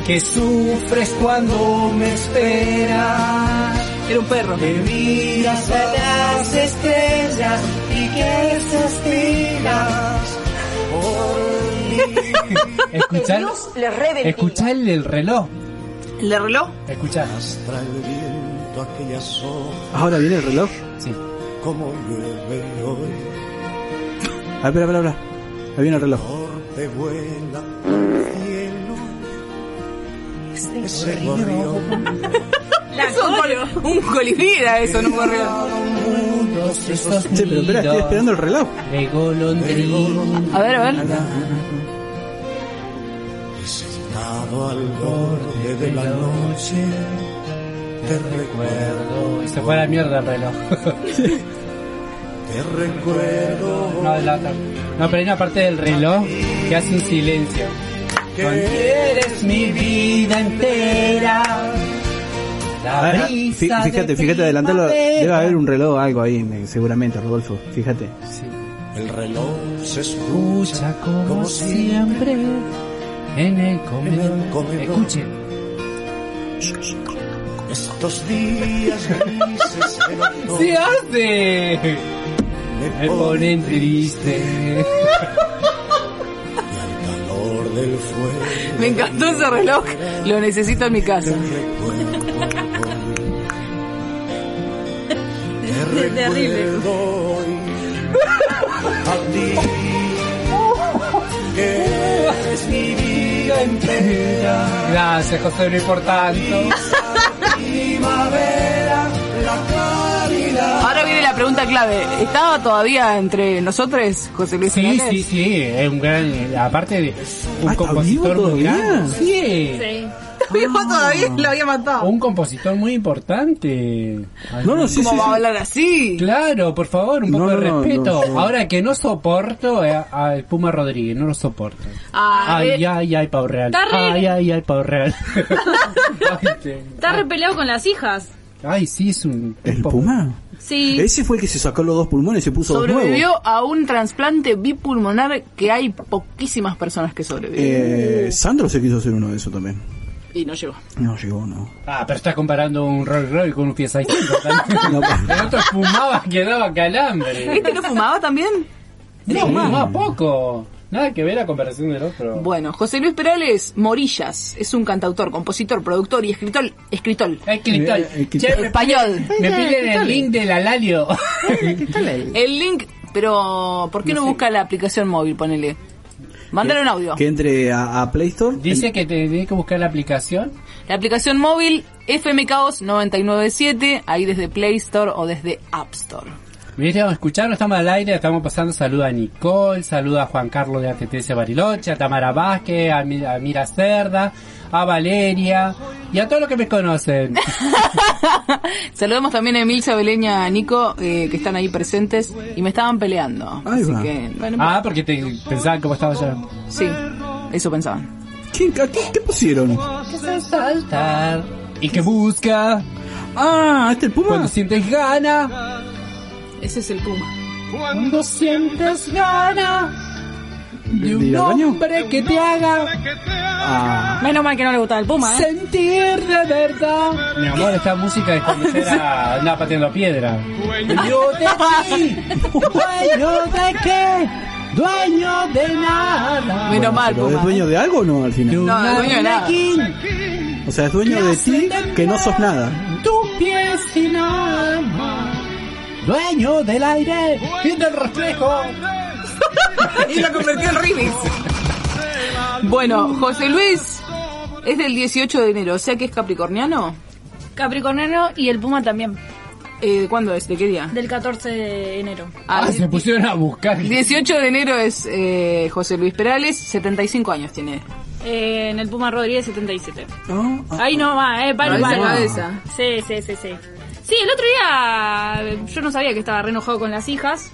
Speaker 8: que sufres cuando me esperas.
Speaker 5: Era un perro.
Speaker 8: Te miras a las estrellas y que suspiras por mí. Escuchar, escuchar el, el reloj.
Speaker 5: ¿El de reloj?
Speaker 8: Escuchar.
Speaker 4: Trae el viento aquellas hojas,
Speaker 7: Ahora viene el reloj.
Speaker 8: Sí.
Speaker 4: como llueve hoy.
Speaker 7: A ver, a ver, a ver. Ahí viene el reloj.
Speaker 4: Te vuela al cielo.
Speaker 8: Este
Speaker 4: Ese gorrión
Speaker 5: Eso, un, col- un colibrí era eso, no un gorrión.
Speaker 7: Che, pero espera, estoy esperando el reloj.
Speaker 8: De
Speaker 5: A
Speaker 8: golondrina.
Speaker 5: ver, a ver.
Speaker 4: sentado al borde de la noche. Te recuerdo,
Speaker 8: Y se fue a la mierda el reloj.
Speaker 4: te recuerdo
Speaker 8: No, la otra. No, pero hay una parte del reloj que hace un silencio. Con- Eres mi vida entera. La
Speaker 7: Ah, fí-
Speaker 8: brisa de
Speaker 7: Fíjate, fíjate, adelantarlo.
Speaker 8: primavera.
Speaker 7: Debe haber un reloj o algo ahí, me- seguramente, Rodolfo. Fíjate.
Speaker 8: Sí.
Speaker 4: el reloj se escucha.
Speaker 8: Escucha como
Speaker 4: como
Speaker 8: siempre en el comedor.
Speaker 4: En el comedor.
Speaker 8: Escuchen.
Speaker 4: Estos días grises en otoño
Speaker 8: ¡Se hace! Me ponen triste.
Speaker 4: calor del fuego.
Speaker 5: Me encantó ese reloj. Lo necesito en mi casa.
Speaker 10: Es terrible.
Speaker 8: Gracias, José Luis, por tanto.
Speaker 5: Ahora viene la pregunta clave. ¿Estaba todavía entre nosotros, José Luis
Speaker 8: Sí,
Speaker 5: Morales?
Speaker 8: sí, sí, es un gran. Aparte de un
Speaker 7: Ah, ¿está
Speaker 8: compositor
Speaker 7: vivo
Speaker 8: muy
Speaker 7: todavía?
Speaker 8: grande. Sí.
Speaker 6: Sí.
Speaker 5: Vivo todavía, lo había matado.
Speaker 8: Un compositor muy importante.
Speaker 7: No, no, sí, sí.
Speaker 5: ¿Cómo va a
Speaker 7: sí.
Speaker 5: hablar así?
Speaker 8: Claro, por favor, un
Speaker 7: No,
Speaker 8: poco de
Speaker 7: no, no,
Speaker 8: respeto.
Speaker 7: no, no.
Speaker 8: Ahora que no soporto eh, al Puma Rodríguez, no lo soporto.
Speaker 6: Ah,
Speaker 8: Ay,
Speaker 6: eh,
Speaker 8: ay, ay, Pau Real.
Speaker 6: Está re-
Speaker 8: Ay, ay, ay, Pau Real. ay, te-
Speaker 6: Está repeleado con las hijas.
Speaker 8: ay, sí, es un.
Speaker 7: ¿El
Speaker 8: tipo-
Speaker 7: Puma?
Speaker 6: Sí.
Speaker 7: Ese fue el que se sacó los dos pulmones y se puso dos nuevos.
Speaker 5: Sobrevivió a un trasplante bipulmonar que hay poquísimas personas que sobreviven.
Speaker 7: Eh, Sandro se quiso hacer uno de eso también.
Speaker 5: Y no llegó.
Speaker 7: No llegó, no.
Speaker 8: Ah, pero estás comparando un Rolls Royce con un Fiat 600 también.
Speaker 7: No, pues. pa-
Speaker 8: El otro fumaba que daba calambre.
Speaker 5: ¿Este no fumaba también?
Speaker 8: No, fumaba poco. Nada que ver la comparación del otro.
Speaker 5: Bueno, José Luis Perales Morillas es un cantautor, compositor, productor y escritor. escritor
Speaker 8: Ay, Cristal.
Speaker 7: Eh, eh,
Speaker 8: Che,
Speaker 7: Cristal.
Speaker 8: me-
Speaker 5: español.
Speaker 8: me piden el link del alalio.
Speaker 5: El link, pero ¿por qué no, busca la aplicación móvil? Ponele. Mándale un audio.
Speaker 7: Que entre a, a Play Store.
Speaker 8: Dice que te tenés que buscar la aplicación.
Speaker 5: La aplicación móvil FMKOS 997, ahí desde Play Store o desde App Store.
Speaker 8: Mira, escucharon, estamos al aire, estamos pasando. Saluda a Nicole, saluda a Juan Carlos de ATTC Bariloche, a Tamara Vázquez, a, Mi- a Mira Cerda, a Valeria y a todos los que me conocen.
Speaker 5: Saludamos también a Emilza, Beleña, a Nico, eh, que están ahí presentes y me estaban peleando.
Speaker 7: Ahí
Speaker 5: así
Speaker 7: va.
Speaker 5: que, bueno,
Speaker 8: ah, porque te pensaban cómo estaba yo.
Speaker 5: sí, eso pensaban.
Speaker 7: ¿Qué, a qué, qué pusieron?
Speaker 8: Saltar y que busca
Speaker 7: Ah, este el Puma.
Speaker 8: cuando sientes gana,
Speaker 5: Ese es el Puma.
Speaker 8: cuando sientes gana de
Speaker 7: ¿De
Speaker 8: un
Speaker 7: ir al baño?
Speaker 8: hombre que te haga
Speaker 7: Ah,
Speaker 10: Menos mal que no le gustaba el puma, ¿eh?
Speaker 8: sentir de verdad. Mi amor, esta música es cuando yo era andaba pateando piedra. Dueño de ti, dueño de qué, dueño de nada.
Speaker 5: Menos mal,
Speaker 7: ¿Pero es
Speaker 5: Puma. ¿eh?
Speaker 7: dueño de algo o no al final?
Speaker 5: No, no, dueño de nada.
Speaker 7: O sea, es dueño de ti que no sos nada.
Speaker 8: Tu pie sin alma, dueño del aire y del reflejo.
Speaker 5: y lo convirtió en remix. Bueno, José Luis es del 18 de enero, o sea que es capricorniano.
Speaker 6: Capricorniano y el Puma también,
Speaker 5: Eh, ¿Cuándo es? ¿De qué día?
Speaker 6: del 14 de enero.
Speaker 5: Ah,
Speaker 8: Ah, se pusieron a buscar.
Speaker 5: 18 de enero es eh, José Luis Perales, 75 años tiene.
Speaker 6: Eh, en el Puma Rodríguez 77.
Speaker 7: No, ah,
Speaker 6: Ahí no va, eh, palo,
Speaker 5: Cabeza,
Speaker 6: palo.
Speaker 5: cabeza.
Speaker 6: Sí, sí, sí, sí. Sí, el otro día eh, yo no sabía que estaba re enojado con las hijas.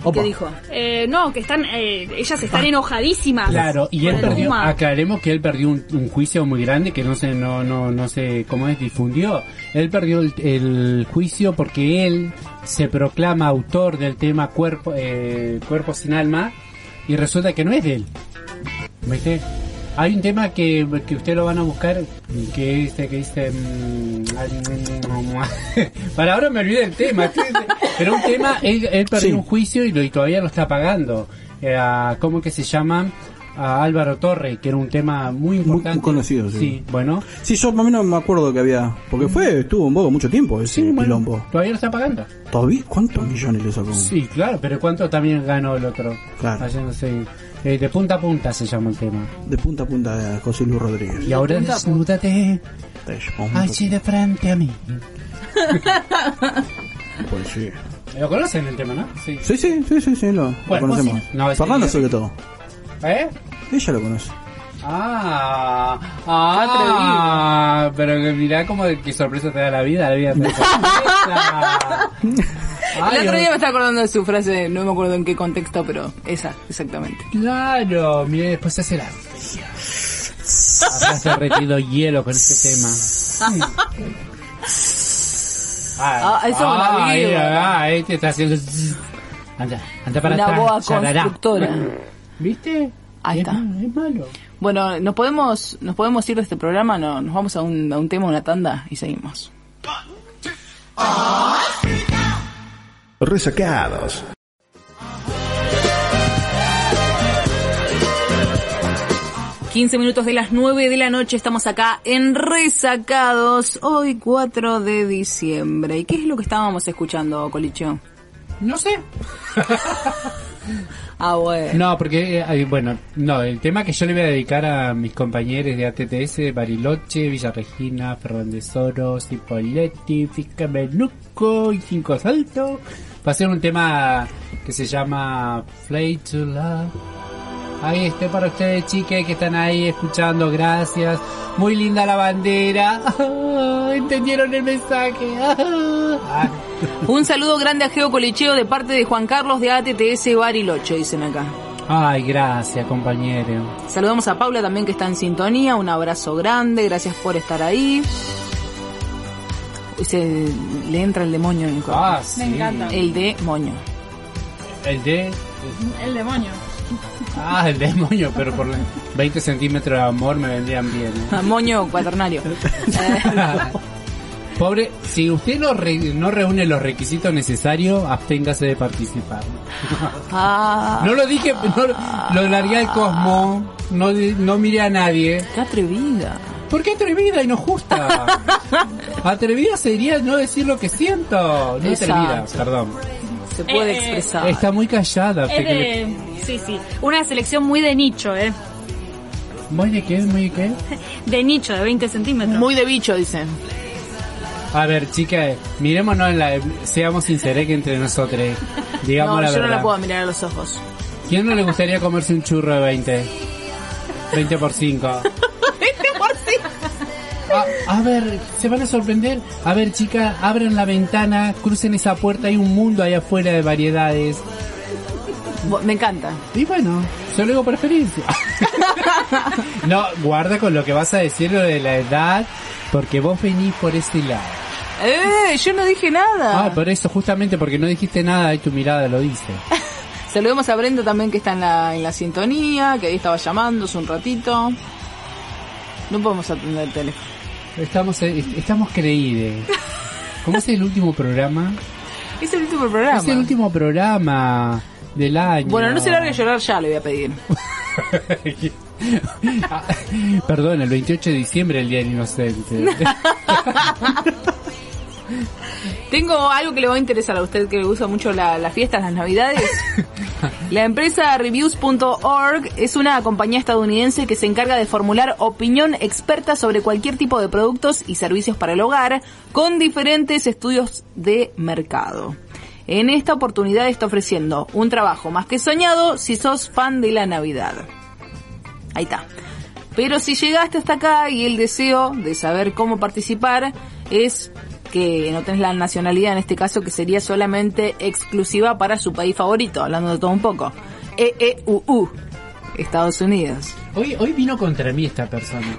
Speaker 5: ¿Qué
Speaker 7: opa.
Speaker 5: dijo?
Speaker 6: Eh, no, que están, eh, ellas
Speaker 7: Ah,
Speaker 6: están enojadísimas.
Speaker 8: Claro, y
Speaker 6: con
Speaker 8: él
Speaker 6: el
Speaker 8: perdió,
Speaker 6: Puma.
Speaker 8: aclaremos que él perdió un, un juicio muy grande que no sé, no, no, no sé cómo es, difundió. Él perdió el, el juicio porque él se proclama autor del tema Cuerpo, eh, Cuerpo sin Alma y resulta que no es de él. ¿Viste? Hay un tema que, que usted lo van a buscar, que este, que dice, mm, ay, para ahora me olvidé del tema, pero un tema, él, él perdió
Speaker 7: Sí.
Speaker 8: un juicio y, lo- y todavía lo está pagando. Eh, a- ¿Cómo que se llama? A Álvaro Torre, que era un tema muy importante.
Speaker 7: muy conocido, sí.
Speaker 8: bueno.
Speaker 7: Sí, yo más o menos me acuerdo que había. Porque fue, estuvo en boga mucho tiempo ese
Speaker 8: bueno,
Speaker 7: quilombo.
Speaker 8: Todavía lo está pagando.
Speaker 7: ¿Todavía? ¿Cuántos millones le sacó?
Speaker 8: Sí, claro, pero ¿cuánto también ganó el otro? Ah,
Speaker 7: Claro.
Speaker 8: Haciéndose- eh, de punta a punta se llama el tema.
Speaker 7: De punta a punta de José Luis Rodríguez.
Speaker 8: Y ahora desnúdate
Speaker 7: Te llevó un
Speaker 8: allí de frente a mí.
Speaker 7: poco, pues sí.
Speaker 8: Lo conocen el tema, ¿no? Sí.
Speaker 7: Sí, sí, sí, sí, sí, lo, lo
Speaker 8: Bueno, vos
Speaker 7: conocemos.
Speaker 8: sí. No, ese
Speaker 7: Fernanda
Speaker 8: día-
Speaker 7: sobre todo.
Speaker 8: ¿Eh?
Speaker 7: Ella lo conoce.
Speaker 8: Ah, ah, pero que mirá como qué sorpresa te da la vida, la vida te da sorpresa. Ay,
Speaker 5: el otro día
Speaker 8: oh,
Speaker 5: me estaba acordando de su frase, no me acuerdo en qué contexto, pero esa, exactamente.
Speaker 8: Claro, mirá, después se hace la fría. Acá se ha retenido hielo con este tema.
Speaker 5: Ah, eso es una
Speaker 8: ahí,
Speaker 5: vida.
Speaker 8: ah, este está haciendo... Anda, anda para
Speaker 5: Una
Speaker 8: atrás.
Speaker 5: boa
Speaker 8: charará.
Speaker 5: constructora.
Speaker 8: ¿Viste?
Speaker 5: Ahí
Speaker 8: es,
Speaker 5: está.
Speaker 8: ma- Es malo.
Speaker 5: Bueno, ¿nos podemos, nos podemos ir de este programa? No, nos vamos a un, a un tema, una tanda y seguimos.
Speaker 3: Resacados.
Speaker 5: Exacto. 15 minutos de las 9 de la noche, estamos acá en Resacados, hoy 4 de diciembre. ¿Y qué es lo que estábamos escuchando, Colichón?
Speaker 8: No sé.
Speaker 5: Ah, bueno.
Speaker 8: No, porque, eh, ay, bueno, no, el tema que yo le voy a dedicar a mis compañeros de ATTS, Bariloche, Villa Regina, Fernández Oro, Cipoletti, Fica Menuco y Cinco Salto, va a ser un tema que se llama Play to Love. Ahí estoy para ustedes, chiques, que están ahí escuchando, gracias. Muy linda la bandera. ¿Entendieron el mensaje? Ah.
Speaker 5: Un saludo grande a Geo Colicheo de parte de Juan Carlos de ATTS Bariloche, dicen acá.
Speaker 8: Ay, gracias, compañero.
Speaker 5: Saludamos a Paula también que está en sintonía, un abrazo grande, gracias por estar ahí. Uy, se le entra el demonio en el cuerpo.
Speaker 8: Ah, sí.
Speaker 10: encanta.
Speaker 5: El demonio.
Speaker 8: El de...
Speaker 10: El demonio.
Speaker 8: Ah, el demonio, pero por 20 centímetros de amor me vendrían bien. ¿eh?
Speaker 5: Moño cuaternario.
Speaker 8: Pobre, si usted no, re- no reúne los requisitos necesarios, absténgase de participar.
Speaker 5: Ah,
Speaker 8: No lo dije, no lo- lo largué al cosmos, no, di- no miré a nadie.
Speaker 5: qué atrevida.
Speaker 8: ¿Por qué atrevida y no justa? Atrevida sería no decir lo que siento. No atrevida,
Speaker 5: Exacto.
Speaker 8: perdón.
Speaker 5: Se puede
Speaker 6: Eh, eh,
Speaker 5: expresar.
Speaker 8: Está muy callada.
Speaker 6: Es de, sí, sí, una selección muy de nicho, eh.
Speaker 8: ¿Muy de qué? ¿Muy de qué?
Speaker 6: De nicho, de 20 centímetros.
Speaker 5: Muy de bicho, dicen.
Speaker 8: A ver, chicas, mirémonos en la. Seamos sinceros que entre nosotros. Digamos
Speaker 5: No,
Speaker 8: la
Speaker 5: yo no
Speaker 8: verdad.
Speaker 5: la puedo mirar a los ojos.
Speaker 8: ¿Quién no le gustaría comerse un churro de 20? 20 por 5. A, a ver, se van a sorprender. A ver, chicas, abran la ventana, crucen esa puerta, hay un mundo allá afuera de variedades.
Speaker 5: Bo- Me encanta.
Speaker 8: Y bueno, yo le digo preferencia. no, guarda con lo que vas a decir lo de la edad, porque vos venís por ese lado.
Speaker 5: ¡Eh! Yo no dije nada.
Speaker 8: Ah, por eso, justamente porque no dijiste nada, ahí tu mirada lo dice.
Speaker 5: Saludemos a Brenda también que está en la, en la sintonía, que ahí estaba llamando hace un ratito. No podemos atender el teléfono.
Speaker 8: Estamos, eh, est- estamos creídos. ¿Cómo es el último programa?
Speaker 5: Es el último programa.
Speaker 8: Es el último programa del año.
Speaker 5: Bueno, no se largue a llorar ya, le voy a pedir.
Speaker 8: Ah, Perdón, el 28 de diciembre, el Día del Inocente.
Speaker 5: Tengo algo que le va a interesar a usted que le gusta mucho la- las fiestas, las navidades. La empresa reviews.org es una compañía estadounidense que se encarga de formular opinión experta sobre cualquier tipo de productos y servicios para el hogar con diferentes estudios de mercado. En esta oportunidad está ofreciendo un trabajo más que soñado si sos fan de la Navidad. Ahí está. Pero si llegaste hasta acá y el deseo de saber cómo participar es que no tenés la nacionalidad en este caso que sería solamente exclusiva para su país favorito, hablando de todo un poco. E EEUU, Estados Unidos.
Speaker 8: Hoy, hoy vino contra mí esta persona.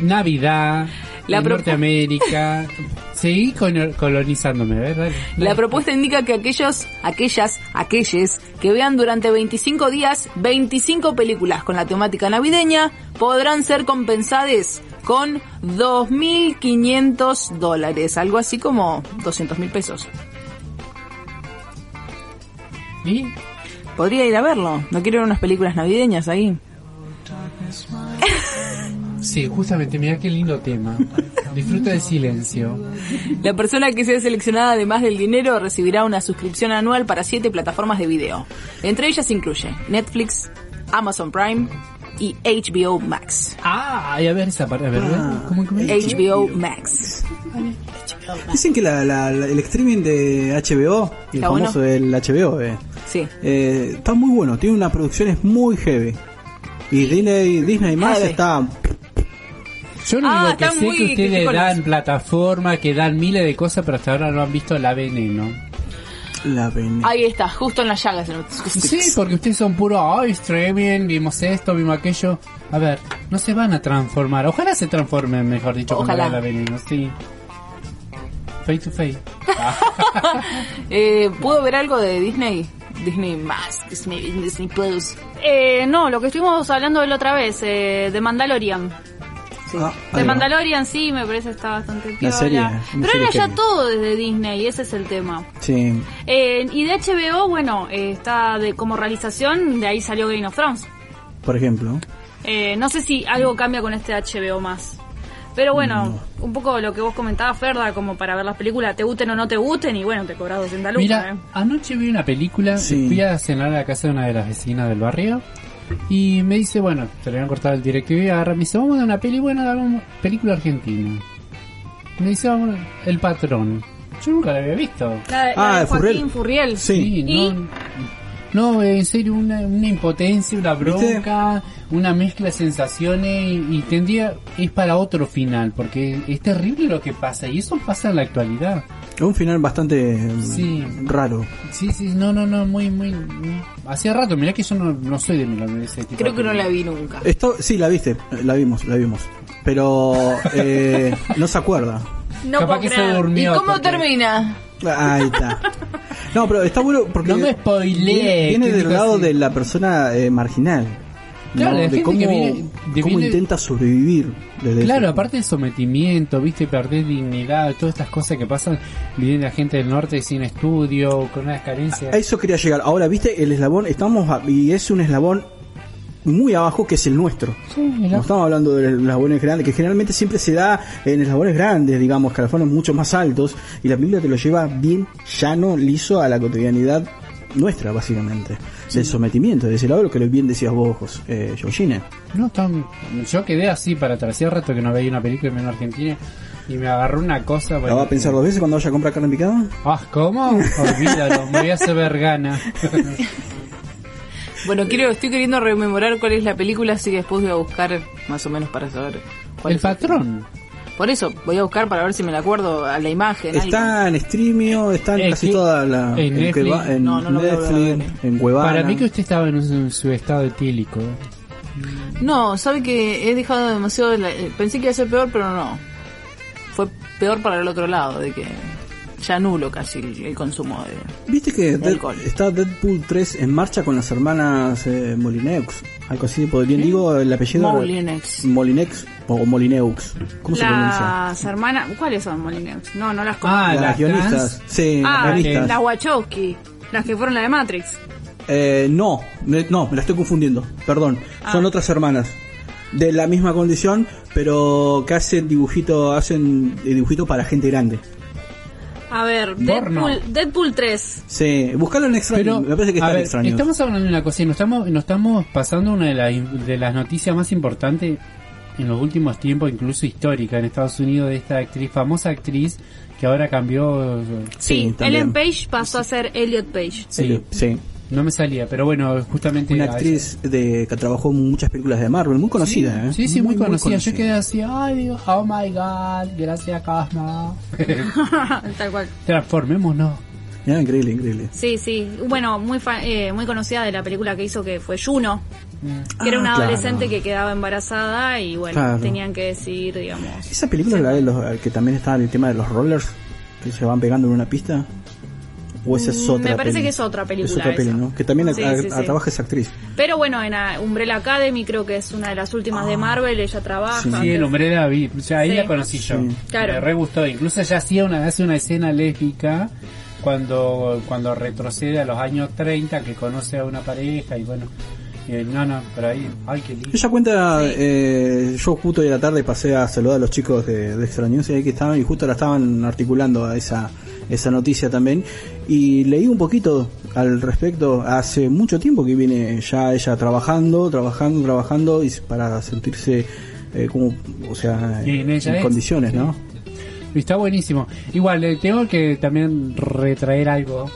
Speaker 8: Navidad,
Speaker 5: La
Speaker 8: en
Speaker 5: propu-
Speaker 8: Norteamérica. Seguí con- colonizándome, ¿verdad?
Speaker 5: La propuesta indica que aquellos, aquellas, aquellos que vean durante 25 días 25 películas con la temática navideña podrán ser compensadas con 2.500 dólares, algo así como 200.000 pesos.
Speaker 8: ¿Y?
Speaker 5: Podría ir a verlo. No quiero ver unas películas navideñas ahí.
Speaker 8: Sí, justamente, mira qué lindo tema. Disfruta del silencio.
Speaker 5: La persona que sea seleccionada, además del dinero, recibirá una suscripción anual para siete plataformas de video. Entre ellas incluye Netflix, Amazon Prime y HBO Max.
Speaker 8: Ah, ay, a ver esa parte. A ver, ¿cómo, cómo es?
Speaker 5: HBO Max.
Speaker 7: Dicen que la- la- la- el streaming de HBO, el
Speaker 5: Está
Speaker 7: famoso del HBO, eh,
Speaker 5: Sí.
Speaker 7: eh, está muy bueno. Tiene unas producciones muy heavy. Y Disney, Disney más
Speaker 5: Heavy.
Speaker 7: está
Speaker 8: Yo lo
Speaker 5: Ah,
Speaker 8: único que
Speaker 5: están
Speaker 8: sé
Speaker 5: muy
Speaker 8: que ustedes
Speaker 5: críticos.
Speaker 8: dan plataforma, que dan miles de cosas, pero hasta ahora no han visto la veneno.
Speaker 7: la pena.
Speaker 5: Ahí está, justo en las llagas.
Speaker 8: Sí, porque ustedes son puro, ay, streaming, vimos esto, vimos aquello. A ver, no se van a transformar. Ojalá se transformen, mejor dicho, cuando
Speaker 5: Ojalá.
Speaker 8: vean la veneno, sí. Face to face.
Speaker 5: Eh, ¿Puedo ver algo de Disney? Disney Max, Disney, Disney Plus.
Speaker 6: Eh, no, lo que estuvimos hablando de la otra vez, eh, de Mandalorian.
Speaker 7: Ah,
Speaker 6: De
Speaker 7: ahí va.
Speaker 6: Mandalorian sí, me parece está bastante piola.
Speaker 7: serie, una
Speaker 6: Pero
Speaker 7: serie
Speaker 6: era ya
Speaker 7: heavy.
Speaker 6: todo desde Disney, ese es el tema.
Speaker 7: Sí.
Speaker 6: Eh, y de HBO, bueno, eh, está de como realización, de ahí salió Game of Thrones.
Speaker 7: por ejemplo.
Speaker 6: Eh, no sé si algo cambia con este HBO más. Pero bueno, un poco lo que vos comentabas, Ferda, como para ver las películas, te gusten o no te gusten, y bueno, te cobras 200 lucas.
Speaker 8: Mira,
Speaker 6: eh.
Speaker 8: anoche vi una película,
Speaker 7: Sí.
Speaker 8: fui a cenar a la casa de una de las vecinas del barrio y me dice, bueno, se le habían cortado el directivo y agarra, me dice, vamos a una peli, bueno, una película argentina. Me dice, vamos, El Patrón. Yo nunca la había visto.
Speaker 6: La de-
Speaker 7: Ah,
Speaker 6: la de Joaquín
Speaker 7: Furriel.
Speaker 6: Furriel.
Speaker 7: Sí.
Speaker 6: ¿Y?
Speaker 8: no, no, en serio, una, una impotencia, una bronca, una mezcla de sensaciones y, y tendría, es para otro final, porque es terrible lo que pasa y eso pasa en la actualidad.
Speaker 7: Un final bastante mm,
Speaker 8: Sí.
Speaker 7: raro.
Speaker 8: Sí, sí, no, no, no, muy, muy... muy- Hacía rato, mirá que yo no, no soy de Milán, de ese tipo
Speaker 5: Creo
Speaker 8: de
Speaker 5: que no
Speaker 8: película.
Speaker 5: la vi nunca.
Speaker 7: Esto, sí, la viste, la vimos, la vimos. Pero eh, no se acuerda.
Speaker 6: No
Speaker 8: Capaz
Speaker 6: puedo
Speaker 8: que se
Speaker 6: creer.
Speaker 5: ¿Y
Speaker 8: durmió.
Speaker 5: cómo
Speaker 8: porque-
Speaker 5: termina?
Speaker 7: Ahí está. No, pero está bueno porque.
Speaker 8: No me spoilees,
Speaker 7: Viene
Speaker 8: que
Speaker 7: del
Speaker 8: digo
Speaker 7: lado
Speaker 8: así.
Speaker 7: de la persona eh, marginal.
Speaker 8: Claro, la
Speaker 7: ¿no?
Speaker 8: gente
Speaker 7: De cómo,
Speaker 8: que viene- de
Speaker 7: cómo
Speaker 8: viene-
Speaker 7: intenta sobrevivir. Desde
Speaker 8: Claro,
Speaker 7: ese-
Speaker 8: aparte del sometimiento, viste, perder dignidad, todas estas cosas que pasan, viene la gente del norte sin estudio, con unas carencias.
Speaker 7: A eso quería llegar. Ahora, viste, el eslabón, estamos. a- y es un eslabón muy abajo que es el nuestro.
Speaker 8: Sí, mirá.
Speaker 7: No estamos hablando de los eslabones grandes, que generalmente siempre se da en eslabones grandes, digamos, escalafones mucho más altos, y la Biblia te lo lleva bien llano, liso a la cotidianidad nuestra, básicamente. Del sometimiento, de ese lado, lo que bien decías vos, eh, Georgina.
Speaker 8: No, están- yo quedé así para atrás. Hacía rato que no veía una película en argentina. y me agarró una cosa.
Speaker 7: ¿La va a pensar dos veces cuando vaya a comprar carne picada?
Speaker 8: Ah, ¿cómo? Olvídalo, me voy a hacer vergana.
Speaker 5: Bueno, quiero, estoy queriendo rememorar cuál es la película, así que después voy a buscar más o menos para saber. cuál
Speaker 8: El
Speaker 5: es.
Speaker 8: patrón.
Speaker 5: Por eso, voy a buscar para ver si me la acuerdo a la imagen. algo.
Speaker 7: Está en Streamio, está en
Speaker 8: Es
Speaker 7: casi
Speaker 8: que-
Speaker 7: toda la.
Speaker 8: en Netflix.
Speaker 7: Cueva- en
Speaker 5: No, no lo voy a volver a
Speaker 7: Netflix, en Cuevana.
Speaker 8: Para mí que usted estaba en, un- en su estado etílico.
Speaker 5: No, sabe que he dejado demasiado... de la- eh, Pensé que iba a ser peor, pero no. Fue peor para el otro lado, de que ya nulo casi el, el consumo de...
Speaker 7: ¿Viste que Dead-
Speaker 5: alcohol.
Speaker 7: está Deadpool 3 en marcha con las hermanas eh, Molineux? Algo así, por bien digo, el apellido.
Speaker 5: Molinex.
Speaker 7: Molinex o Molineux. ¿Cómo se pronuncia?
Speaker 6: Las hermanas. ¿Cuáles son Molineux? No, no las conozco.
Speaker 8: Ah,
Speaker 7: las,
Speaker 8: las
Speaker 7: guionistas.
Speaker 8: trans.
Speaker 7: Sí,
Speaker 6: Ah,
Speaker 7: las guionistas.
Speaker 6: las Wachowski. Las que fueron la de Matrix.
Speaker 7: Eh, no, me- no, me la estoy confundiendo. Perdón, son otras hermanas de la misma condición, pero que hacen dibujito, hacen eh, dibujito para gente grande.
Speaker 6: A ver,
Speaker 8: Porno.
Speaker 6: Deadpool, Deadpool 3.
Speaker 7: Sí, buscalo en extraño.
Speaker 8: Pero,
Speaker 7: me parece que
Speaker 8: a
Speaker 7: está en
Speaker 8: ver,
Speaker 7: extraño.
Speaker 8: estamos hablando de una cosa y nos estamos, nos estamos pasando una de, las in- de las noticias más importantes en los últimos tiempos, incluso histórica en Estados Unidos, de esta actriz, famosa actriz, que ahora cambió... eh,
Speaker 6: Sí,
Speaker 7: también.
Speaker 6: Ellen Page pasó a ser Elliot Page.
Speaker 8: Sí,
Speaker 7: Sí.
Speaker 8: no me salía, pero bueno, justamente...
Speaker 7: Una
Speaker 8: a-
Speaker 7: actriz de, que trabajó en muchas películas de Marvel, muy conocida, ¿eh?
Speaker 8: Sí, sí, muy, conocida. Yo quedé así, ay, Dios, oh my god, gracias Casma.
Speaker 6: Tal cual.
Speaker 8: Transformémonos.
Speaker 7: Ya, increíble, increíble.
Speaker 6: Sí, sí. Bueno, muy, fa- eh, muy conocida de la película que hizo que fue Juno. Que era
Speaker 7: Ah,
Speaker 6: una
Speaker 7: claro.
Speaker 6: adolescente que quedaba embarazada y bueno,
Speaker 7: Claro.
Speaker 6: tenían que decidir, digamos.
Speaker 7: Esa película es la de los, que también estaba el tema de los rollers que se van pegando en una pista. O esa es
Speaker 6: Mm,
Speaker 7: otra
Speaker 6: me parece
Speaker 7: peli?
Speaker 6: que es otra película
Speaker 7: Es otra peli,
Speaker 6: esa.
Speaker 7: ¿no? Que también
Speaker 6: Sí,
Speaker 7: a-
Speaker 6: sí,
Speaker 7: a-
Speaker 6: sí.
Speaker 7: trabaja esa actriz.
Speaker 6: Pero bueno, en ah, Umbrella Academy creo que es una de las últimas de Marvel, ella trabaja.
Speaker 8: Sí, el hombre de David. Ya ahí
Speaker 6: Sí.
Speaker 8: la conocí yo.
Speaker 6: Claro.
Speaker 8: Me re gustó. Incluso ella hacía una, hace una escena lésbica cuando, cuando retrocede a los años 30, que conoce a una pareja y bueno. y él, no, no, pero ahí, ay, qué lindo.
Speaker 7: Ella cuenta, eh, yo justo hoy a la tarde pasé a saludar a los chicos de, de Extra News y ahí que estaban, y justo la estaban articulando a esa, esa noticia también. Y leí un poquito al respecto, hace mucho tiempo que viene ya ella trabajando, trabajando, trabajando, y para sentirse eh, como, o sea,
Speaker 8: Bien,
Speaker 7: en,
Speaker 8: ella es,
Speaker 7: condiciones,
Speaker 8: sí.
Speaker 7: ¿no?
Speaker 8: Y Está buenísimo. Igual, eh, tengo que también retraer algo.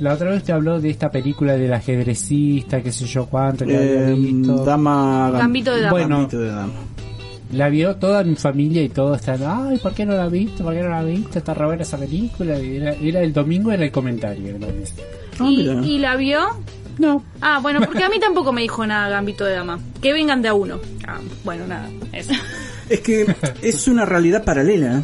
Speaker 8: La otra vez te habló de esta película del ajedrecista, qué sé yo cuánto, que había
Speaker 7: Eh,
Speaker 8: visto.
Speaker 7: dama,
Speaker 6: Gambito de Dama.
Speaker 8: Bueno.
Speaker 7: Gambito de dama.
Speaker 8: La vio toda mi familia y todos están, ay, ¿por qué no la viste? ¿Por qué no la viste? Está re buena esa película. Y era, era el domingo, era el comentario. ¿no?
Speaker 7: Ah,
Speaker 6: ¿Y,
Speaker 7: mira.
Speaker 6: y la vio?
Speaker 8: No.
Speaker 6: Ah, bueno, porque a mí tampoco me dijo nada Gambito de Dama. Que vengan de a uno. Ah, bueno, nada, eso.
Speaker 7: Es que es una realidad paralela. ¿eh?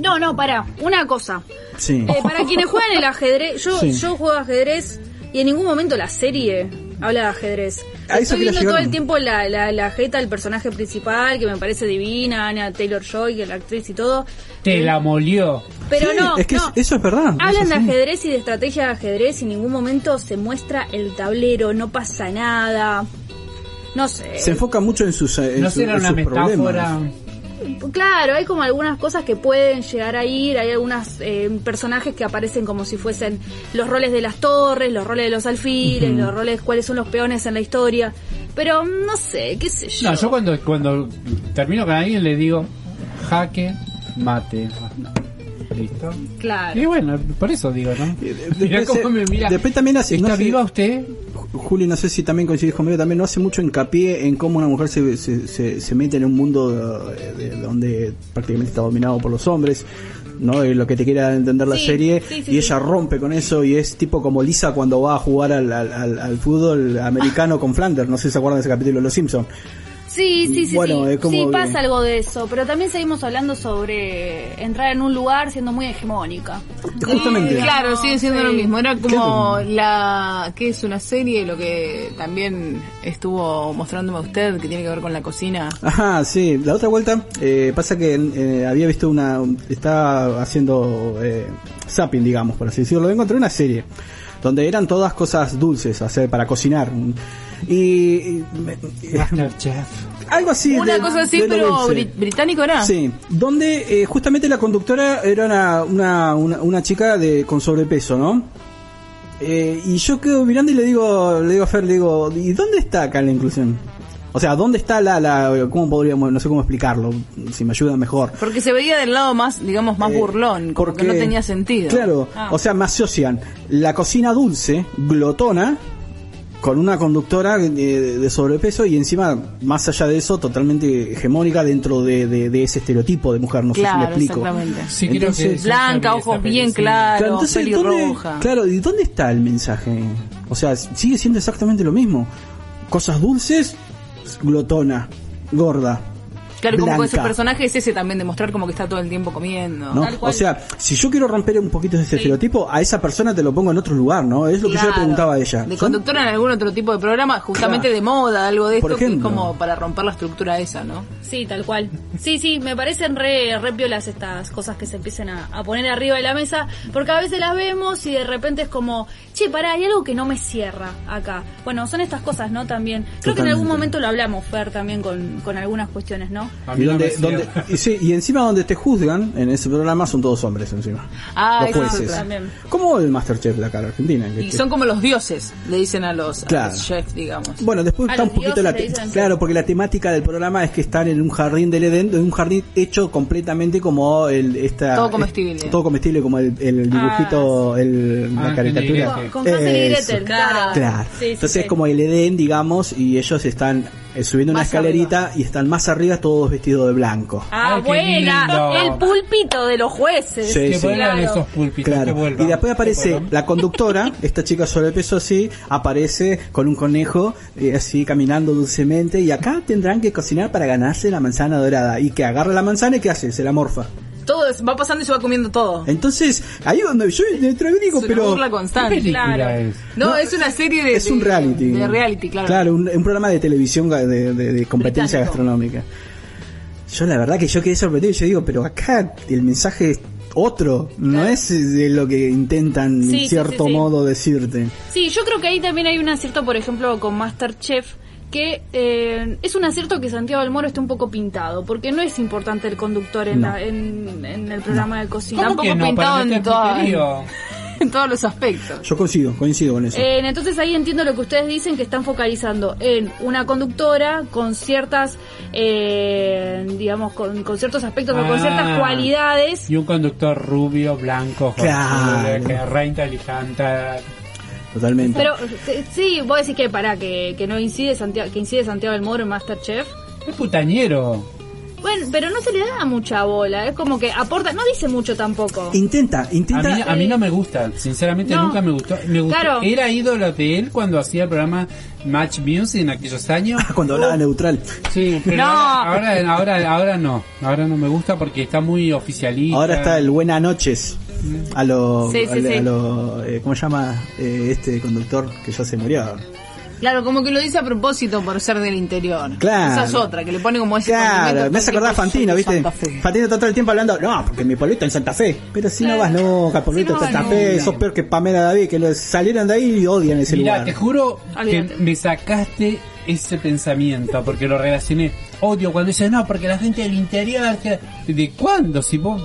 Speaker 6: No, no, para, una cosa.
Speaker 7: Sí.
Speaker 6: Eh, para quienes juegan el ajedrez, yo,
Speaker 7: Sí.
Speaker 6: yo juego ajedrez y en ningún momento la serie habla de ajedrez.
Speaker 7: A eso
Speaker 6: Estoy
Speaker 7: quería
Speaker 6: viendo
Speaker 7: llegar.
Speaker 6: todo el tiempo la, la, la jeta del personaje principal, que me parece divina, Anna Taylor Joy, que es la actriz y todo.
Speaker 7: ¿Eh?
Speaker 8: Te la molió.
Speaker 6: Pero
Speaker 7: Sí,
Speaker 6: no,
Speaker 7: es que
Speaker 6: no.
Speaker 7: es- eso es verdad.
Speaker 6: Hablan
Speaker 7: es
Speaker 6: de
Speaker 7: así.
Speaker 6: ajedrez y de estrategia de ajedrez y en ningún momento se muestra el tablero, no pasa nada. No sé.
Speaker 7: Se enfoca mucho en sus, eh, en
Speaker 8: No
Speaker 7: su-
Speaker 8: será
Speaker 7: en
Speaker 8: una
Speaker 7: sus
Speaker 8: metáfora.
Speaker 7: problemas.
Speaker 6: Claro, hay como algunas cosas que pueden llegar a ir, hay algunos personajes que aparecen como si fuesen los roles de las torres, los roles de los alfiles, los roles cuáles son los peones en la historia, pero no sé, qué sé yo.
Speaker 8: No, yo cuando, cuando termino con alguien le digo, jaque, mate. Listo.
Speaker 6: Claro.
Speaker 8: Y bueno, por eso digo, ¿no?
Speaker 7: Eh,
Speaker 8: Mirá
Speaker 7: después
Speaker 8: cómo
Speaker 7: se-
Speaker 8: me mira.
Speaker 7: después también hace-
Speaker 8: ¿Está
Speaker 7: no sé-
Speaker 8: viva usted?
Speaker 7: Ju- Julio, no sé si también coincidís conmigo, también no hace mucho hincapié en cómo una mujer se, se, se- se mete en un mundo eh, de- donde prácticamente está dominado por los hombres, ¿no? Y lo que te quiera entender la
Speaker 6: Sí,
Speaker 7: serie,
Speaker 6: sí, sí,
Speaker 7: y
Speaker 6: sí.
Speaker 7: ella rompe con eso, y es tipo como Lisa cuando va a jugar al, al- al- al fútbol americano con Flanders, no sé si se acuerdan de ese capítulo de Los Simpsons.
Speaker 6: Sí, sí, sí,
Speaker 7: Bueno,
Speaker 6: sí.
Speaker 7: es como
Speaker 6: Sí
Speaker 7: que-
Speaker 6: pasa algo de eso, pero también seguimos hablando sobre entrar en un lugar siendo muy hegemónica.
Speaker 7: Justamente.
Speaker 5: Claro, sigue siendo lo mismo. Era como
Speaker 7: Claro.
Speaker 5: la que es una serie, lo que también estuvo mostrándome a usted, que tiene que ver con la cocina.
Speaker 7: Ajá, sí, la otra vuelta eh, pasa que eh, había visto una. Está haciendo eh, zapping, digamos, por así decirlo. Encontré una serie donde eran todas cosas dulces hacer para cocinar. Y. y- me-
Speaker 8: Masterchef.
Speaker 7: algo así.
Speaker 5: Una
Speaker 7: de-
Speaker 5: cosa así,
Speaker 7: de lo
Speaker 5: pero
Speaker 7: dulce.
Speaker 5: bri- británico era.
Speaker 7: Sí, donde eh, justamente la conductora era una, una, una, una chica de, con sobrepeso, ¿no? Eh, y yo quedo mirando y le digo, le digo a Fer, le digo, ¿y dónde está acá la inclusión? O sea, ¿dónde está la, la cómo podríamos, no sé cómo explicarlo, si me ayuda mejor.
Speaker 5: Porque se veía del lado más, digamos, más
Speaker 7: Eh,
Speaker 5: burlón, como que no tenía sentido.
Speaker 7: Claro,
Speaker 5: Ah.
Speaker 7: o sea, me asocian la cocina dulce, glotona, con una conductora de, de sobrepeso y encima, más allá de eso, totalmente hegemónica dentro de, de- de ese estereotipo de mujer, no
Speaker 5: Claro,
Speaker 7: sé si me explico.
Speaker 5: exactamente.
Speaker 8: Sí, creo que
Speaker 7: Entonces-
Speaker 8: sí,
Speaker 5: Blanca,
Speaker 8: sabía
Speaker 5: ojos
Speaker 8: esa
Speaker 5: bien
Speaker 8: peli, sí.
Speaker 7: Claro,
Speaker 5: claros,
Speaker 7: entonces, ¿dónde,
Speaker 5: pelirroja.
Speaker 7: claro, ¿y dónde está el mensaje? O sea, sigue siendo exactamente lo mismo. Cosas dulces, glotona, gorda.
Speaker 5: Claro, como con esos
Speaker 7: blanca.
Speaker 5: personajes es ese también, demostrar como que está todo el tiempo comiendo.
Speaker 7: ¿no?
Speaker 6: Tal cual.
Speaker 7: O sea, si yo quiero romper un poquito ese estereotipo, a esa persona te lo pongo en otro lugar, ¿no? Es lo que yo le
Speaker 5: Claro.
Speaker 7: preguntaba a ella.
Speaker 5: De
Speaker 7: Son-
Speaker 5: conductora en algún otro tipo de programa, justamente
Speaker 7: Claro.
Speaker 5: de moda, algo de
Speaker 7: Por
Speaker 5: esto, que es
Speaker 7: ejemplo.
Speaker 5: como para romper la estructura esa, ¿no?
Speaker 6: Sí, tal cual. Sí, sí, me parecen re, re piolas estas cosas que se empiezan a, a poner arriba de la mesa, porque a veces las vemos y de repente es como, che, pará, hay algo que no me cierra acá. Bueno, son estas cosas, ¿no? También. Creo que en algún
Speaker 7: Totalmente.
Speaker 6: momento lo hablamos, Fer, también con, con algunas cuestiones, ¿no?
Speaker 8: A
Speaker 7: Y,
Speaker 8: mí no
Speaker 7: donde,
Speaker 8: me
Speaker 7: donde-
Speaker 8: cierra.
Speaker 7: y, sí, y encima donde te juzgan en ese programa son todos hombres encima.
Speaker 5: Ah,
Speaker 7: los
Speaker 5: eso es
Speaker 7: jueces.
Speaker 5: otra.
Speaker 6: También.
Speaker 7: Como el Masterchef de acá de Argentina. que-
Speaker 5: Y
Speaker 7: que-
Speaker 5: son como los dioses, le dicen a los, a
Speaker 7: Este. Claro.
Speaker 5: los chefs, digamos.
Speaker 7: Bueno, después
Speaker 6: A
Speaker 7: está un
Speaker 6: los
Speaker 7: poquito la
Speaker 6: dioses
Speaker 7: te-
Speaker 6: le dicen.
Speaker 7: claro, porque la temática del programa es que están en un jardín del Edén, en un jardín hecho completamente como el esta
Speaker 5: Todo comestible.
Speaker 7: todo comestible como el, el dibujito, el, la
Speaker 8: Ah,
Speaker 7: caricatura.
Speaker 8: que-
Speaker 6: Ah, Con, con Hansel y
Speaker 7: Eso.
Speaker 6: Gretel, claro.
Speaker 7: Claro.
Speaker 6: Sí, sí,
Speaker 7: Entonces
Speaker 6: sí.
Speaker 7: es como el Edén, digamos, y ellos están eh, subiendo una
Speaker 5: Más
Speaker 7: escalerita y están más arriba todos vestidos de blanco.
Speaker 6: Ah,
Speaker 8: Ay, qué
Speaker 6: buena.
Speaker 8: lindo.
Speaker 6: El pulpito de los jueces.
Speaker 7: Sí,
Speaker 8: que
Speaker 7: sí.
Speaker 8: vuelvan
Speaker 6: Claro.
Speaker 8: esos pulpitos, que
Speaker 7: Claro.
Speaker 8: vuelvan.
Speaker 7: y después
Speaker 8: Que
Speaker 7: aparece
Speaker 8: vuelvan.
Speaker 7: la conductora, esta chica sobrepeso así, aparece con un conejo eh, así caminando dulcemente y acá tendrán que cocinar para ganarse la manzana dorada y que agarra la manzana y qué hace, se la morfa.
Speaker 5: Todo es- va pasando y se va comiendo todo.
Speaker 7: Entonces, ahí es donde yo entro y Eh, digo,
Speaker 5: es una
Speaker 7: pero
Speaker 5: burla
Speaker 8: ¿Qué
Speaker 5: constante.
Speaker 8: película
Speaker 5: claro.
Speaker 8: es?
Speaker 5: No, es una serie de.
Speaker 7: es un
Speaker 5: de-
Speaker 7: reality.
Speaker 5: De reality, claro.
Speaker 7: un, un programa de televisión ga- de, de- de competencia
Speaker 5: Británico.
Speaker 7: gastronómica. Yo la verdad que yo quedé sorprendido. Yo digo, pero acá el mensaje es otro, no es de lo que intentan
Speaker 6: Sí,
Speaker 7: en
Speaker 6: sí,
Speaker 7: cierto
Speaker 6: sí, sí.
Speaker 7: modo decirte.
Speaker 6: Sí, yo creo que ahí también hay un acierto, por ejemplo, con Masterchef, que eh, es un acierto que Santiago del Moro esté un poco pintado, porque no es importante el conductor en, la- en- en el programa de cocina.
Speaker 5: ¿Cómo
Speaker 6: Tampoco
Speaker 5: que no? pintado
Speaker 6: pinta-
Speaker 8: Para
Speaker 5: en
Speaker 8: meter
Speaker 5: toda-
Speaker 8: puterío.
Speaker 5: En todos los aspectos.
Speaker 7: Yo coincido, coincido con eso.
Speaker 6: Eh, entonces ahí entiendo lo que ustedes dicen, que están focalizando en una conductora con ciertas, eh, digamos, con, con ciertos aspectos o con
Speaker 8: Ah.
Speaker 6: ciertas cualidades.
Speaker 8: Y un conductor rubio, blanco,
Speaker 7: Claro.
Speaker 8: joven, que re inteligente.
Speaker 7: Totalmente.
Speaker 6: Pero eh, sí, vos decís que para que, que no incide Santiago, que incide Santiago del Moro en Masterchef.
Speaker 8: Es putañero.
Speaker 6: Bueno, pero no se le da mucha bola, es como que aporta, no dice mucho tampoco.
Speaker 7: intenta,
Speaker 8: A
Speaker 7: intenta.
Speaker 8: mí, a mí no me gusta, sinceramente
Speaker 6: No.
Speaker 8: nunca me gustó. Me gustó.
Speaker 6: Claro.
Speaker 8: Era ídolo de él cuando hacía el programa Match Music en aquellos años.
Speaker 7: eh, Ah, Cuando hablaba neutral.
Speaker 8: Sí, pero
Speaker 5: No.
Speaker 8: ahora, ahora, ahora, ahora no. Ahora no me gusta porque está muy oficialista.
Speaker 7: Ahora está el buenas noches. A lo,
Speaker 5: Sí, sí,
Speaker 7: al-
Speaker 5: sí.
Speaker 7: a lo, eh, ¿cómo se llama eh, este conductor que ya se murió?
Speaker 5: Claro, como que lo dice a propósito por ser del interior.
Speaker 7: Claro.
Speaker 5: Esa es otra, que le pone como ese.
Speaker 7: Claro,
Speaker 5: condimento
Speaker 7: me hace
Speaker 5: que
Speaker 7: acordar a
Speaker 5: es
Speaker 7: Fantino, ¿viste?
Speaker 5: Santa Fe.
Speaker 7: Fantino está todo el tiempo hablando, no, porque mi pueblito en Santa Fe. Pero si no vas nunca, al pueblito
Speaker 5: Si
Speaker 7: de
Speaker 5: no vas
Speaker 7: Santa Fe,
Speaker 5: nunca.
Speaker 7: sos peor que Pamela David, que los salieron de ahí y odian ese
Speaker 8: Mira,
Speaker 7: lugar.
Speaker 8: te juro
Speaker 6: Olvídate.
Speaker 8: que me sacaste ese pensamiento porque lo relacioné. Odio cuando dicen, no, porque la gente del interior. que-". ¿De cuándo? Si vos.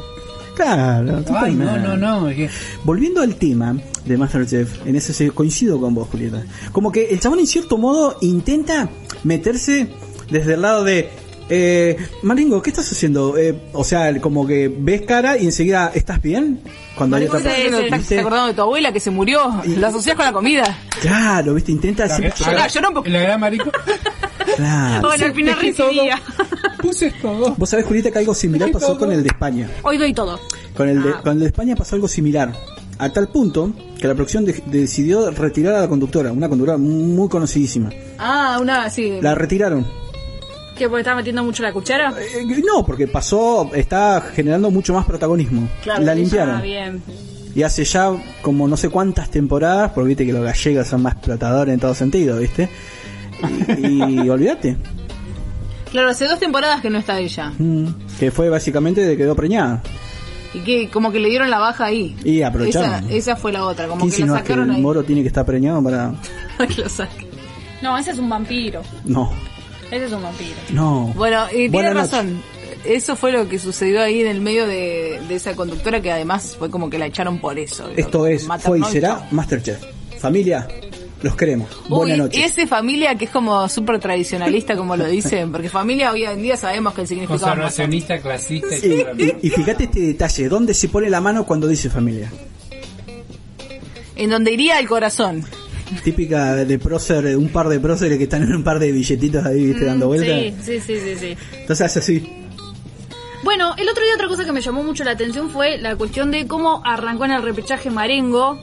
Speaker 7: Claro,
Speaker 8: Ay, no,
Speaker 7: totalmente.
Speaker 8: no, no. es que-
Speaker 7: Volviendo al tema de Masterchef, en eso sí coincido con vos, Julieta. Como que el chabón en cierto modo intenta meterse desde el lado de... Eh, Marengo, ¿qué estás haciendo? Eh, o sea, como que ves cara y enseguida, ¿estás bien? Cuando
Speaker 5: Marengo, ¿Estás
Speaker 7: persona,
Speaker 5: estás-
Speaker 7: ¿viste?
Speaker 5: te acordando de tu abuela que se murió? ¿Lo asocias con la comida?
Speaker 7: Claro, ¿viste? Intenta...
Speaker 8: La,
Speaker 7: siempre
Speaker 5: Llorá, llorá un poco.
Speaker 8: la gran marico.
Speaker 7: Claro.
Speaker 6: Bueno, al final
Speaker 8: Dejé todo.
Speaker 6: recibía.
Speaker 8: Puse todo.
Speaker 7: Vos sabés, Julieta, que algo similar
Speaker 8: Es que
Speaker 7: pasó
Speaker 8: todo-
Speaker 7: con el de España.
Speaker 6: Hoy doy todo.
Speaker 7: Con el de,
Speaker 5: Ah.
Speaker 7: con el de España pasó algo similar. A tal punto que la producción de- decidió retirar a la conductora, una conductora muy conocidísima.
Speaker 5: Ah, una, sí.
Speaker 7: La retiraron.
Speaker 6: ¿Que porque estaba metiendo mucho la cuchara?
Speaker 7: Eh, no, porque pasó, está generando mucho más protagonismo. la
Speaker 6: Ah,
Speaker 7: limpiaron.
Speaker 6: bien.
Speaker 7: Y hace ya como no sé cuántas temporadas, porque viste que los gallegos son más explotadores en todo sentido, ¿viste? Y, y olvídate.
Speaker 5: Claro, hace dos temporadas que no está ella.
Speaker 7: Mm, Que fue básicamente de que quedó preñada.
Speaker 5: Y que como que le dieron la baja ahí.
Speaker 7: Y aprovecharon.
Speaker 5: Esa, esa fue la otra, como
Speaker 7: ¿Quién
Speaker 5: que lo
Speaker 7: insinúa que el
Speaker 5: sacaron ahí.
Speaker 7: moro tiene que estar preñado para.?
Speaker 5: Para que lo saquen.
Speaker 6: No, ese es un vampiro.
Speaker 7: No,
Speaker 6: Ese es un vampiro.
Speaker 7: no.
Speaker 5: Bueno, y tiene
Speaker 7: Buenas noches.
Speaker 5: razón. Eso fue lo que sucedió ahí en el medio de, de esa conductora que además fue como que la echaron por eso.
Speaker 7: Esto es
Speaker 5: Maternó
Speaker 7: Fue y
Speaker 5: y
Speaker 7: Será Masterchef. Familia, Los queremos.
Speaker 5: Uy,
Speaker 7: Buenas noches.
Speaker 5: ese familia que es como súper tradicionalista, como lo dicen, porque familia hoy en día sabemos que el significado es más amplio.
Speaker 8: Conservacionista, clasista y
Speaker 7: Sí,
Speaker 8: seguramente-
Speaker 7: y, y fíjate este detalle, ¿dónde se pone la mano cuando dice familia?
Speaker 5: En donde iría el corazón.
Speaker 7: Típica de prócer, un par de próceres que están en un par de billetitos ahí, viste,
Speaker 5: Mm,
Speaker 7: dando vueltas.
Speaker 6: Sí, Mm, sí, sí, sí, sí.
Speaker 7: Entonces hace así.
Speaker 6: Bueno, el otro día otra cosa que me llamó mucho la atención fue la cuestión de cómo arrancó en el repechaje Marengo.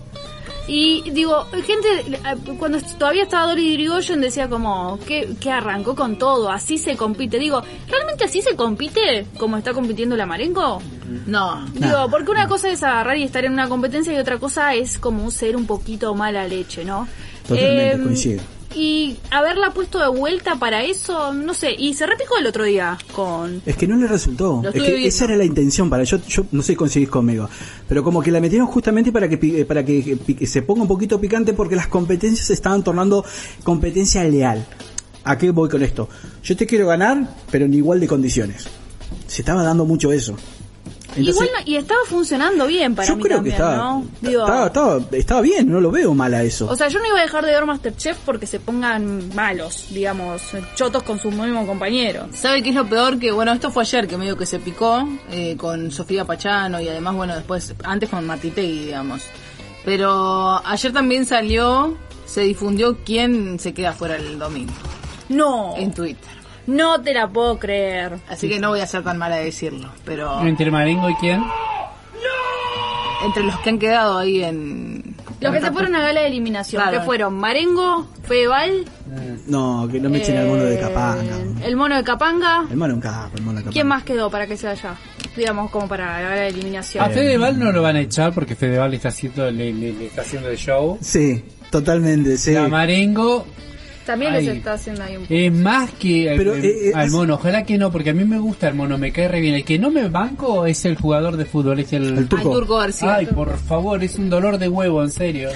Speaker 6: Y digo, gente, eh, cuando todavía estaba Dolly Grigoyen decía como, que, que arrancó con todo, así se compite. Digo, ¿realmente así se compite como está compitiendo la Marengo?
Speaker 5: No.
Speaker 6: Digo, porque una cosa es agarrar y estar en una competencia y otra cosa es como ser un poquito mala leche, ¿no?
Speaker 7: Totalmente,
Speaker 6: Em,
Speaker 7: coincido.
Speaker 6: Y haberla puesto de vuelta para eso, no sé, y se repicó el otro día con...
Speaker 7: Es que no le resultó.
Speaker 6: Lo
Speaker 7: Es
Speaker 6: estuve
Speaker 7: que
Speaker 6: viendo.
Speaker 7: esa era la intención para yo, yo no sé si conseguís conmigo. Pero como que la metieron justamente para que pi- eh, para que, pi- que se ponga un poquito picante porque las competencias se estaban tornando competencia leal. ¿A qué voy con esto? Yo te quiero ganar, pero en igual de condiciones. Se estaba dando mucho eso. Entonces-
Speaker 6: Igual no- y estaba funcionando bien para
Speaker 7: yo
Speaker 6: mí
Speaker 7: creo
Speaker 6: también,
Speaker 7: que estaba,
Speaker 6: ¿no?
Speaker 7: ta-
Speaker 6: Digo,
Speaker 7: estaba, estaba- estaba bien, no lo veo mal a eso.
Speaker 6: o sea, yo no iba a dejar de ver Masterchef porque se pongan malos, digamos, chotos con su mismo compañero.
Speaker 5: ¿Sabe qué es lo peor? Que bueno, esto fue ayer que medio que se picó eh, con Sofía Pachano y además, bueno, después, antes con Martitegui, digamos. Pero ayer también salió, se difundió quién se queda fuera el domingo
Speaker 8: Oh.
Speaker 6: No,
Speaker 5: en Twitter.
Speaker 6: no te la puedo creer.
Speaker 5: Así que no voy a ser tan mala de decirlo, pero
Speaker 8: Entre Marengo y quién?
Speaker 5: entre los que han quedado ahí en...
Speaker 6: Los que se fueron a gala de eliminación,
Speaker 5: Claro.
Speaker 6: que fueron Marengo, Feval,
Speaker 7: no, que no me echen al mono de
Speaker 6: eh,
Speaker 7: Capanga.
Speaker 6: el mono de Capanga.
Speaker 7: El mono de un capo, el mono de Capanga.
Speaker 6: ¿Quién más quedó para que se vaya? Digamos, como para la gala de
Speaker 8: A
Speaker 6: eliminación.
Speaker 7: Ah,
Speaker 8: Fedeval no lo van a echar porque Fedeval le está haciendo, le, le- le está haciendo el show.
Speaker 7: Sí, totalmente, sí.
Speaker 8: La Marengo
Speaker 6: También les
Speaker 8: Ay.
Speaker 6: está haciendo ahí un...
Speaker 8: es más que al,
Speaker 7: Pero, eh, eh,
Speaker 8: al
Speaker 7: es-
Speaker 8: mono. Ojalá que no, porque a mí me gusta el mono, me cae re bien. El que no me banco es el jugador de fútbol, es
Speaker 7: El
Speaker 8: el...
Speaker 7: turco.
Speaker 5: Al Turco García.
Speaker 8: Ay, por favor, es un dolor de huevo, en serio.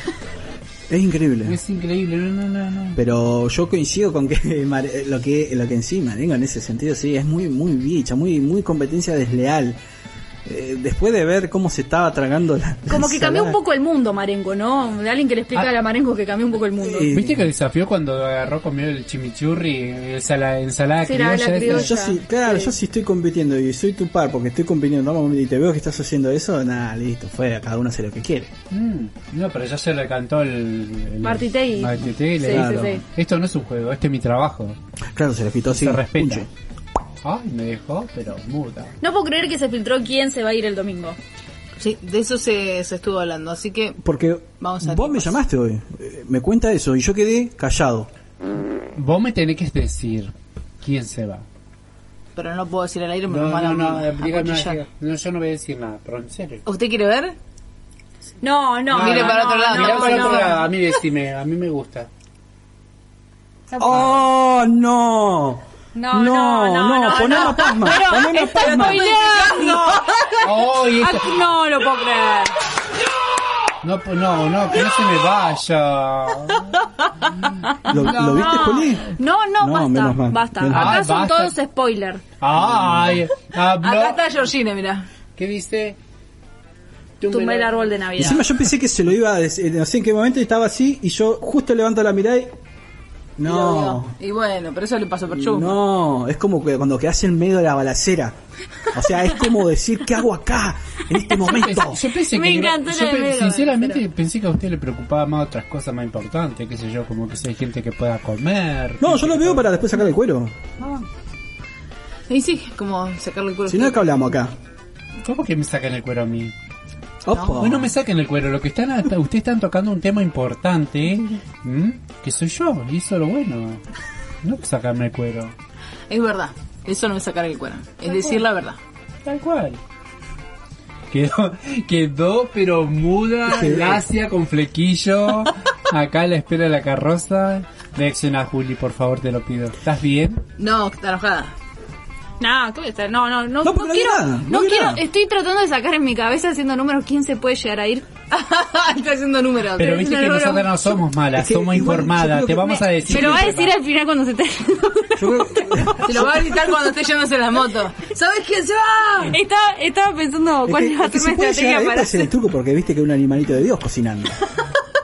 Speaker 7: Es increíble.
Speaker 8: Es increíble, no, no, no. no.
Speaker 7: Pero yo coincido con que Mar- lo que lo que encima, digo, en ese sentido sí, es muy muy bicha, muy muy competencia desleal. Eh, después de ver cómo se estaba tragando la
Speaker 6: Como que cambió un
Speaker 7: ensalada,
Speaker 6: poco el mundo, Marengo, ¿no? Alguien que le explica
Speaker 8: Ah.
Speaker 6: a la Marengo que cambió un poco el mundo.
Speaker 7: eh,
Speaker 8: ¿Viste que desafió cuando agarró, comió el chimichurri, esa la ensalada
Speaker 6: Sí, la- la
Speaker 8: criolla?
Speaker 6: criolla.
Speaker 8: esa?
Speaker 7: Yo sí, claro, yo sí estoy compitiendo y soy tu par porque estoy compitiendo vamos, y te veo que estás haciendo eso, nada, listo, fuera, cada uno hace lo que quiere.
Speaker 8: Mm, no, pero ya se le cantó el... el
Speaker 6: Martitegui.
Speaker 8: Martitegui,
Speaker 6: Sí,
Speaker 8: le dijo,
Speaker 6: sí, sí.
Speaker 8: Esto no es un juego, este es mi trabajo.
Speaker 7: Claro, se lo quitó así.
Speaker 8: se respeta.
Speaker 7: puncho.
Speaker 8: Ay, me dejó, pero muda.
Speaker 6: No puedo creer que se filtró quién se va a ir el domingo.
Speaker 5: Sí, de eso se, se estuvo hablando, así que...
Speaker 7: Porque
Speaker 5: Vamos a ver
Speaker 7: vos
Speaker 5: qué
Speaker 7: me
Speaker 5: pasa.
Speaker 7: llamaste hoy, eh, me cuenta eso y yo quedé callado.
Speaker 8: Vos me tenés que decir quién se va.
Speaker 5: Pero no puedo decir al aire, me
Speaker 8: No,
Speaker 5: lo van a-
Speaker 8: no, no,
Speaker 5: a
Speaker 8: dígame,
Speaker 5: cuchillar.
Speaker 8: diga- no, yo no voy a decir nada, pero en serio.
Speaker 5: ¿Usted quiere ver?
Speaker 6: No, no.
Speaker 7: Ah,
Speaker 5: Mire
Speaker 6: no,
Speaker 5: para
Speaker 6: no,
Speaker 5: otro lado,
Speaker 6: no,
Speaker 5: mire
Speaker 8: Mirá para
Speaker 6: no.
Speaker 8: otro lado, a mí decime, a mí me gusta.
Speaker 7: ¡Oh, no!
Speaker 6: No, no, no, no,
Speaker 7: poné
Speaker 6: no.
Speaker 7: una pasma,
Speaker 6: Pero
Speaker 7: poné una
Speaker 6: está
Speaker 7: pasma.
Speaker 6: spoileando.
Speaker 8: ¡Ay,
Speaker 6: Ah,
Speaker 8: esto-
Speaker 6: No lo puedo creer.
Speaker 8: No, pues, no, no, que no se me vaya.
Speaker 7: ¿Lo, lo viste, Juli?
Speaker 6: No, no,
Speaker 7: No,
Speaker 6: basta,
Speaker 7: menos mal.
Speaker 6: basta.
Speaker 7: Menos
Speaker 8: mal.
Speaker 6: Acá son
Speaker 8: Ay, basta.
Speaker 6: todos spoiler.
Speaker 8: Ay,
Speaker 5: Acá
Speaker 8: habló.
Speaker 5: está Georgina, mira.
Speaker 8: ¿Qué dice?
Speaker 6: Tumbé el árbol de Navidad.
Speaker 7: Encima yo pensé que se lo iba a decir, no sé en qué momento estaba así y yo justo levanto la mirada y... No.
Speaker 5: Y bueno, pero eso le pasó por chum.
Speaker 7: No, es como que cuando quedas en medio de la balacera. O sea, es como decir, ¿qué hago acá? En este momento.
Speaker 8: Yo pensé
Speaker 6: Me
Speaker 8: que gra-
Speaker 6: encantó
Speaker 8: yo
Speaker 6: la
Speaker 8: pe-
Speaker 6: de Vero,
Speaker 8: sinceramente
Speaker 6: pero-
Speaker 8: pensé que a usted le preocupaba más otras cosas más importantes, qué sé yo, como que si hay gente que pueda comer.
Speaker 7: No, yo lo veo para después sacar el cuero.
Speaker 5: Y sí, como sacarle el culo.
Speaker 7: Si no, ¿qué hablamos acá?
Speaker 8: ¿Cómo que me sacan el cuero a mí?
Speaker 7: Opa.
Speaker 8: Bueno, me saquen el cuero. Lo que están, hasta- ustedes están tocando un tema importante, ¿m? que soy yo, y eso es lo bueno. No sacarme el cuero.
Speaker 5: Es verdad. Eso no es sacar el cuero. Es decir la verdad.
Speaker 8: Tal cual. Quedó, quedó pero muda, lacia, con flequillo. Acá a la espera de la carroza. Reacciona, Juli, por favor, te lo pido. ¿Estás bien?
Speaker 5: No, está enojada.
Speaker 6: No, ¿qué voy a hacer? No, no, no,
Speaker 7: No,
Speaker 6: no,
Speaker 7: porque no hay
Speaker 6: quiero.
Speaker 7: nada, no
Speaker 6: no
Speaker 7: hay
Speaker 6: quiero.
Speaker 7: nada.
Speaker 6: Estoy tratando de sacar en mi cabeza haciendo números quién se puede llegar a ir.
Speaker 5: está haciendo números.
Speaker 8: Pero viste que
Speaker 6: no, no.
Speaker 8: nosotras no somos malas,
Speaker 7: Es que
Speaker 8: somos
Speaker 7: igual, yo
Speaker 8: informadas.
Speaker 7: creo
Speaker 8: Te
Speaker 7: que
Speaker 8: vamos a decir.
Speaker 6: Me lo va a
Speaker 8: que-
Speaker 6: decir al final cuando se te.
Speaker 7: Yo creo-
Speaker 5: Se lo va a gritar cuando esté yéndose la moto. ¿Sabes quién se va?
Speaker 6: estaba, estaba pensando
Speaker 7: es
Speaker 6: cuál
Speaker 7: que-
Speaker 6: iba a
Speaker 7: es que
Speaker 6: ser
Speaker 7: se
Speaker 6: mi
Speaker 7: puede llegar
Speaker 6: estrategia
Speaker 7: a
Speaker 6: para
Speaker 7: este es el truco porque viste que hay un animalito de Dios cocinando.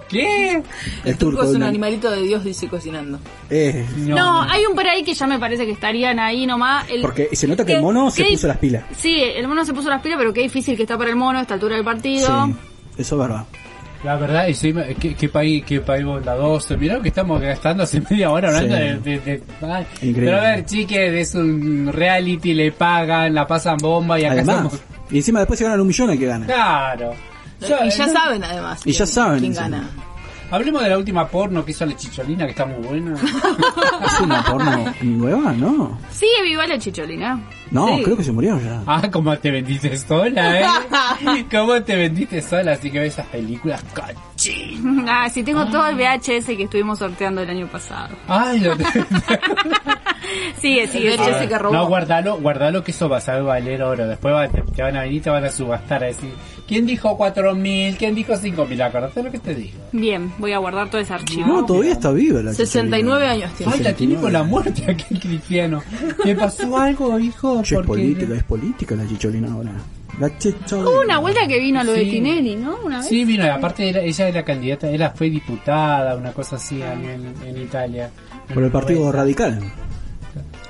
Speaker 8: ¿Qué?
Speaker 7: El
Speaker 5: Turco
Speaker 7: turco.
Speaker 5: es un
Speaker 7: una-
Speaker 5: animalito de Dios, dice cocinando.
Speaker 7: Eh,
Speaker 6: No, hay un por ahí que ya me parece que estarían ahí nomás. El-
Speaker 7: porque se nota que el mono se
Speaker 6: qué-
Speaker 7: puso las pilas.
Speaker 6: Sí, el mono se puso las pilas, pero qué difícil que está para el mono a esta altura del partido.
Speaker 7: Sí, eso es verdad.
Speaker 8: La verdad, y soy- qué, qué país, qué país bondadoso. Mirá lo que estamos gastando hace media hora hablando
Speaker 7: Sí.
Speaker 8: de, de- de- ay.
Speaker 7: Increíble.
Speaker 8: Pero a ver, chiques, es un reality, le pagan, la pasan bomba y acá
Speaker 7: Además,
Speaker 8: somos-
Speaker 7: y encima después se ganan un millón el que gana.
Speaker 8: Claro. Yo-
Speaker 5: y ya
Speaker 8: no-
Speaker 5: saben, además.
Speaker 7: Y ya
Speaker 5: quién-
Speaker 7: saben,
Speaker 5: ¿Quién
Speaker 7: encima.
Speaker 5: gana?
Speaker 8: Hablemos de la última porno que hizo la chicholina, que está muy buena.
Speaker 7: ¿Es una porno nueva? No.
Speaker 6: Sigue viva la chicholina.
Speaker 7: No,
Speaker 5: Sí.
Speaker 7: creo que se murió ya.
Speaker 8: Ah, cómo te vendiste sola, eh. Cómo te vendiste sola, así que ves esas películas cochín.
Speaker 6: Ah, sí, tengo todo el VHS que estuvimos sorteando el año pasado.
Speaker 8: Ay, lo te...
Speaker 6: Sigue, sigue.
Speaker 5: VHS
Speaker 6: sigue.
Speaker 5: que robó.
Speaker 8: No, guardalo, guardalo que eso va a valer oro. Después va- te, te van a venir y te van a subastar a decir, ¿quién dijo 4.000? ¿Quién dijo 5.000? Acordate lo que te digo.
Speaker 6: Bien, voy a guardar todo ese archivo.
Speaker 7: No, todavía está viva la
Speaker 5: 69
Speaker 7: chicholina.
Speaker 5: años tiene.
Speaker 8: Ay, la tiene con la muerte aquel cristiano. ¿Te pasó algo, hijo?
Speaker 7: Che, es política,
Speaker 8: Porque...
Speaker 7: es política la chicholina ahora. La chicholina.
Speaker 6: Hubo una vuelta que vino a lo de
Speaker 8: Sí.
Speaker 6: Tinelli, ¿no? Una vez.
Speaker 8: Sí, vino, y aparte era- ella era candidata, ella fue diputada, una cosa así en, en- en Italia.
Speaker 7: Por el partido radical.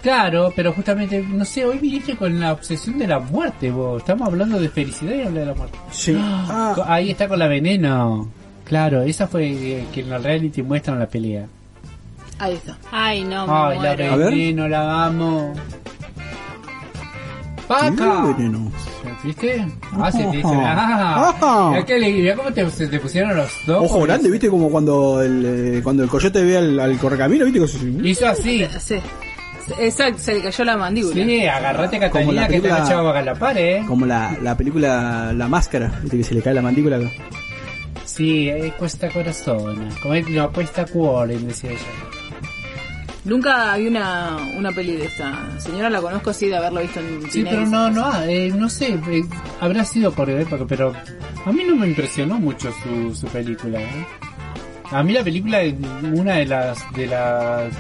Speaker 8: Claro, pero justamente, no sé, hoy viniste con la obsesión de la muerte, vos. Estamos hablando de felicidad y habla de la muerte.
Speaker 7: Sí.
Speaker 8: Co-
Speaker 7: Ah,
Speaker 8: Ahí está con la veneno. Claro, esa fue eh, que en la reality muestran la pelea.
Speaker 5: Ahí está.
Speaker 6: Ay, no, me
Speaker 8: Ay, la
Speaker 6: muero.
Speaker 7: A ver.
Speaker 8: veneno, la amo. Ah,
Speaker 7: no,
Speaker 8: ¡Paca!
Speaker 7: veneno.
Speaker 8: ¿Viste? Ah, se te hizo. Ah,
Speaker 7: Ajá.
Speaker 8: Mirá que le- mirá cómo te, se te pusieron los dos.
Speaker 7: Ojo grande, viste como cuando el, eh, cuando el coyote ve al, al correcamino, viste que se-
Speaker 8: Hizo así.
Speaker 5: Sí. Exacto, se le cayó la mandíbula.
Speaker 8: Sí, agarrate Catalina
Speaker 7: la
Speaker 8: que te
Speaker 7: película-
Speaker 8: ha echado a la pared.
Speaker 7: como la, la película La Máscara, viste que se le cae la mandíbula.
Speaker 8: Sí, eh, cuesta corazón. Como es- no, cuesta cuore, decía ella.
Speaker 5: Nunca vi una, una peli de esta señora, la conozco así de haberla visto en
Speaker 8: Sí,
Speaker 5: cine.
Speaker 8: pero no, no, ah, eh, no sé, eh, habrá sido por época, pero a mí no me impresionó mucho su, su película. ¿eh? A mí la película es una de las, de las,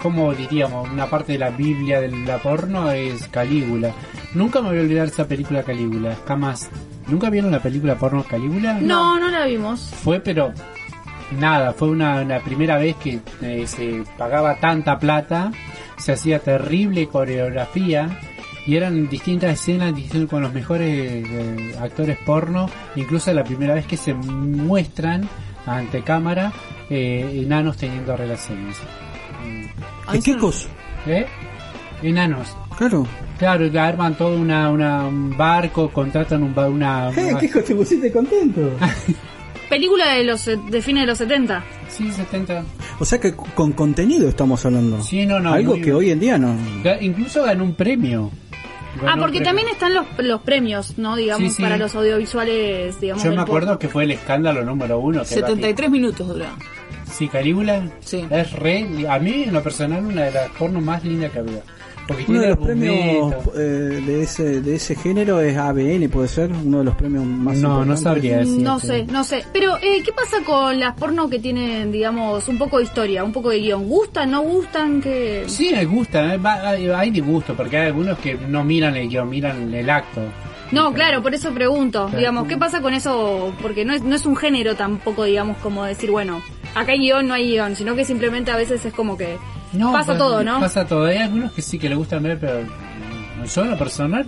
Speaker 8: ¿cómo diríamos? Una parte de la Biblia de la porno es Calígula. Nunca me voy a olvidar esa película Calígula, jamás. ¿Nunca vieron la película porno Calígula?
Speaker 6: No, no la vimos.
Speaker 8: Fue, pero nada, fue una, una primera vez que eh, se pagaba tanta plata, se hacía terrible coreografía y eran distintas escenas distintas con los mejores eh, actores porno, incluso la primera vez que se muestran ante cámara eh, enanos teniendo relaciones.
Speaker 5: Ay,
Speaker 8: Ah,
Speaker 7: ¿De qué
Speaker 5: sí.
Speaker 7: cosa?
Speaker 8: ¿Eh? Enanos.
Speaker 7: Claro.
Speaker 8: Claro, que arman todo una, una- un barco, contratan un, ba- una... una-
Speaker 7: Eh, te pusiste contento?
Speaker 6: Película de los eh, de fines de los 70.
Speaker 8: Sí, 70.
Speaker 7: O sea que con contenido estamos hablando.
Speaker 8: Sí, no, no,
Speaker 7: Algo
Speaker 8: muy
Speaker 7: que
Speaker 8: bien.
Speaker 7: hoy en día no.
Speaker 8: Ga- Incluso ganó un premio.
Speaker 6: ah, porque también
Speaker 8: está
Speaker 6: están los, los premios, ¿no? Digamos,
Speaker 8: Sí, sí.
Speaker 6: para los audiovisuales, digamos.
Speaker 8: Yo
Speaker 6: del
Speaker 8: me acuerdo
Speaker 6: porno.
Speaker 8: que fue el escándalo número uno. Que
Speaker 5: 73 minutos dura.
Speaker 8: Sí, Calígula.
Speaker 5: Sí.
Speaker 8: Es re. A mí, en lo personal, una de las pornos más lindas que había. Porque
Speaker 7: Uno
Speaker 8: tiene
Speaker 7: de los premios
Speaker 8: argumento.
Speaker 7: eh, de ese de ese género es ABN, puede ser uno de los premios más
Speaker 8: No, no
Speaker 7: importantes.
Speaker 8: sabría decir.
Speaker 6: No sé, no sé. Pero, eh, ¿qué pasa con las porno que tienen, digamos, un poco de historia, un poco de guión? ¿Gustan, no gustan? que
Speaker 8: Sí, les gusta. eh, va- Hay hay disgusto, porque hay algunos que no miran el guión, miran el acto.
Speaker 6: No, claro, por eso pregunto.
Speaker 8: Claro.
Speaker 6: Digamos, ¿qué pasa con eso? Porque no es, no es un género tampoco, digamos, como decir, bueno, acá hay guión, no hay guión, sino que simplemente a veces es como que
Speaker 8: No,
Speaker 6: pasa
Speaker 8: pa-
Speaker 6: todo, ¿no?
Speaker 8: Pasa todo. Hay algunos que sí que les gustan ver, pero. mm, Yo, en lo personal.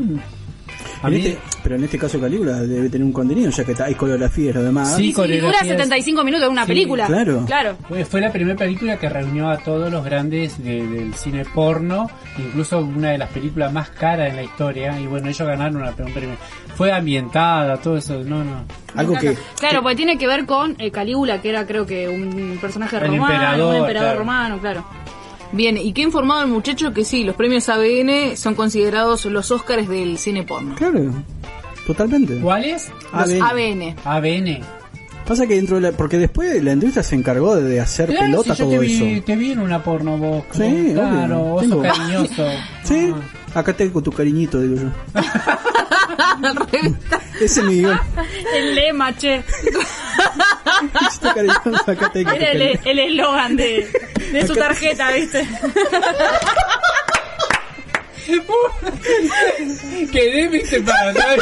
Speaker 8: A
Speaker 7: En
Speaker 8: mí.
Speaker 7: este- pero en este caso Calígula debe tener un contenido, ya que está- hay coreografías y lo demás.
Speaker 8: Sí,
Speaker 6: Y dura
Speaker 8: coreografías.
Speaker 6: 75 minutos una
Speaker 8: Sí,
Speaker 6: película.
Speaker 7: claro.
Speaker 6: Claro.
Speaker 8: Fue- Pues Fue la primera película que reunió a todos los grandes de- del cine porno, incluso una de las películas más caras en la historia, y bueno, ellos ganaron una, un premio. Fue ambientada, todo eso, no, no.
Speaker 7: Algo que
Speaker 6: Claro, porque tiene que ver con eh, Calígula, que era creo que un personaje
Speaker 8: El
Speaker 6: romano,
Speaker 8: emperador,
Speaker 6: un emperador
Speaker 8: claro.
Speaker 6: romano, ah, claro.
Speaker 5: Bien, y qué informado el muchacho que sí, los premios ABN son considerados los Óscares del cine porno.
Speaker 7: claro. Totalmente.
Speaker 8: ¿Cuál es?
Speaker 5: Los
Speaker 7: ABN.
Speaker 5: ABN.
Speaker 8: ABN.
Speaker 7: Pasa que dentro de la, porque después la industria se encargó de hacer
Speaker 8: Claro,
Speaker 7: pelota
Speaker 8: si yo
Speaker 7: todo
Speaker 8: te vi,
Speaker 7: eso.
Speaker 8: te vi en una porno vos.
Speaker 7: Sí,
Speaker 8: claro,
Speaker 7: obvio,
Speaker 8: vos
Speaker 7: tengo.
Speaker 8: sos cariñoso.
Speaker 7: Sí,
Speaker 8: Ah.
Speaker 7: acá tengo tu cariñito, digo yo. Ese es mi guión.
Speaker 6: El lema, che.
Speaker 7: Cariñito, cariñoso, acá tengo tu
Speaker 6: Era el
Speaker 7: cariñito.
Speaker 6: el eslogan de, de su tarjeta, ¿viste?
Speaker 8: Quedé, viste, para atrás.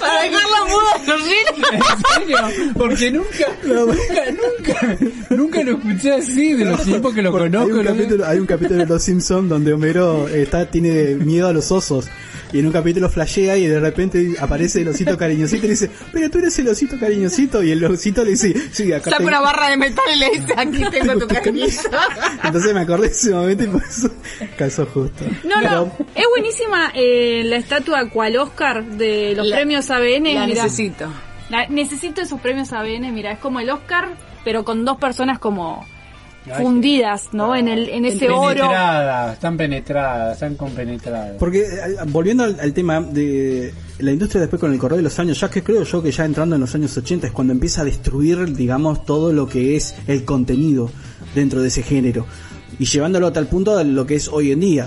Speaker 5: Para dejarla muda, Georgina.
Speaker 8: Este, ¿En serio? Porque nunca, nunca, nunca, nunca lo escuché así de los tiempos que lo
Speaker 7: Porque
Speaker 8: conozco.
Speaker 7: Hay un,
Speaker 8: lo veo.
Speaker 7: capítulo, hay un capítulo de Los Simpsons donde Homero eh, está, tiene miedo a los osos. Y en un capítulo flashea y de repente aparece el osito cariñosito y le dice, pero tú eres el osito cariñosito. Y el osito le dice, sí, acá
Speaker 5: Saca
Speaker 7: tengo-
Speaker 5: una barra de metal y le dice, aquí tengo tu cariñito.
Speaker 7: Entonces me acordé de ese momento y por eso calzó justo.
Speaker 6: No, no, es buenísima eh, la estatua cual Oscar de los
Speaker 5: La-
Speaker 6: premios ABN.
Speaker 5: La
Speaker 6: mirá.
Speaker 5: necesito.
Speaker 6: La- necesito esos premios ABN, mira, es como el Oscar, pero con dos personas como
Speaker 8: Ay,
Speaker 6: fundidas, ¿no? En el en ese oro.
Speaker 8: Penetradas, están penetradas, están compenetradas.
Speaker 7: Porque eh, volviendo al, al tema de la industria después con el correr de los años, ya que creo yo que ya entrando en los años 80 es cuando empieza a destruir, digamos, todo lo que es el contenido dentro de ese género y llevándolo a tal punto de lo que es hoy en día.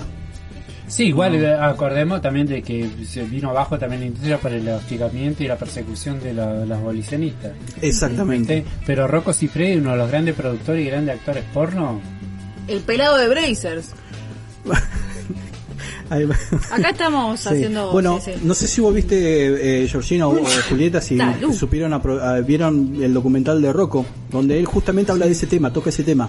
Speaker 8: Sí, igual eh, acordemos también de que se vino abajo también la industria por el hostigamiento y la persecución de la- las abolicionistas.
Speaker 7: Exactamente.
Speaker 8: ¿sí? Pero Rocco Siffredi, uno de los grandes productores y grandes actores porno,
Speaker 5: El pelado de Brazers.
Speaker 7: Ahí va.
Speaker 6: Acá estamos
Speaker 7: Sí.
Speaker 6: haciendo
Speaker 7: Bueno,
Speaker 6: sí, sí.
Speaker 7: no sé si vos viste, eh, Georgina o, o Julieta, si
Speaker 6: Salud.
Speaker 7: supieron, apro- ah, vieron el documental de Rocco, donde él justamente habla de ese tema, toca ese tema,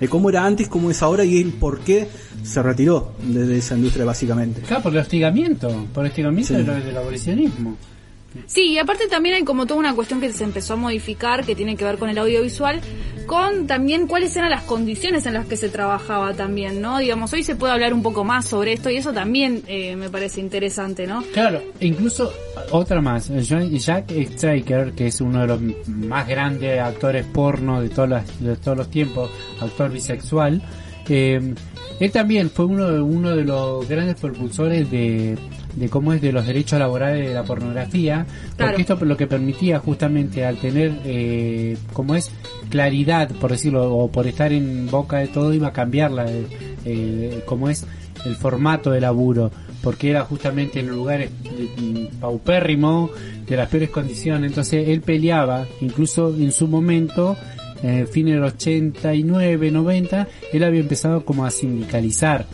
Speaker 7: de cómo era antes, cómo es ahora y el por qué se retiró desde esa industria básicamente.
Speaker 8: Claro, por el hostigamiento, por el hostigamiento
Speaker 7: Sí.
Speaker 8: de lo- del abolicionismo.
Speaker 6: Sí, y aparte también hay como toda una cuestión que se empezó a modificar, que tiene que ver con el audiovisual, con también cuáles eran las condiciones en las que se trabajaba también, ¿no? Digamos, hoy se puede hablar un poco más sobre esto y eso también eh, me parece interesante, ¿no?
Speaker 8: Claro, e incluso otra más, John- Jack Striker, que es uno de los más grandes actores porno de todas las- de todos los tiempos, actor bisexual, eh, él también fue uno de, uno de los grandes propulsores de, de cómo es de los derechos laborales de la pornografía,
Speaker 6: Claro.
Speaker 8: porque esto lo que permitía justamente al tener, eh, como es, claridad, por decirlo, o por estar en boca de todo, iba a cambiarla, eh, eh, como es el formato de laburo, porque era justamente en lugares eh, paupérrimo, de las peores condiciones, entonces él peleaba, incluso en su momento, eh, fin del 89, 90, él había empezado como a sindicalizar.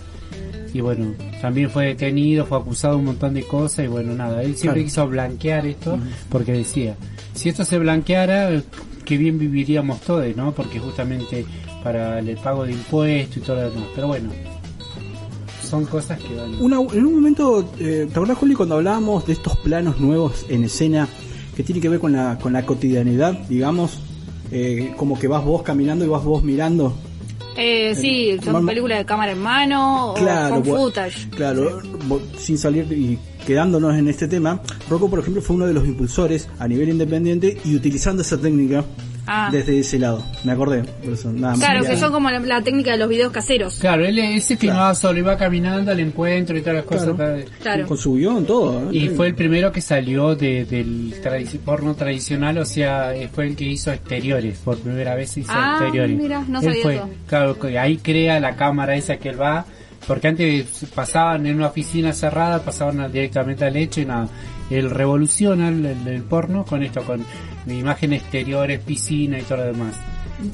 Speaker 8: Y bueno, también fue detenido, fue acusado de un montón de cosas y bueno, nada, él siempre
Speaker 7: Claro.
Speaker 8: quiso blanquear esto porque decía, si esto se blanqueara, eh, qué bien viviríamos todos, ¿no? Porque justamente para el pago de impuestos y todo lo demás. Pero bueno, son cosas que van...
Speaker 7: Una- en un momento, eh, ¿te acordás, Juli, cuando hablábamos de estos planos nuevos en escena que tiene que ver con la, con la cotidianidad, digamos? eh, como que vas vos caminando y vas vos mirando
Speaker 6: Eh, sí, son
Speaker 7: Mam-
Speaker 6: películas de cámara en mano o
Speaker 7: Claro,
Speaker 6: con
Speaker 7: bo-
Speaker 6: Oh, footage.
Speaker 7: claro, bo- sin salir y quedándonos en este tema, Rocco, por ejemplo, fue uno de los impulsores a nivel independiente y utilizando esa técnica
Speaker 6: Ah.
Speaker 7: desde ese lado. Me acordé, por eso, nada más.
Speaker 6: Claro,
Speaker 7: Ya.
Speaker 6: que son como la, la técnica de los videos caseros.
Speaker 8: Claro, él ese que no
Speaker 7: Claro.
Speaker 8: va solo, iba caminando al encuentro y todas las cosas.
Speaker 7: Claro.
Speaker 6: Claro.
Speaker 7: Con su guión, todo. ¿eh?
Speaker 8: Y fue el primero que salió de- del tradi- porno tradicional, o sea, eh, fue el que hizo exteriores, por primera vez hizo
Speaker 6: Ah,
Speaker 8: exteriores.
Speaker 6: mira, no
Speaker 8: Él
Speaker 6: sabía
Speaker 8: fue,
Speaker 6: eso.
Speaker 8: claro, que ahí crea la cámara esa que él va, porque antes pasaban en una oficina cerrada, pasaban a- directamente al hecho y nada. Él revoluciona el, el- el porno con esto, con imágenes exteriores, piscina y todo lo demás.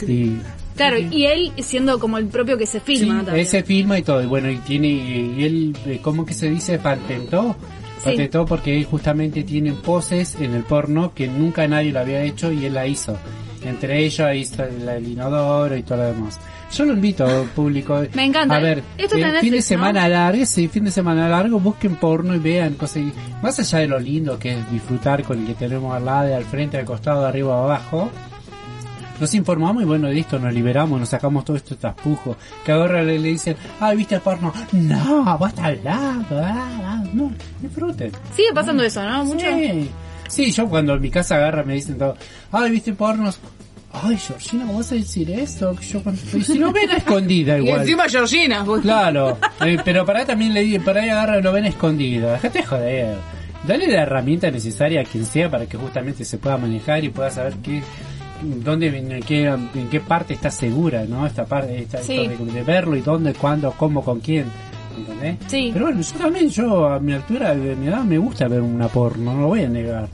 Speaker 8: Y-
Speaker 6: Claro, y él siendo como el propio que se filma
Speaker 8: Sí,
Speaker 6: también.
Speaker 8: ese filma y todo. Y bueno, y tiene, y él, eh, ¿cómo que se dice? Patentó.
Speaker 6: Sí.
Speaker 8: Patentó porque él justamente tiene poses en el porno que nunca nadie lo había hecho y él la hizo. Entre ellos hizo el, el inodoro y todo lo demás. Yo lo invito, público.
Speaker 6: Me encanta.
Speaker 8: A ver,
Speaker 6: Esto está en
Speaker 8: el fin de
Speaker 6: Netflix,
Speaker 8: semana
Speaker 6: ¿no?
Speaker 8: largo, sí, fin de semana largo, busquen porno y vean cosas. y- Más allá de lo lindo que es disfrutar con el que tenemos al lado, al frente, al costado, arriba, abajo. Nos informamos y bueno, listo, nos liberamos, nos sacamos todo esto traspujo. Que ahora le, le dicen, ah, ¿viste el porno? No, basta hablando, ah, ah, no, disfruten.
Speaker 6: Sigue pasando eso, ¿no? Mucho.
Speaker 8: Sí. Sí, yo cuando en mi casa agarra me dicen todo, ay, ¿viste pornos? Ay, Georgina, ¿cómo vas a decir eso? Que Yo, cuando- y si no ven escondida
Speaker 5: Y
Speaker 8: igual. pues.
Speaker 5: encima Georgina. vos-
Speaker 8: Claro, eh, pero para también le di- para ahí agarra lo ven escondido. Déjate joder. Dale la herramienta necesaria a quien sea para que justamente se pueda manejar y pueda saber qué dónde en qué, en qué parte está segura, ¿no? Esta parte esta,
Speaker 6: Sí.
Speaker 8: esto de, de verlo y dónde, cuándo, cómo, con quién. ¿Entendés?
Speaker 6: Sí.
Speaker 8: Pero bueno, yo también, yo a mi altura, de mi edad, me gusta ver una porno, no lo voy a negar.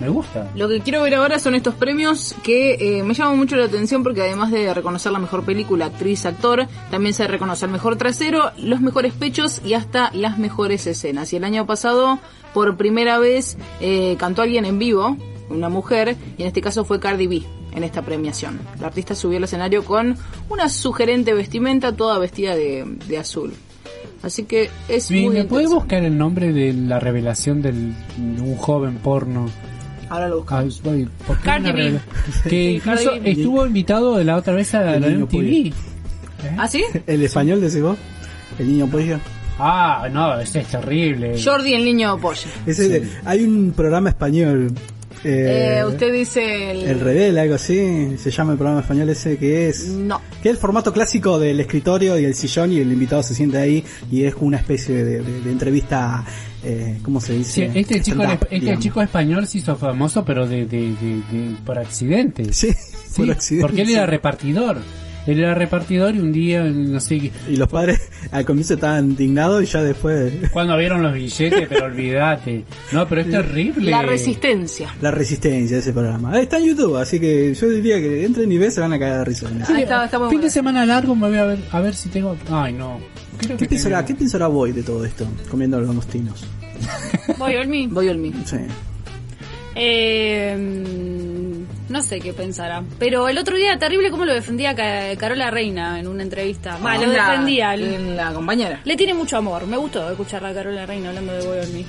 Speaker 8: Me gusta.
Speaker 5: Lo que quiero ver ahora son estos premios que eh, me llaman mucho la atención porque además de reconocer la mejor película, actriz, actor, también se reconoce el mejor trasero, los mejores pechos y hasta las mejores escenas. Y el año pasado, por primera vez, eh, cantó alguien en vivo, una mujer, y en este caso fue Cardi B en esta premiación. La artista subió al escenario con una sugerente vestimenta, toda vestida de, de azul. Así que es
Speaker 8: ¿Me,
Speaker 5: muy
Speaker 8: me puede
Speaker 5: interesante.
Speaker 8: buscar el nombre de la revelación del- de un joven porno?
Speaker 5: Ahora lo buscamos.
Speaker 8: Ah, uy, ¿por qué
Speaker 5: Cardi
Speaker 8: una
Speaker 5: B.
Speaker 8: revela- Que
Speaker 5: Sí, Cardi
Speaker 8: incluso
Speaker 5: B.
Speaker 8: estuvo invitado de la otra vez a la
Speaker 7: El niño
Speaker 8: MTV.
Speaker 5: ¿Ah, sí?
Speaker 7: ¿El español decís vos? El niño pollo.
Speaker 8: Ah, no, ese es terrible.
Speaker 5: Jordi el niño pollo.
Speaker 7: Ese de- hay un programa español. eh,
Speaker 5: Eh, usted dice el...
Speaker 7: El Rebel, algo así. Se llama el programa español ese que es.
Speaker 5: No.
Speaker 7: Que es el formato clásico del escritorio y el sillón y el invitado se siente ahí y es como una especie de, de- de entrevista, eh, ¿cómo se
Speaker 8: Sí,
Speaker 7: dice?
Speaker 8: este chico,
Speaker 7: Stand-up,
Speaker 8: este
Speaker 7: digamos.
Speaker 8: chico español se hizo famoso, pero de, de- de- de- por accidente.
Speaker 7: Sí,
Speaker 8: Sí,
Speaker 7: por accidente.
Speaker 8: Porque él era repartidor. Él era repartidor y un día, no sé,
Speaker 7: Y los padres al comienzo estaban indignados y ya después
Speaker 8: cuando vieron los billetes, pero olvídate. No, pero es terrible.
Speaker 5: La resistencia.
Speaker 7: la resistencia de ese programa. Ah, Está en YouTube, así que yo diría que entren y ven, se van a caer de risa. con eso.
Speaker 5: Ahí está, está muy
Speaker 8: Fin de
Speaker 5: bueno.
Speaker 8: semana largo me voy a ver, a ver si tengo... Ay, no. Creo
Speaker 7: ¿Qué
Speaker 8: que
Speaker 7: pensará,
Speaker 8: tengo-
Speaker 7: ¿Qué pensará Boy de todo esto? Comiendo los langostinos.
Speaker 6: Voy a mí.
Speaker 5: Voy al mío.
Speaker 7: Sí.
Speaker 6: Eh, mm, no sé qué pensará. Pero el otro día, terrible cómo lo defendía Ca- Carola Reina en una entrevista. Va, lo
Speaker 5: La-
Speaker 6: defendía. Le,
Speaker 5: en La compañera.
Speaker 6: le tiene mucho amor. Me gustó escuchar a Carola Reina hablando de Voy a mí.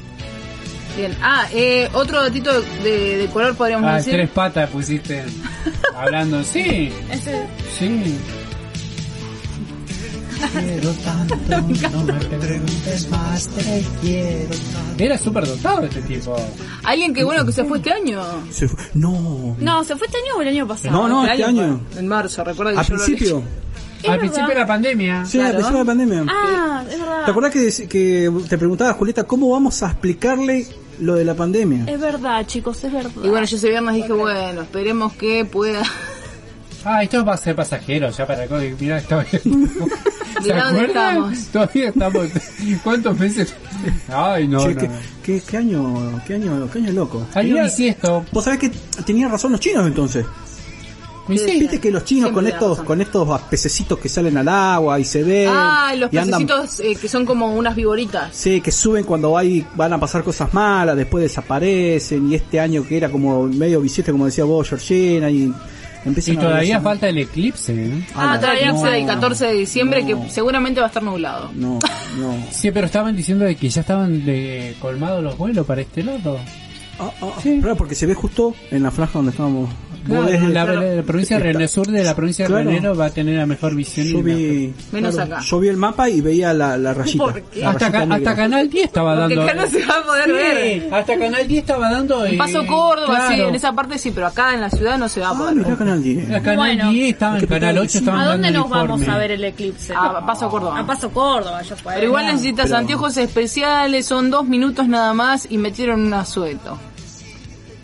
Speaker 5: Bien. Ah, eh, otro datito de, de color podríamos
Speaker 8: Ah,
Speaker 5: decir.
Speaker 7: este.
Speaker 8: tres patas pusiste hablando. Sí,
Speaker 6: Ese-
Speaker 8: sí. Quiero tanto, no me preguntes más, te quiero. Era súper dotado este tipo.
Speaker 5: Alguien que bueno que se fue este año.
Speaker 7: Se fue- No.
Speaker 6: No, ¿se fue este año o el año pasado?
Speaker 7: No, no, este año.
Speaker 5: En marzo, recuerda que
Speaker 7: Al
Speaker 5: yo lo
Speaker 7: principio.
Speaker 6: Es
Speaker 8: Al
Speaker 6: verdad.
Speaker 8: principio de la pandemia.
Speaker 7: Sí, al
Speaker 5: Claro.
Speaker 7: principio de la pandemia.
Speaker 6: Ah, es verdad.
Speaker 7: ¿Te acordás que, dec- que te preguntaba, Julieta, cómo vamos a explicarle lo de la pandemia?
Speaker 5: Eh,
Speaker 6: Es verdad, chicos, es verdad.
Speaker 5: leí. Y bueno, yo ese viernes dije, bueno, esperemos que pueda.
Speaker 8: Ah, esto va a ser pasajero, ya para el Mirá, estaba ¿Se
Speaker 5: Mirá dónde
Speaker 8: acuerdan?
Speaker 5: estamos.
Speaker 8: Todavía estamos. ¿Cuántos meses? Ay, no.
Speaker 7: Che,
Speaker 8: no,
Speaker 7: ¿qué,
Speaker 8: no.
Speaker 7: qué- qué año, qué año, qué año loco?
Speaker 8: Hay un
Speaker 7: Tenía-
Speaker 8: bisiesto.
Speaker 7: Vos sabés que tenían razón los chinos entonces. Viste que los chinos
Speaker 5: Siempre
Speaker 7: con
Speaker 5: tenían
Speaker 7: estos,
Speaker 5: razón.
Speaker 7: con estos pececitos que salen al agua y se ven.
Speaker 5: Ah, los
Speaker 7: Eh, y andan-
Speaker 5: pececitos eh, que son como unas viboritas.
Speaker 7: Sí, que suben cuando hay, van a pasar cosas malas, después desaparecen, y este año que era como medio bisiesto, como decía vos, Georgina, y empiezan
Speaker 8: Y
Speaker 7: a
Speaker 8: todavía
Speaker 7: hablar-
Speaker 8: falta el eclipse. ¿eh?
Speaker 5: Ah,
Speaker 7: Ah,
Speaker 5: trae
Speaker 7: no.
Speaker 5: el 14 de diciembre
Speaker 7: No.
Speaker 5: que seguramente va a estar nublado.
Speaker 7: No, no.
Speaker 8: Sí, pero estaban diciendo de que ya estaban eh, colmados los vuelos para este lado.
Speaker 7: Ah, ah,
Speaker 8: Sí.
Speaker 7: claro, porque se ve justo en la franja donde estábamos.
Speaker 8: Claro,
Speaker 7: Vos desde-
Speaker 8: la, la- la provincia de
Speaker 7: Está-
Speaker 8: Renero Sur de la provincia
Speaker 7: Claro.
Speaker 8: de Renero va a tener la mejor visión. y
Speaker 7: Yo vi,
Speaker 5: Menos
Speaker 7: claro,
Speaker 5: acá.
Speaker 7: yo vi el mapa y veía la, la rayita.
Speaker 5: ¿Por qué?
Speaker 7: la
Speaker 8: hasta,
Speaker 7: rayita
Speaker 8: ca-
Speaker 7: negra.
Speaker 8: hasta Canal 10 estaba
Speaker 5: Porque
Speaker 8: dando.
Speaker 5: acá no se va a poder ver.
Speaker 8: Sí, hasta Canal 10 estaba dando. eh,
Speaker 5: Paso Córdoba, sí,
Speaker 8: claro.
Speaker 5: en esa parte sí, pero acá en la ciudad no se va a
Speaker 7: Ah,
Speaker 5: poder ver.
Speaker 7: mirá Canal 10.
Speaker 8: Era Canal
Speaker 6: Bueno.
Speaker 8: 10 estaba, en
Speaker 7: Es que
Speaker 8: Canal 8 estaban
Speaker 6: ¿A dónde
Speaker 8: dando
Speaker 6: nos vamos
Speaker 8: uniforme.
Speaker 6: a ver el eclipse?
Speaker 5: Ah, paso a Córdoba.
Speaker 6: A Paso Córdoba, ya fue.
Speaker 5: Pero igual necesitas anteojos especiales, son dos minutos nada más y metieron un asueto.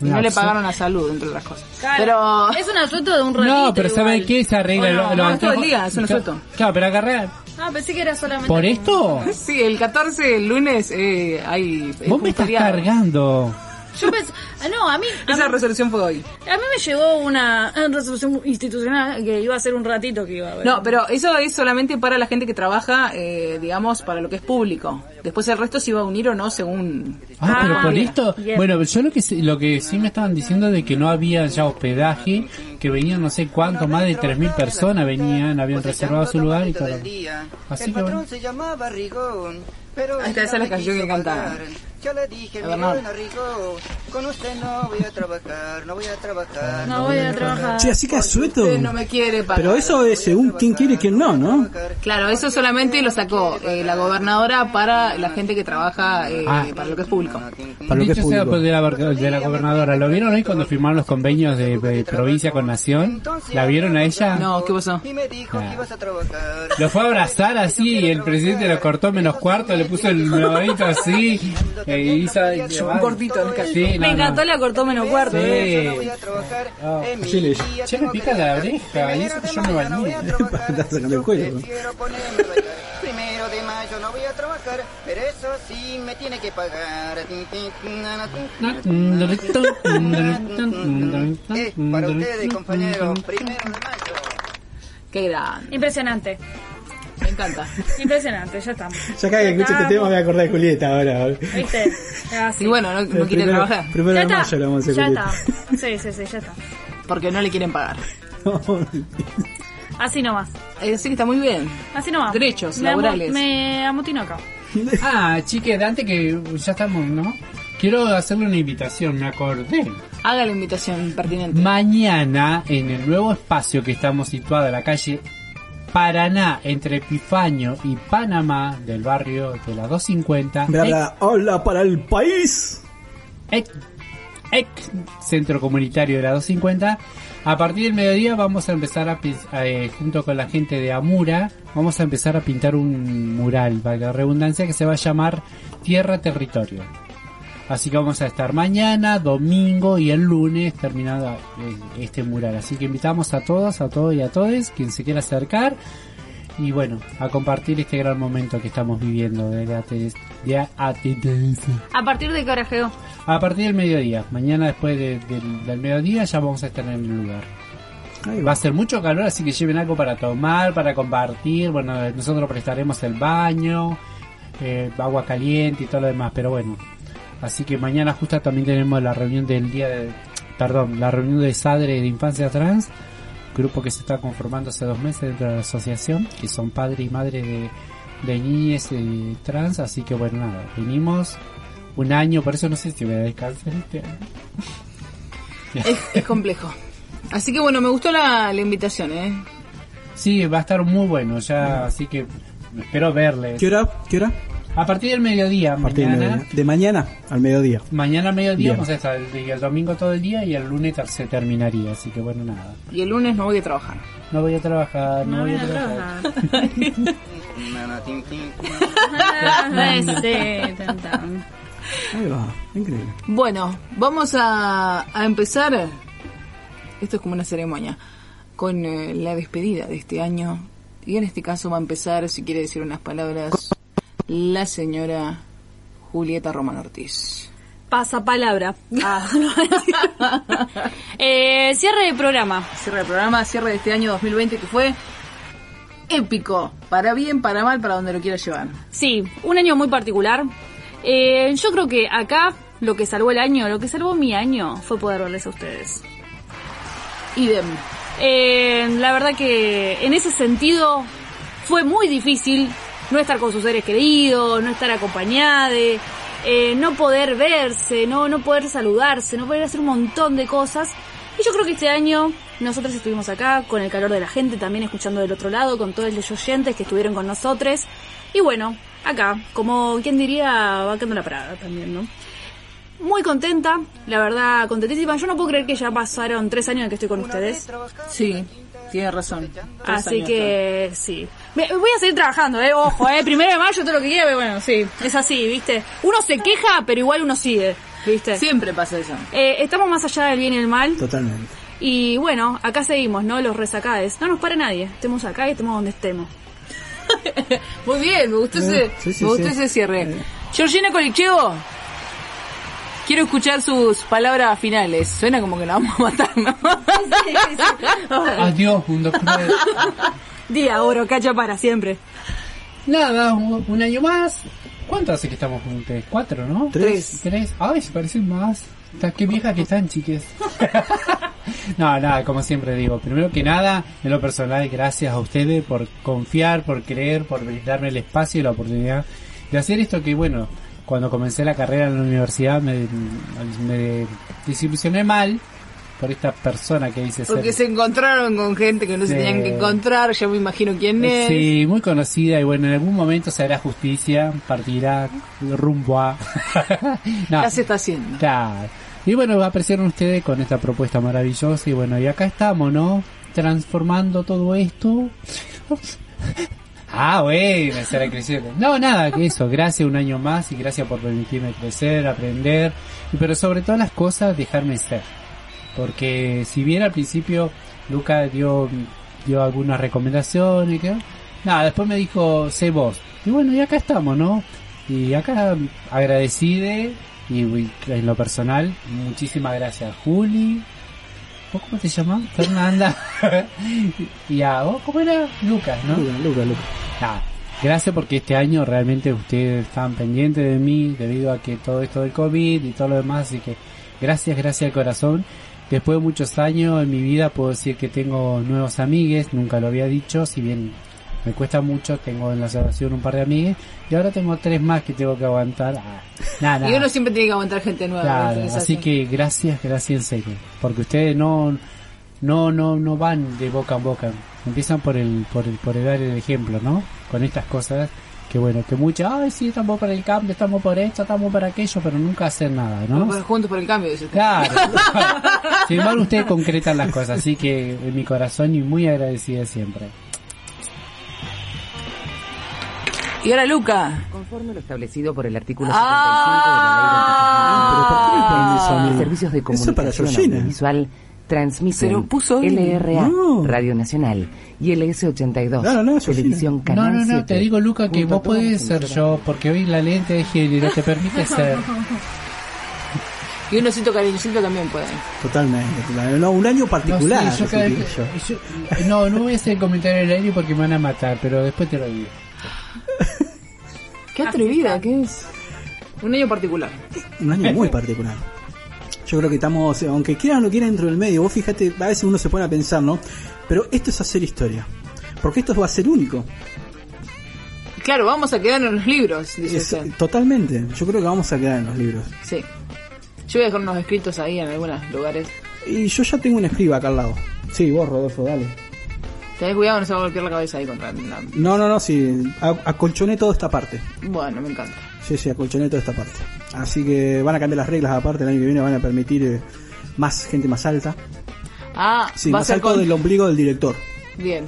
Speaker 5: Y no
Speaker 8: Un
Speaker 5: le
Speaker 8: absu-
Speaker 5: pagaron a salud, entre otras cosas.
Speaker 6: Claro,
Speaker 5: Pero
Speaker 6: Es un asueto de un ratito.
Speaker 8: No, pero ¿saben
Speaker 6: igual.
Speaker 8: qué? Se arregla
Speaker 6: ¿O no?
Speaker 8: lo- los
Speaker 5: no, es todo
Speaker 8: anteojos.
Speaker 5: el día, es un asueto.
Speaker 8: Claro, pero agarrar.
Speaker 6: Ah, pensé que era solamente...
Speaker 8: ¿Por esto?
Speaker 5: sí, el 14, el lunes, eh, hay... eh,
Speaker 8: Vos me estás
Speaker 5: feriado.
Speaker 8: cargando.
Speaker 6: Yo pensé... Ah, no, a mí... a
Speaker 5: Esa resolución fue hoy.
Speaker 6: A mí me llegó una eh, resolución institucional que iba a ser un ratito que iba a haber.
Speaker 5: No, pero eso es solamente para la gente que trabaja, eh, digamos, para lo que es público. Después el resto se iba a unir o no según...
Speaker 8: Ah, pero
Speaker 6: Ah,
Speaker 8: por
Speaker 6: bien,
Speaker 8: esto,
Speaker 6: bien.
Speaker 8: bueno, yo lo que sí- lo que sí me estaban diciendo de que no había ya hospedaje, que venían no sé cuánto, más de 3.000 personas venían, habían reservado su lugar y todo. Así
Speaker 9: el
Speaker 8: que
Speaker 9: patrón
Speaker 8: bueno.
Speaker 9: se llamaba Rigón, pero
Speaker 5: Ahí está,
Speaker 9: él
Speaker 5: esa
Speaker 9: no
Speaker 5: es
Speaker 9: me
Speaker 5: la canción
Speaker 9: quiso
Speaker 5: que cantaba.
Speaker 9: pagar. Yo le dije,
Speaker 5: A
Speaker 9: "Mira,
Speaker 5: Bernardo.
Speaker 9: Ana Rigón, con usted no voy a trabajar, no voy a trabajar.
Speaker 6: No voy a trabajar.
Speaker 7: Che, así que asueto.
Speaker 5: Usted Ah, no me quiere pagar.
Speaker 7: Pero eso es según quién quiere y quién no, ¿no?
Speaker 5: Claro, eso solamente lo sacó eh, la gobernadora para la gente que trabaja eh,
Speaker 8: Ah.
Speaker 5: para lo que es público.
Speaker 7: Para lo que es
Speaker 8: Dicho sea pues,
Speaker 7: público.
Speaker 8: de la, de la gobernadora, ¿lo vieron ahí cuando firmaron los convenios de, de provincia con nación? ¿La vieron a ella?
Speaker 5: No, ¿qué pasó?
Speaker 9: Y me dijo
Speaker 8: Ah.
Speaker 9: que ibas a trabajar.
Speaker 8: Lo fue a abrazar así y el presidente lo cortó menos cuarto, le puso el nuevito así. eh, hizo,
Speaker 9: Un
Speaker 5: cortito, un cachito.
Speaker 8: Sí, no,
Speaker 6: me encantó,
Speaker 8: no.
Speaker 6: la cortó menos cuarto. eh.
Speaker 8: Sí.
Speaker 9: Yo no voy a trabajar,
Speaker 8: Ah.
Speaker 9: en mi
Speaker 8: Sí, le-
Speaker 9: día
Speaker 8: ya me
Speaker 9: tengo
Speaker 8: pica
Speaker 9: que
Speaker 8: la
Speaker 9: trabajar.
Speaker 8: oreja, y eso
Speaker 9: Primero
Speaker 8: yo me
Speaker 9: de mañana
Speaker 8: bañé.
Speaker 9: voy a trabajar,
Speaker 7: Para andar sacando el cuero.
Speaker 9: yo prefiero ponerme a bailar. Primero primero de mayo no voy a trabajar, pero eso sí me tiene que pagar. Eh, para ustedes, compañeros, primero de mayo.
Speaker 5: Qué grande.
Speaker 10: Impresionante.
Speaker 5: Me encanta.
Speaker 10: Impresionante, ya estamos.
Speaker 7: Ya cada que escucho este tema me voy a acordar de Julieta ahora.
Speaker 10: ¿Viste? Ya,
Speaker 5: Y bueno, no, no quiere
Speaker 7: Primero-
Speaker 5: trabajar
Speaker 7: Primero
Speaker 10: ya
Speaker 7: de
Speaker 10: está.
Speaker 7: mayo lo vamos a hacer
Speaker 10: ya
Speaker 7: Julieta.
Speaker 10: está. Sí, sí, sí, ya está.
Speaker 5: porque no le quieren pagar.
Speaker 10: Así nomás.
Speaker 5: Eh, Así que está muy bien.
Speaker 10: Así nomás.
Speaker 5: Derechos
Speaker 10: Me amo-
Speaker 5: laborales.
Speaker 10: Me amotino acá.
Speaker 8: Ah, chiques, antes que ya estamos, ¿no? Quiero hacerle una invitación, me acordé.
Speaker 5: Haga la invitación pertinente.
Speaker 8: Mañana, en el nuevo espacio que estamos situado en la calle Paraná, entre Epifanio y Panamá, del barrio de la 250,
Speaker 7: Bla, bla, hola para el país.
Speaker 8: ex, ex centro comunitario de la 250. A partir del mediodía vamos a empezar a, pin- a, eh, junto con la gente de Amura, vamos a empezar a pintar un mural, para la redundancia, que se va a llamar Tierra Territorio. Así que vamos a estar mañana, domingo y el lunes terminado eh, este mural. Así que invitamos a todos, a todos y a todes, quien se quiera acercar y bueno, a compartir este gran momento que estamos viviendo de la ATS. De ATS.
Speaker 6: ¿A partir de qué hora llegó?
Speaker 8: A partir del mediodía, mañana después de- del, del mediodía ya vamos a estar en el lugar. Va a ser mucho calor, así que lleven algo para tomar, para compartir. Bueno, nosotros prestaremos el baño, eh, agua caliente y todo lo demás, pero bueno. Así que mañana justo también tenemos la reunión del día de... Perdón, la reunión de Sadre de Infancia Trans, grupo que se está conformando hace dos meses dentro de la asociación, que son padre y madre de, de niñes eh, trans, así que bueno, nada, venimos un año, por eso no sé si voy a descansar este año.
Speaker 5: Es, es complejo. Así que bueno, me gustó la, la invitación, ¿eh?
Speaker 8: Sí, va a estar muy bueno ya, así que espero verles.
Speaker 7: ¿Qué hora? ¿Qué hora?
Speaker 8: A partir del mediodía,
Speaker 7: A partir del
Speaker 8: mañana,
Speaker 7: mediodía. de mañana al mediodía.
Speaker 8: mañana al mediodía
Speaker 7: Bien.
Speaker 8: vamos a estar, y el domingo todo el día y el lunes ter- se terminaría, así que bueno, nada.
Speaker 5: Y el lunes no voy a trabajar.
Speaker 8: No voy a trabajar, no,
Speaker 10: No
Speaker 8: voy a
Speaker 10: voy a
Speaker 8: trabajar.
Speaker 10: Ah, este, tan, tan.
Speaker 7: Ahí va, increíble.
Speaker 5: Bueno, vamos a, a empezar. Esto es como una ceremonia. Con eh, la despedida de este año. Y en este caso va a empezar, si quiere decir unas palabras, la señora Julieta Román Ortiz.
Speaker 6: Pasa palabra. Ah. eh, cierre de programa.
Speaker 5: Cierre el programa, cierre de este año 2020 que fue épico. Para bien, para mal, para donde lo quiera llevar.
Speaker 6: Sí, un año muy particular. Eh, yo creo que acá lo que salvó el año, lo que salvó mi año, fue poder verles a ustedes.
Speaker 5: Idem.
Speaker 6: Eh, la verdad que en ese sentido fue muy difícil no estar con sus seres queridos, no estar acompañada, eh, no poder verse, no, no poder saludarse, no poder hacer un montón de cosas. Y yo creo que este año nosotros estuvimos acá con el calor de la gente, también escuchando del otro lado, con todos los oyentes que estuvieron con nosotros. Y bueno, acá, como quien diría, vacando la parada también, ¿no? Muy contenta, la verdad, contentísima. Yo no puedo creer que ya pasaron tres años de que estoy con ustedes.
Speaker 5: Sí, tiene razón. Tres
Speaker 6: Así
Speaker 5: años
Speaker 6: que sí. Me- voy a seguir trabajando, eh, ojo, eh, primero de mayo, todo lo que quiera, pero bueno, sí, es así, ¿viste? Uno se queja, pero igual uno sigue, ¿viste?
Speaker 5: atrás. Siempre pasa eso.
Speaker 6: Eh, estamos más allá del bien y el mal.
Speaker 7: Totalmente.
Speaker 6: Y bueno, acá seguimos, ¿no? Los resacades. No nos para nadie. Estemos acá y estemos donde estemos.
Speaker 5: Muy bien, me gustó, ese,
Speaker 7: sí, sí,
Speaker 5: me gustó
Speaker 7: sí.
Speaker 5: ese cierre.
Speaker 7: Eh.
Speaker 5: Georgina Colicheo, quiero escuchar sus palabras finales. Suena como que la vamos a matar, ¿no?
Speaker 8: Adiós, mundo cruel.
Speaker 6: Día oro, cacha para siempre.
Speaker 8: Nada, un, un año más. ¿Cuánto hace que estamos juntos? Cuatro, ¿no?
Speaker 7: Tres.
Speaker 8: Tres. Ay, se parecen más. Está- Qué viejas que están, chiques. no, nada, como siempre digo. Primero que nada, en lo personal, gracias a ustedes por confiar, por creer, por brindarme el espacio y la oportunidad de hacer esto que, bueno, cuando comencé la carrera en la universidad me, me desilusioné mal por esta persona que dice
Speaker 5: Porque
Speaker 8: ser-
Speaker 5: se encontraron con gente que no se
Speaker 8: Sí.
Speaker 5: tenían que encontrar, ya me imagino quién es.
Speaker 8: Eh, Sí, muy conocida y bueno, en algún momento se hará justicia, partirá rumbo a... No,
Speaker 5: Ya se está haciendo.
Speaker 8: claro. Y bueno, aparecieron ustedes con esta propuesta maravillosa y bueno, y acá estamos, ¿no? Transformando todo esto. Ah, bueno, será creciendo. No, nada, que eso. Gracias un año más y gracias por permitirme crecer, aprender, y pero sobre todas las cosas, dejarme ser porque si bien al principio Luca dio dio algunas recomendaciones que nada después me dijo sé vos Y bueno, y acá estamos, ¿no? Y acá agradecide, y, y en lo personal, muchísimas gracias a Juli. ¿Vos cómo te llamás? Fernanda. y a vos, ¿cómo era? Lucas, ¿no?
Speaker 7: Lucas, Lucas, Lucas.
Speaker 8: Nada, gracias porque este año realmente ustedes están pendientes de mí debido a que todo esto del COVID y todo lo demás, así que gracias, gracias al corazón. Después de muchos años en mi vida puedo decir que tengo nuevos amigues, nunca lo había dicho, si bien me cuesta mucho, tengo en la salvación un par de amigues y ahora tengo tres más que tengo que aguantar. Ah, nada,
Speaker 5: Y uno
Speaker 8: nada.
Speaker 5: siempre tiene que aguantar gente nueva. ¿no?
Speaker 8: Claro,
Speaker 5: Entonces,
Speaker 8: así
Speaker 5: hacen-
Speaker 8: que gracias, gracias en serio, porque ustedes no no no no van de boca en boca, empiezan por el por el por el dar el ejemplo, ¿no? Con estas cosas que bueno, que muchas, ay, sí, estamos para el cambio, estamos por esto, estamos para aquello, pero nunca hacen nada, ¿no?
Speaker 5: Bueno, Juntos por el cambio, dice usted.
Speaker 8: Claro. Sin embargo, ustedes concretan las cosas, así que en mi corazón y muy agradecida siempre.
Speaker 5: Y ahora Luca.
Speaker 11: Conforme lo establecido por el artículo 75 de la Ley de Notificación,
Speaker 5: Ah.
Speaker 11: los servicios de
Speaker 7: Eso para
Speaker 11: comunicación
Speaker 7: Georgina.
Speaker 11: audiovisual
Speaker 5: Pero
Speaker 11: transmiten
Speaker 5: puso él.
Speaker 11: LRA,
Speaker 7: No.
Speaker 11: Radio Nacional, y LS82,
Speaker 7: No, no, no, Georgina.
Speaker 11: Televisión
Speaker 8: No,
Speaker 11: Canal
Speaker 8: no, no, te
Speaker 11: 7.
Speaker 8: digo, Luca, que
Speaker 11: Junto a
Speaker 8: vos
Speaker 11: todas
Speaker 8: podés
Speaker 11: las
Speaker 8: ser yo, porque hoy la lente de género te permite ser.
Speaker 5: Y un osito cariñosito también puede.
Speaker 7: Totalmente. totalmente. No, un año particular.
Speaker 8: No, sé, yo
Speaker 7: así
Speaker 8: cada
Speaker 7: que
Speaker 8: vez que-
Speaker 7: yo-
Speaker 8: yo- no, no voy a hacer el comentario del aire porque me van a matar, pero después te lo digo.
Speaker 5: Qué atrevida, ¿qué es? Un año particular.
Speaker 7: un año muy particular. Yo creo que estamos, aunque quieran o no quieran, dentro del medio. Vos fíjate, a veces uno se pone a pensar, ¿no? Pero esto es hacer historia. Porque esto va a ser único.
Speaker 5: Claro, vamos a quedarnos en los libros, dice
Speaker 7: Es-
Speaker 5: usted.
Speaker 7: totalmente. Yo creo que vamos a quedar en los libros.
Speaker 5: Sí. Yo voy a dejar unos escritos ahí en algunos lugares.
Speaker 7: Y yo ya tengo un escriba acá al lado. Sí, vos, Rodolfo, dale.
Speaker 5: Tenés cuidado, no se va a golpear la cabeza ahí contra la...
Speaker 7: No, no, no, sí. a- Acolchoné toda esta parte.
Speaker 5: Bueno, me encanta.
Speaker 7: Sí, sí, acolchoné toda esta parte. Así que van a cambiar las reglas aparte. El año que viene van a permitir eh, más gente más alta.
Speaker 5: Ah,
Speaker 7: Sí,
Speaker 5: va a
Speaker 7: más
Speaker 5: ser
Speaker 7: alto
Speaker 5: con...
Speaker 7: del ombligo del director,
Speaker 5: Bien.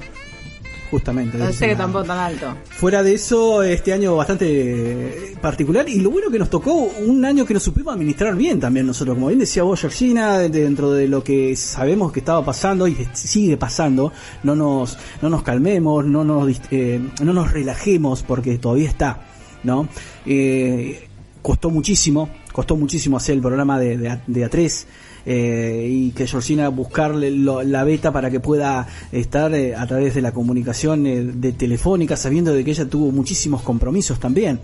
Speaker 7: justamente.
Speaker 5: No
Speaker 7: del
Speaker 5: sé que
Speaker 7: Senado.
Speaker 5: tampoco tan alto.
Speaker 7: Fuera de eso, este año bastante eh, particular y lo bueno que nos tocó un año que nos supimos administrar bien también nosotros, como bien decía vos Georgina, dentro de lo que sabemos que estaba pasando y sigue pasando, no nos, no nos calmemos, no nos, dist- eh, no nos relajemos porque todavía está, ¿no? Eh, costó muchísimo, costó muchísimo hacer el programa de, de, A- de A3 eh, y que Georgina buscarle lo- la beta para que pueda estar eh, a través de la comunicación eh, de telefónica, sabiendo de que ella tuvo muchísimos compromisos también.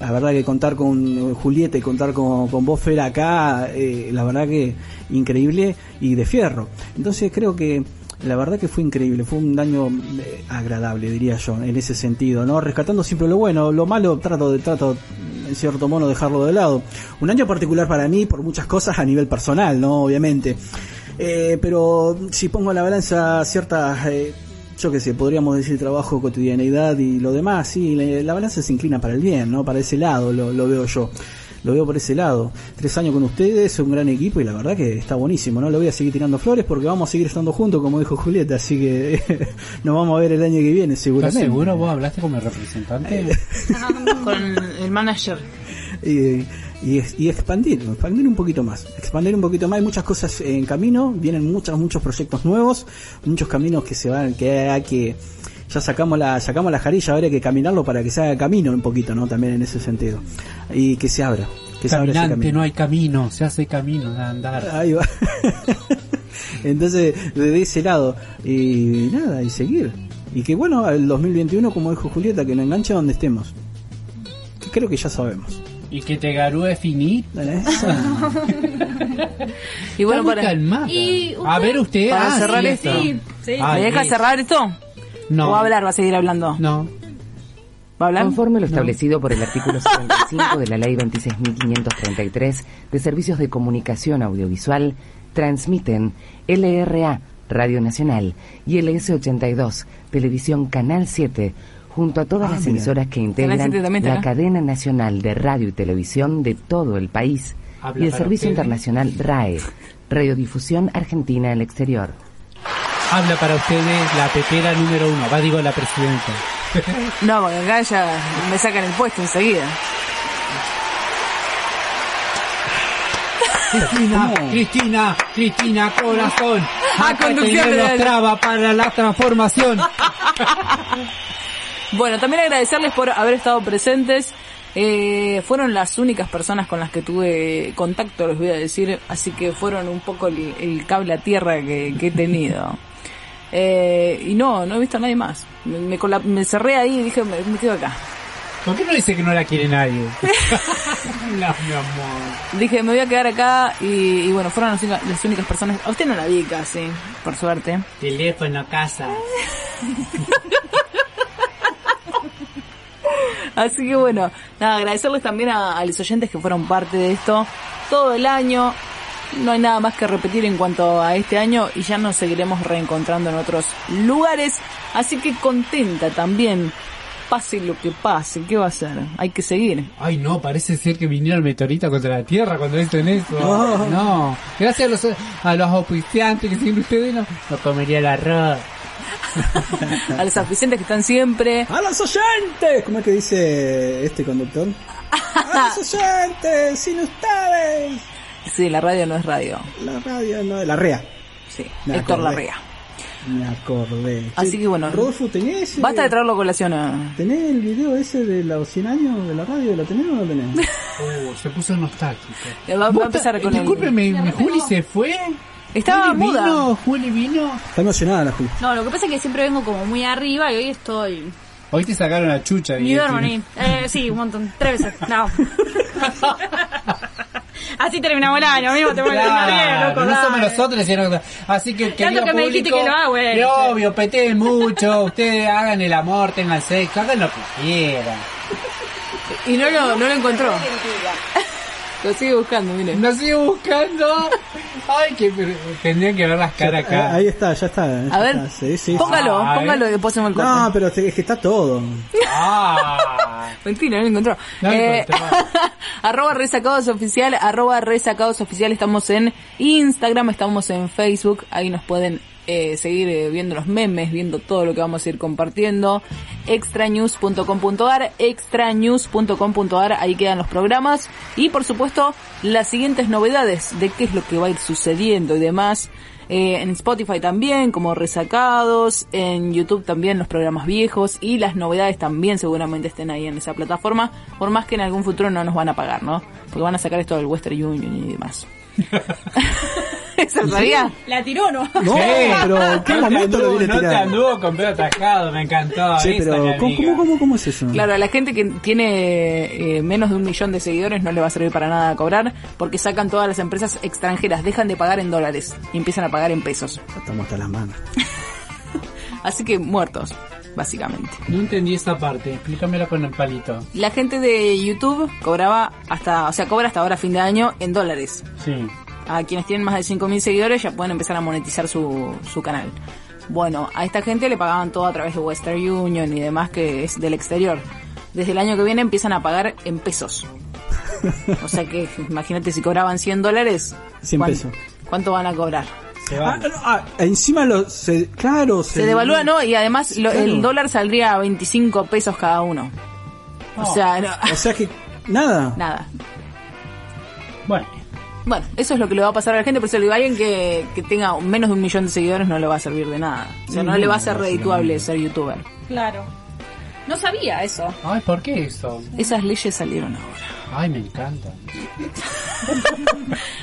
Speaker 7: La verdad que contar con eh, Julieta y contar con, con vos, Fer, acá, eh, la verdad que increíble y de fierro. Entonces creo que la verdad que fue increíble, fue un daño eh, agradable, diría yo, en ese sentido, ¿no? Rescatando siempre lo bueno, lo malo trato de trato en cierto modo dejarlo de lado. Un año particular para mí por muchas cosas a nivel personal, ¿no? Obviamente. Eh, pero si pongo en la balanza ciertas eh, yo qué sé, podríamos decir trabajo, cotidianeidad y lo demás, sí, la, la balanza se inclina para el bien, ¿no? Para ese lado lo, lo veo yo. Lo veo por ese lado. Tres años con ustedes, un gran equipo y la verdad que está buenísimo, ¿no? Lo voy a seguir tirando flores porque vamos a seguir estando juntos, como dijo Julieta, así que nos vamos a ver el año que viene,
Speaker 8: ¿Estás
Speaker 7: seguramente. Eh,
Speaker 8: seguro? ¿Vos hablaste como el representante?
Speaker 5: Con el manager.
Speaker 7: y, y, ex- y expandir, expandir un poquito más, expandir un poquito más, hay muchas cosas en camino, vienen muchos, muchos proyectos nuevos, muchos caminos que se van, que hay que, ya sacamos la, sacamos la jarilla, ahora hay que caminarlo para que se haga camino un poquito, ¿no? También en ese sentido. Y que se abra, que se abra ese
Speaker 8: Caminante,
Speaker 7: camino.
Speaker 8: no hay camino, se hace camino de andar.
Speaker 7: Ahí va. Entonces, desde ese lado. Y nada, y seguir. Y que bueno, el 2021, como dijo Julieta, que nos enganche donde estemos. Que creo que ya sabemos.
Speaker 8: Y que te garúe finito.
Speaker 7: Esa.
Speaker 5: Y bueno,
Speaker 8: Está muy
Speaker 5: para...
Speaker 8: calmada.
Speaker 10: Y
Speaker 8: a ver usted,
Speaker 5: para
Speaker 8: ah,
Speaker 5: cerrar
Speaker 8: sí,
Speaker 5: esto.
Speaker 8: está.
Speaker 10: Sí.
Speaker 8: Ah,
Speaker 5: ¿Me deja
Speaker 8: sí.
Speaker 5: cerrar esto?
Speaker 8: No.
Speaker 5: ¿O va a hablar? ¿Va a seguir hablando?
Speaker 8: No.
Speaker 5: ¿Va a hablar?
Speaker 11: Conforme lo establecido por el artículo 75 de la Ley 26.533 de Servicios de Comunicación Audiovisual, transmiten LRA, Radio Nacional, y LS82, Televisión Canal 7, junto a todas las emisoras que integran
Speaker 5: 7 también
Speaker 11: la
Speaker 5: está.
Speaker 11: cadena nacional de radio y televisión de todo el país
Speaker 8: Habla
Speaker 11: y el
Speaker 8: para
Speaker 11: Servicio
Speaker 8: usted.
Speaker 11: Internacional RAE, Radiodifusión Argentina al Exterior.
Speaker 8: Habla para ustedes la pepera número uno. Va, digo, la presidenta.
Speaker 5: No, porque acá ya me sacan el puesto enseguida.
Speaker 8: Cristina, Cristina, Cristina, corazón.
Speaker 5: Ah,
Speaker 8: Acá
Speaker 5: conducción
Speaker 8: tenemos
Speaker 5: de la-
Speaker 8: traba para la transformación.
Speaker 5: Bueno, también agradecerles por haber estado presentes. Eh, fueron las únicas personas con las que tuve contacto, les voy a decir, así que fueron un poco el, el cable a tierra que, que he tenido. Eh, y no, no he visto a nadie más. Me, me, cola- me cerré ahí y dije, me, me quedo acá.
Speaker 8: ¿Por qué no dice que no la quiere nadie? no, mi amor.
Speaker 5: Dije, me voy a quedar acá y, y bueno, fueron las, única- las únicas personas. A usted no la vi casi, por suerte.
Speaker 8: Teléfono, casa.
Speaker 5: Así que bueno, nada, agradecerles también a, a los oyentes que fueron parte de esto todo el año. No hay nada más que repetir en cuanto a este año y ya nos seguiremos reencontrando en otros lugares. Así que contenta también. Pase lo que pase, ¿qué va a hacer? Hay que seguir.
Speaker 8: Ay, no, parece ser que vinieron meteorita contra la Tierra cuando dicen eso. No. Gracias a los, a los auspiciantes que siempre ustedes no, no comería el arroz.
Speaker 5: A los aficientes que están siempre.
Speaker 7: ¡A los oyentes! ¿Cómo es que dice este conductor? ¡A los oyentes! ¡Sin ustedes!
Speaker 5: Sí, la radio no es radio.
Speaker 7: La radio, no, la REA.
Speaker 5: Sí,
Speaker 7: Me
Speaker 5: Héctor
Speaker 7: acordé.
Speaker 5: Larrea.
Speaker 7: Me acordé.
Speaker 5: Así
Speaker 7: Sí,
Speaker 5: que bueno.
Speaker 7: Rodolfo, ¿tenés, ese-
Speaker 5: Basta de traerlo a colación. eh. a-
Speaker 7: ¿tenés el video ese de los 100 años de la radio? ¿Lo tenés o no lo tenés?
Speaker 8: Uh, se puso nostálgico.
Speaker 5: Va, va a empezar con el-
Speaker 8: Discúlpeme, Juli se fue.
Speaker 5: Estaba
Speaker 8: Juli
Speaker 5: muda.
Speaker 8: vino, Juli vino.
Speaker 7: Está emocionada la Juli.
Speaker 6: No, lo que pasa es que siempre vengo como muy arriba y hoy estoy...
Speaker 8: Hoy te sacaron la chucha.
Speaker 10: Ni
Speaker 8: Diego.
Speaker 10: duermo ni. Eh, sí, un montón. Tres veces. No. Así terminamos el año, mismo te voy a
Speaker 8: Claro,
Speaker 10: bien, loco.
Speaker 8: no somos
Speaker 10: dale.
Speaker 8: nosotros, sino que- Así que, querido
Speaker 10: que me dijiste
Speaker 8: público,
Speaker 10: que lo hago, eh.
Speaker 8: y obvio, peteen mucho, ustedes hagan el amor, tengan sexo, hagan lo que quieran.
Speaker 5: Y no lo, no lo encontró. Lo sigue buscando, miren.
Speaker 8: Nos sigue buscando. Ay, que tendrían que ver las caras
Speaker 7: Ah,
Speaker 8: acá.
Speaker 7: Ahí está, ya está. ya
Speaker 5: A ver,
Speaker 7: está. Ah, Sí, sí, sí.
Speaker 5: póngalo,
Speaker 8: Ay.
Speaker 5: póngalo y después hacemos el corte.
Speaker 7: No, pero te- es que está todo.
Speaker 8: Ah.
Speaker 5: Mentira, no lo encontró.
Speaker 8: No lo
Speaker 5: Eh,
Speaker 8: encontró.
Speaker 5: arroba resacados oficial, arroba resacados oficial. Estamos en Instagram, estamos en Facebook. Ahí nos pueden eh, seguir eh, viendo los memes, viendo todo lo que vamos a ir compartiendo. extranews.com.ar, extranews.com.ar. Ahí quedan los programas. Y por supuesto, las siguientes novedades de qué es lo que va a ir sucediendo y demás. Eh, en Spotify también, como resacados, en YouTube también los programas viejos y las novedades también seguramente estén ahí en esa plataforma, por más que en algún futuro no nos van a pagar, ¿no? Porque van a sacar esto del Western Union y demás. ¿Eso lo sabía?
Speaker 10: La tiró, ¿no?
Speaker 7: No, pero ¿en qué
Speaker 8: No te
Speaker 7: momento lo
Speaker 8: anduvo-
Speaker 7: viene
Speaker 8: No te
Speaker 7: tirando?
Speaker 8: anduvo con pedo atajado, me encantó. esa,
Speaker 7: Sí,
Speaker 8: mi
Speaker 7: pero ¿cómo,
Speaker 8: amiga.
Speaker 7: cómo, cómo, cómo es eso?
Speaker 5: Claro, a la gente que tiene eh, menos de un millón de seguidores no le va a servir para nada cobrar porque sacan todas las empresas extranjeras, dejan de pagar en dólares y empiezan a pagar en pesos.
Speaker 7: Ya Estamos hasta las manos.
Speaker 5: Así que muertos, básicamente.
Speaker 8: No entendí esa parte, explícamela con el palito.
Speaker 5: La gente de YouTube cobraba hasta, o sea, cobra hasta ahora fin de año en dólares.
Speaker 8: Sí.
Speaker 5: A quienes tienen más de 5.000 seguidores ya pueden empezar a monetizar su, su canal. Bueno, a esta gente le pagaban todo a través de Western Union y demás que es del exterior. Desde el año que viene empiezan a pagar en pesos. O sea que imagínate si cobraban 100 dólares.
Speaker 7: 100
Speaker 5: ¿cuán-
Speaker 7: pesos.
Speaker 5: ¿Cuánto van a cobrar?
Speaker 8: Se
Speaker 7: Ah,
Speaker 8: van.
Speaker 7: no, ah, encima lo, se, claro,
Speaker 5: Se devalúa, ¿no? Y además lo- el dólar saldría a 25 pesos cada uno. O sea, no-
Speaker 7: O sea que nada.
Speaker 5: nada.
Speaker 8: Bueno,
Speaker 5: Bueno, eso es lo que le va a pasar a la gente, por eso le digo, a alguien que, que tenga menos de un millón de seguidores no le va a servir de nada. O sea, no le va a ser redituable ser youtuber.
Speaker 10: Claro. No sabía eso.
Speaker 8: ay, ¿por qué eso?
Speaker 5: Esas leyes salieron ahora.
Speaker 8: Ay, me encanta.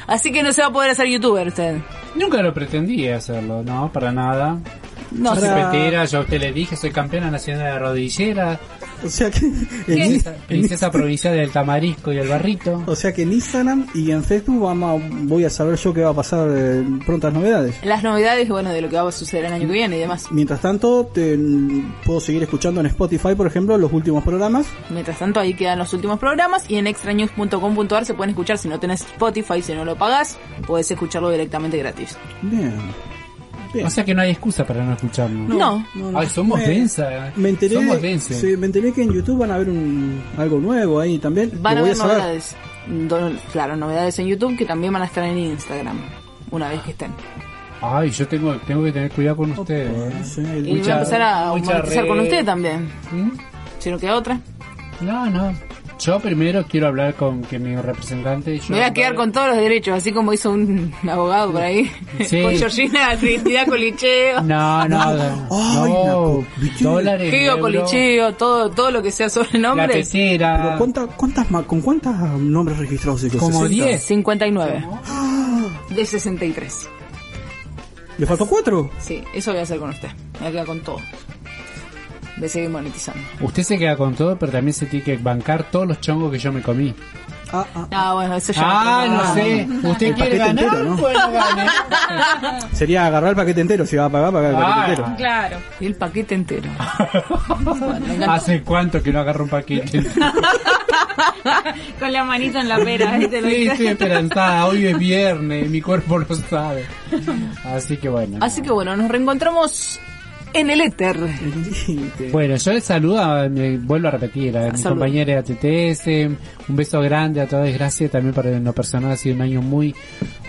Speaker 5: Así que no se va a poder hacer youtuber usted.
Speaker 8: Nunca lo pretendí hacerlo, no, para nada.
Speaker 5: No
Speaker 8: soy
Speaker 5: sé.
Speaker 8: petera, yo a usted le dije, soy campeona nacional de rodillera,
Speaker 7: O sea que en,
Speaker 8: princesa, princesa provincial del tamarisco y el barrito.
Speaker 7: o sea que en Instagram y en Facebook vamos a- voy a saber yo qué va a pasar eh, prontas novedades.
Speaker 5: Las novedades, bueno, de lo que va a suceder el año que viene y demás.
Speaker 7: Mientras tanto, te- puedo seguir escuchando en Spotify, por ejemplo, los últimos programas.
Speaker 5: Mientras tanto, ahí quedan los últimos programas y en extranews.com.ar se pueden escuchar si no tenés Spotify, si no lo pagás, podés escucharlo directamente gratis.
Speaker 7: Bien. Bien.
Speaker 8: O sea que no hay excusa para no escucharnos.
Speaker 5: No.
Speaker 8: Ay, somos
Speaker 7: Me-
Speaker 8: densa. eh.
Speaker 7: Me enteré,
Speaker 8: Somos densa.
Speaker 7: sí, me enteré que en YouTube van a haber un, algo nuevo ahí también.
Speaker 5: Van
Speaker 7: Lo
Speaker 5: a
Speaker 7: voy
Speaker 5: haber
Speaker 7: saber.
Speaker 5: novedades. Do- Claro, novedades en YouTube que también van a estar en Instagram, una vez que estén.
Speaker 8: Ay, yo tengo, tengo que tener cuidado con ustedes.
Speaker 7: Eh, sí, el-
Speaker 5: Y voy a empezar a
Speaker 8: mucha
Speaker 5: monetizar
Speaker 8: red.
Speaker 5: con usted también.
Speaker 8: ¿Mm?
Speaker 5: Si no queda otra.
Speaker 8: No, no. Yo primero quiero hablar con que mi representante. Yo
Speaker 5: Me voy a quedar con todos los derechos, así como hizo un abogado por ahí.
Speaker 8: Sí.
Speaker 5: Con Georgina Trinidad Colicheo.
Speaker 8: No, no, no. no, dólares.
Speaker 5: ¿Qué digo,
Speaker 8: euros.
Speaker 5: Colicheo? Todo, todo lo que sea sobrenombre.
Speaker 8: La pecera.
Speaker 7: Pero cuánta- cuántas ma- ¿Con cuántos nombres registrados ellos? 60.
Speaker 5: 59. De 63.
Speaker 7: ¿Le faltó cuatro?
Speaker 5: Sí, eso voy a hacer con usted. Me voy a quedar con todo. Voy a seguir monetizando.
Speaker 8: Usted se queda con todo, pero también se tiene que bancar todos los chongos que yo me comí.
Speaker 5: Ah, bueno, eso ya.
Speaker 8: Ah, no sé. ¿Usted
Speaker 7: El
Speaker 8: quiere
Speaker 7: paquete
Speaker 8: ganar?
Speaker 7: entero, ¿no?
Speaker 8: Bueno, gane.
Speaker 7: Sería agarrar el paquete entero, si va a pagar, pagar el
Speaker 8: Ah.
Speaker 7: paquete entero.
Speaker 10: Claro.
Speaker 5: Y el paquete entero.
Speaker 8: ¿Hace cuánto que no agarro un paquete?
Speaker 7: Ah,
Speaker 10: Con la manito en la pera. ¿viste? Lo
Speaker 8: Sí,
Speaker 10: dice.
Speaker 8: estoy esperanzada. Hoy es viernes, mi cuerpo lo sabe. Así que bueno.
Speaker 5: Así que bueno, nos reencontramos en el éter.
Speaker 8: Bueno, yo les saludo, a- me vuelvo a repetir, a mi
Speaker 5: Saludo.
Speaker 8: compañera de ATTS, un beso grande a todos, gracias también para lo personal, ha sido un año muy,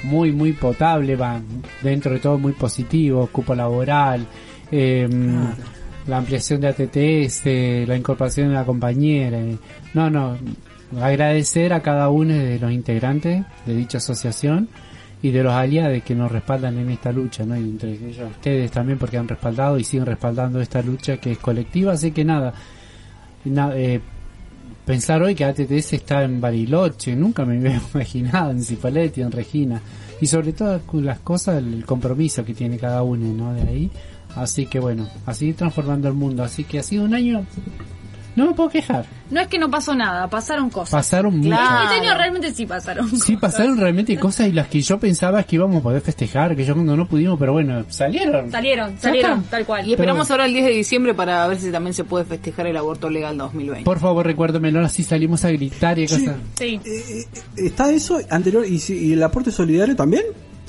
Speaker 8: muy, muy potable, va, dentro de todo muy positivo, cupo laboral, eh, la ampliación de ATTS, la incorporación de la compañera, eh, no, no, agradecer a cada uno de los integrantes de dicha asociación y de los aliados que nos respaldan en esta lucha, ¿no? Y entre ellos a ustedes también porque han respaldado y siguen respaldando esta lucha que es colectiva, así que nada, na- eh, pensar hoy que ATTS está en Bariloche, nunca me había imaginado en Cipaletti, en Regina, y sobre todo con las cosas, el compromiso que tiene cada uno, ¿no? De ahí, así que bueno, a seguir transformando el mundo, así que ha sido un año, no me puedo quejar,
Speaker 10: No es que no pasó nada, pasaron cosas.
Speaker 8: pasaron muchas.
Speaker 10: Este año realmente sí pasaron cosas.
Speaker 8: Sí, pasaron realmente cosas y las que yo pensaba que íbamos a poder festejar, que yo cuando no pudimos, pero bueno, salieron.
Speaker 10: Salieron, salieron,
Speaker 8: está.
Speaker 10: tal cual.
Speaker 5: Y esperamos ahora el 10 de diciembre para ver si también se puede festejar el aborto legal 2020.
Speaker 8: Por favor, recuérdamelo, así salimos a gritar y cosas.
Speaker 10: Sí.
Speaker 7: ¿Está eso anterior y, si- y el aporte solidario también?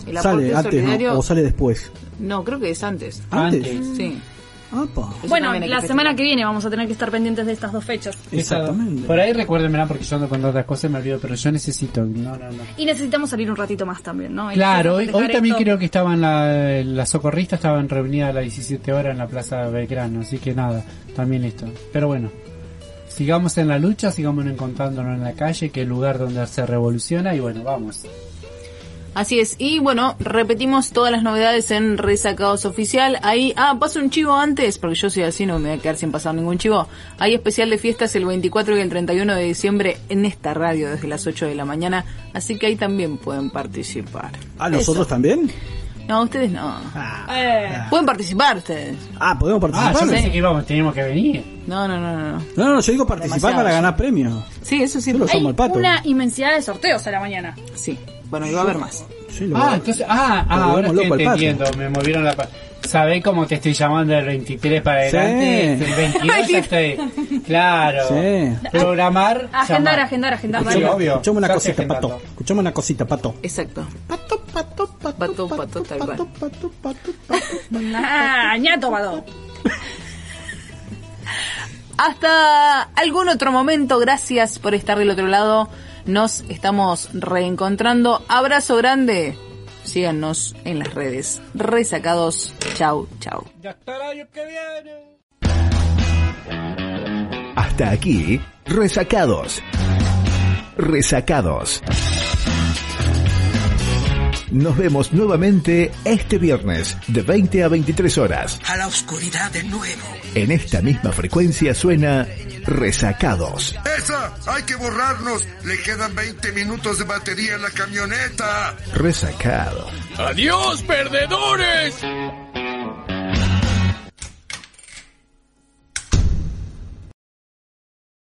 Speaker 5: El aporte
Speaker 7: sale antes ¿no?
Speaker 5: solidario-
Speaker 7: o sale después.
Speaker 5: No, creo que es antes.
Speaker 7: Antes.
Speaker 5: Sí.
Speaker 7: Apa.
Speaker 5: Eso
Speaker 10: Mm. Bueno,
Speaker 5: también hay
Speaker 10: la
Speaker 5: que festejar.
Speaker 10: semana que viene vamos a tener que estar pendientes de estas dos fechas.
Speaker 8: Esa-
Speaker 7: Exactamente.
Speaker 8: Por ahí recuérdamela porque yo ando con otras cosas y me olvido, pero yo necesito. No, no, no.
Speaker 10: Y necesitamos salir un ratito más también, ¿no? Y
Speaker 8: Claro, hoy,
Speaker 10: festejar
Speaker 8: hoy también
Speaker 10: esto.
Speaker 8: creo que estaban la, las socorristas, estaban reunidas a las 17 horas en la Plaza Belgrano, así que nada, también esto. Pero bueno, sigamos en la lucha, sigamos encontrándonos en la calle, que es el lugar donde se revoluciona y bueno, vamos.
Speaker 5: Así es. Y bueno, repetimos todas las novedades en Resacados Oficial. Ahí, ah, paso un chivo antes, porque yo soy así, no me voy a quedar sin pasar ningún chivo. Hay especial de fiestas el 24 y el 31 de diciembre en esta radio desde las 8 de la mañana. Así que ahí también pueden participar.
Speaker 7: ¿A nosotros
Speaker 5: Eso.
Speaker 7: también?
Speaker 5: No, ustedes no.
Speaker 10: Eh,
Speaker 5: Pueden participar ustedes.
Speaker 7: Ah, podemos
Speaker 8: Ah,
Speaker 7: participar.
Speaker 8: yo pensé que íbamos, teníamos que venir.
Speaker 5: No, no, no, no, no.
Speaker 7: No, no, yo digo participar
Speaker 5: Demasiado.
Speaker 7: para ganar premios.
Speaker 5: Sí, eso sí.
Speaker 7: Yo lo
Speaker 10: hay
Speaker 7: somos el pato.
Speaker 10: una inmensidad de sorteos a la mañana.
Speaker 5: Sí. Bueno, y va a haber más.
Speaker 7: Sí, lo
Speaker 8: Ah,
Speaker 7: voy a-
Speaker 8: entonces, ah,
Speaker 7: Pero
Speaker 8: ah ahora
Speaker 7: volvemos
Speaker 8: estoy
Speaker 7: loco al paso.
Speaker 8: entendiendo, me movieron la pa- ¿Sabés cómo te estoy llamando del 23 para
Speaker 7: Sí.
Speaker 8: adelante? El 22 ya estoy. Claro.
Speaker 7: Sí.
Speaker 8: Programar.
Speaker 10: Agendar,
Speaker 8: llamar.
Speaker 10: agendar, agendar.
Speaker 8: Sí,
Speaker 10: Vale.
Speaker 8: obvio.
Speaker 7: Escuchame una
Speaker 8: Ya
Speaker 7: cosita,
Speaker 8: estoy
Speaker 7: pato.
Speaker 8: agendando.
Speaker 7: Escuchame una cosita, pato.
Speaker 5: Exacto.
Speaker 7: Pato, pato, pato,
Speaker 5: Pato, pato, tal cual.
Speaker 7: pato, pato, pato.
Speaker 10: Ah, ñato, vado.
Speaker 5: Hasta algún otro momento, gracias por estar del otro lado. Nos estamos reencontrando. Abrazo grande. Síganos en las redes. Resacados. Chau, chau.
Speaker 8: Ya está el año que viene.
Speaker 3: Hasta aquí, resacados. Resacados. Nos vemos nuevamente este viernes de 20 a 23 horas.
Speaker 9: A la oscuridad de nuevo.
Speaker 3: En esta misma frecuencia suena Resacados.
Speaker 2: ¡Esa! ¡Hay que borrarnos! ¡Le quedan 20 minutos de batería en la camioneta!
Speaker 3: Resacado.
Speaker 2: ¡Adiós, perdedores!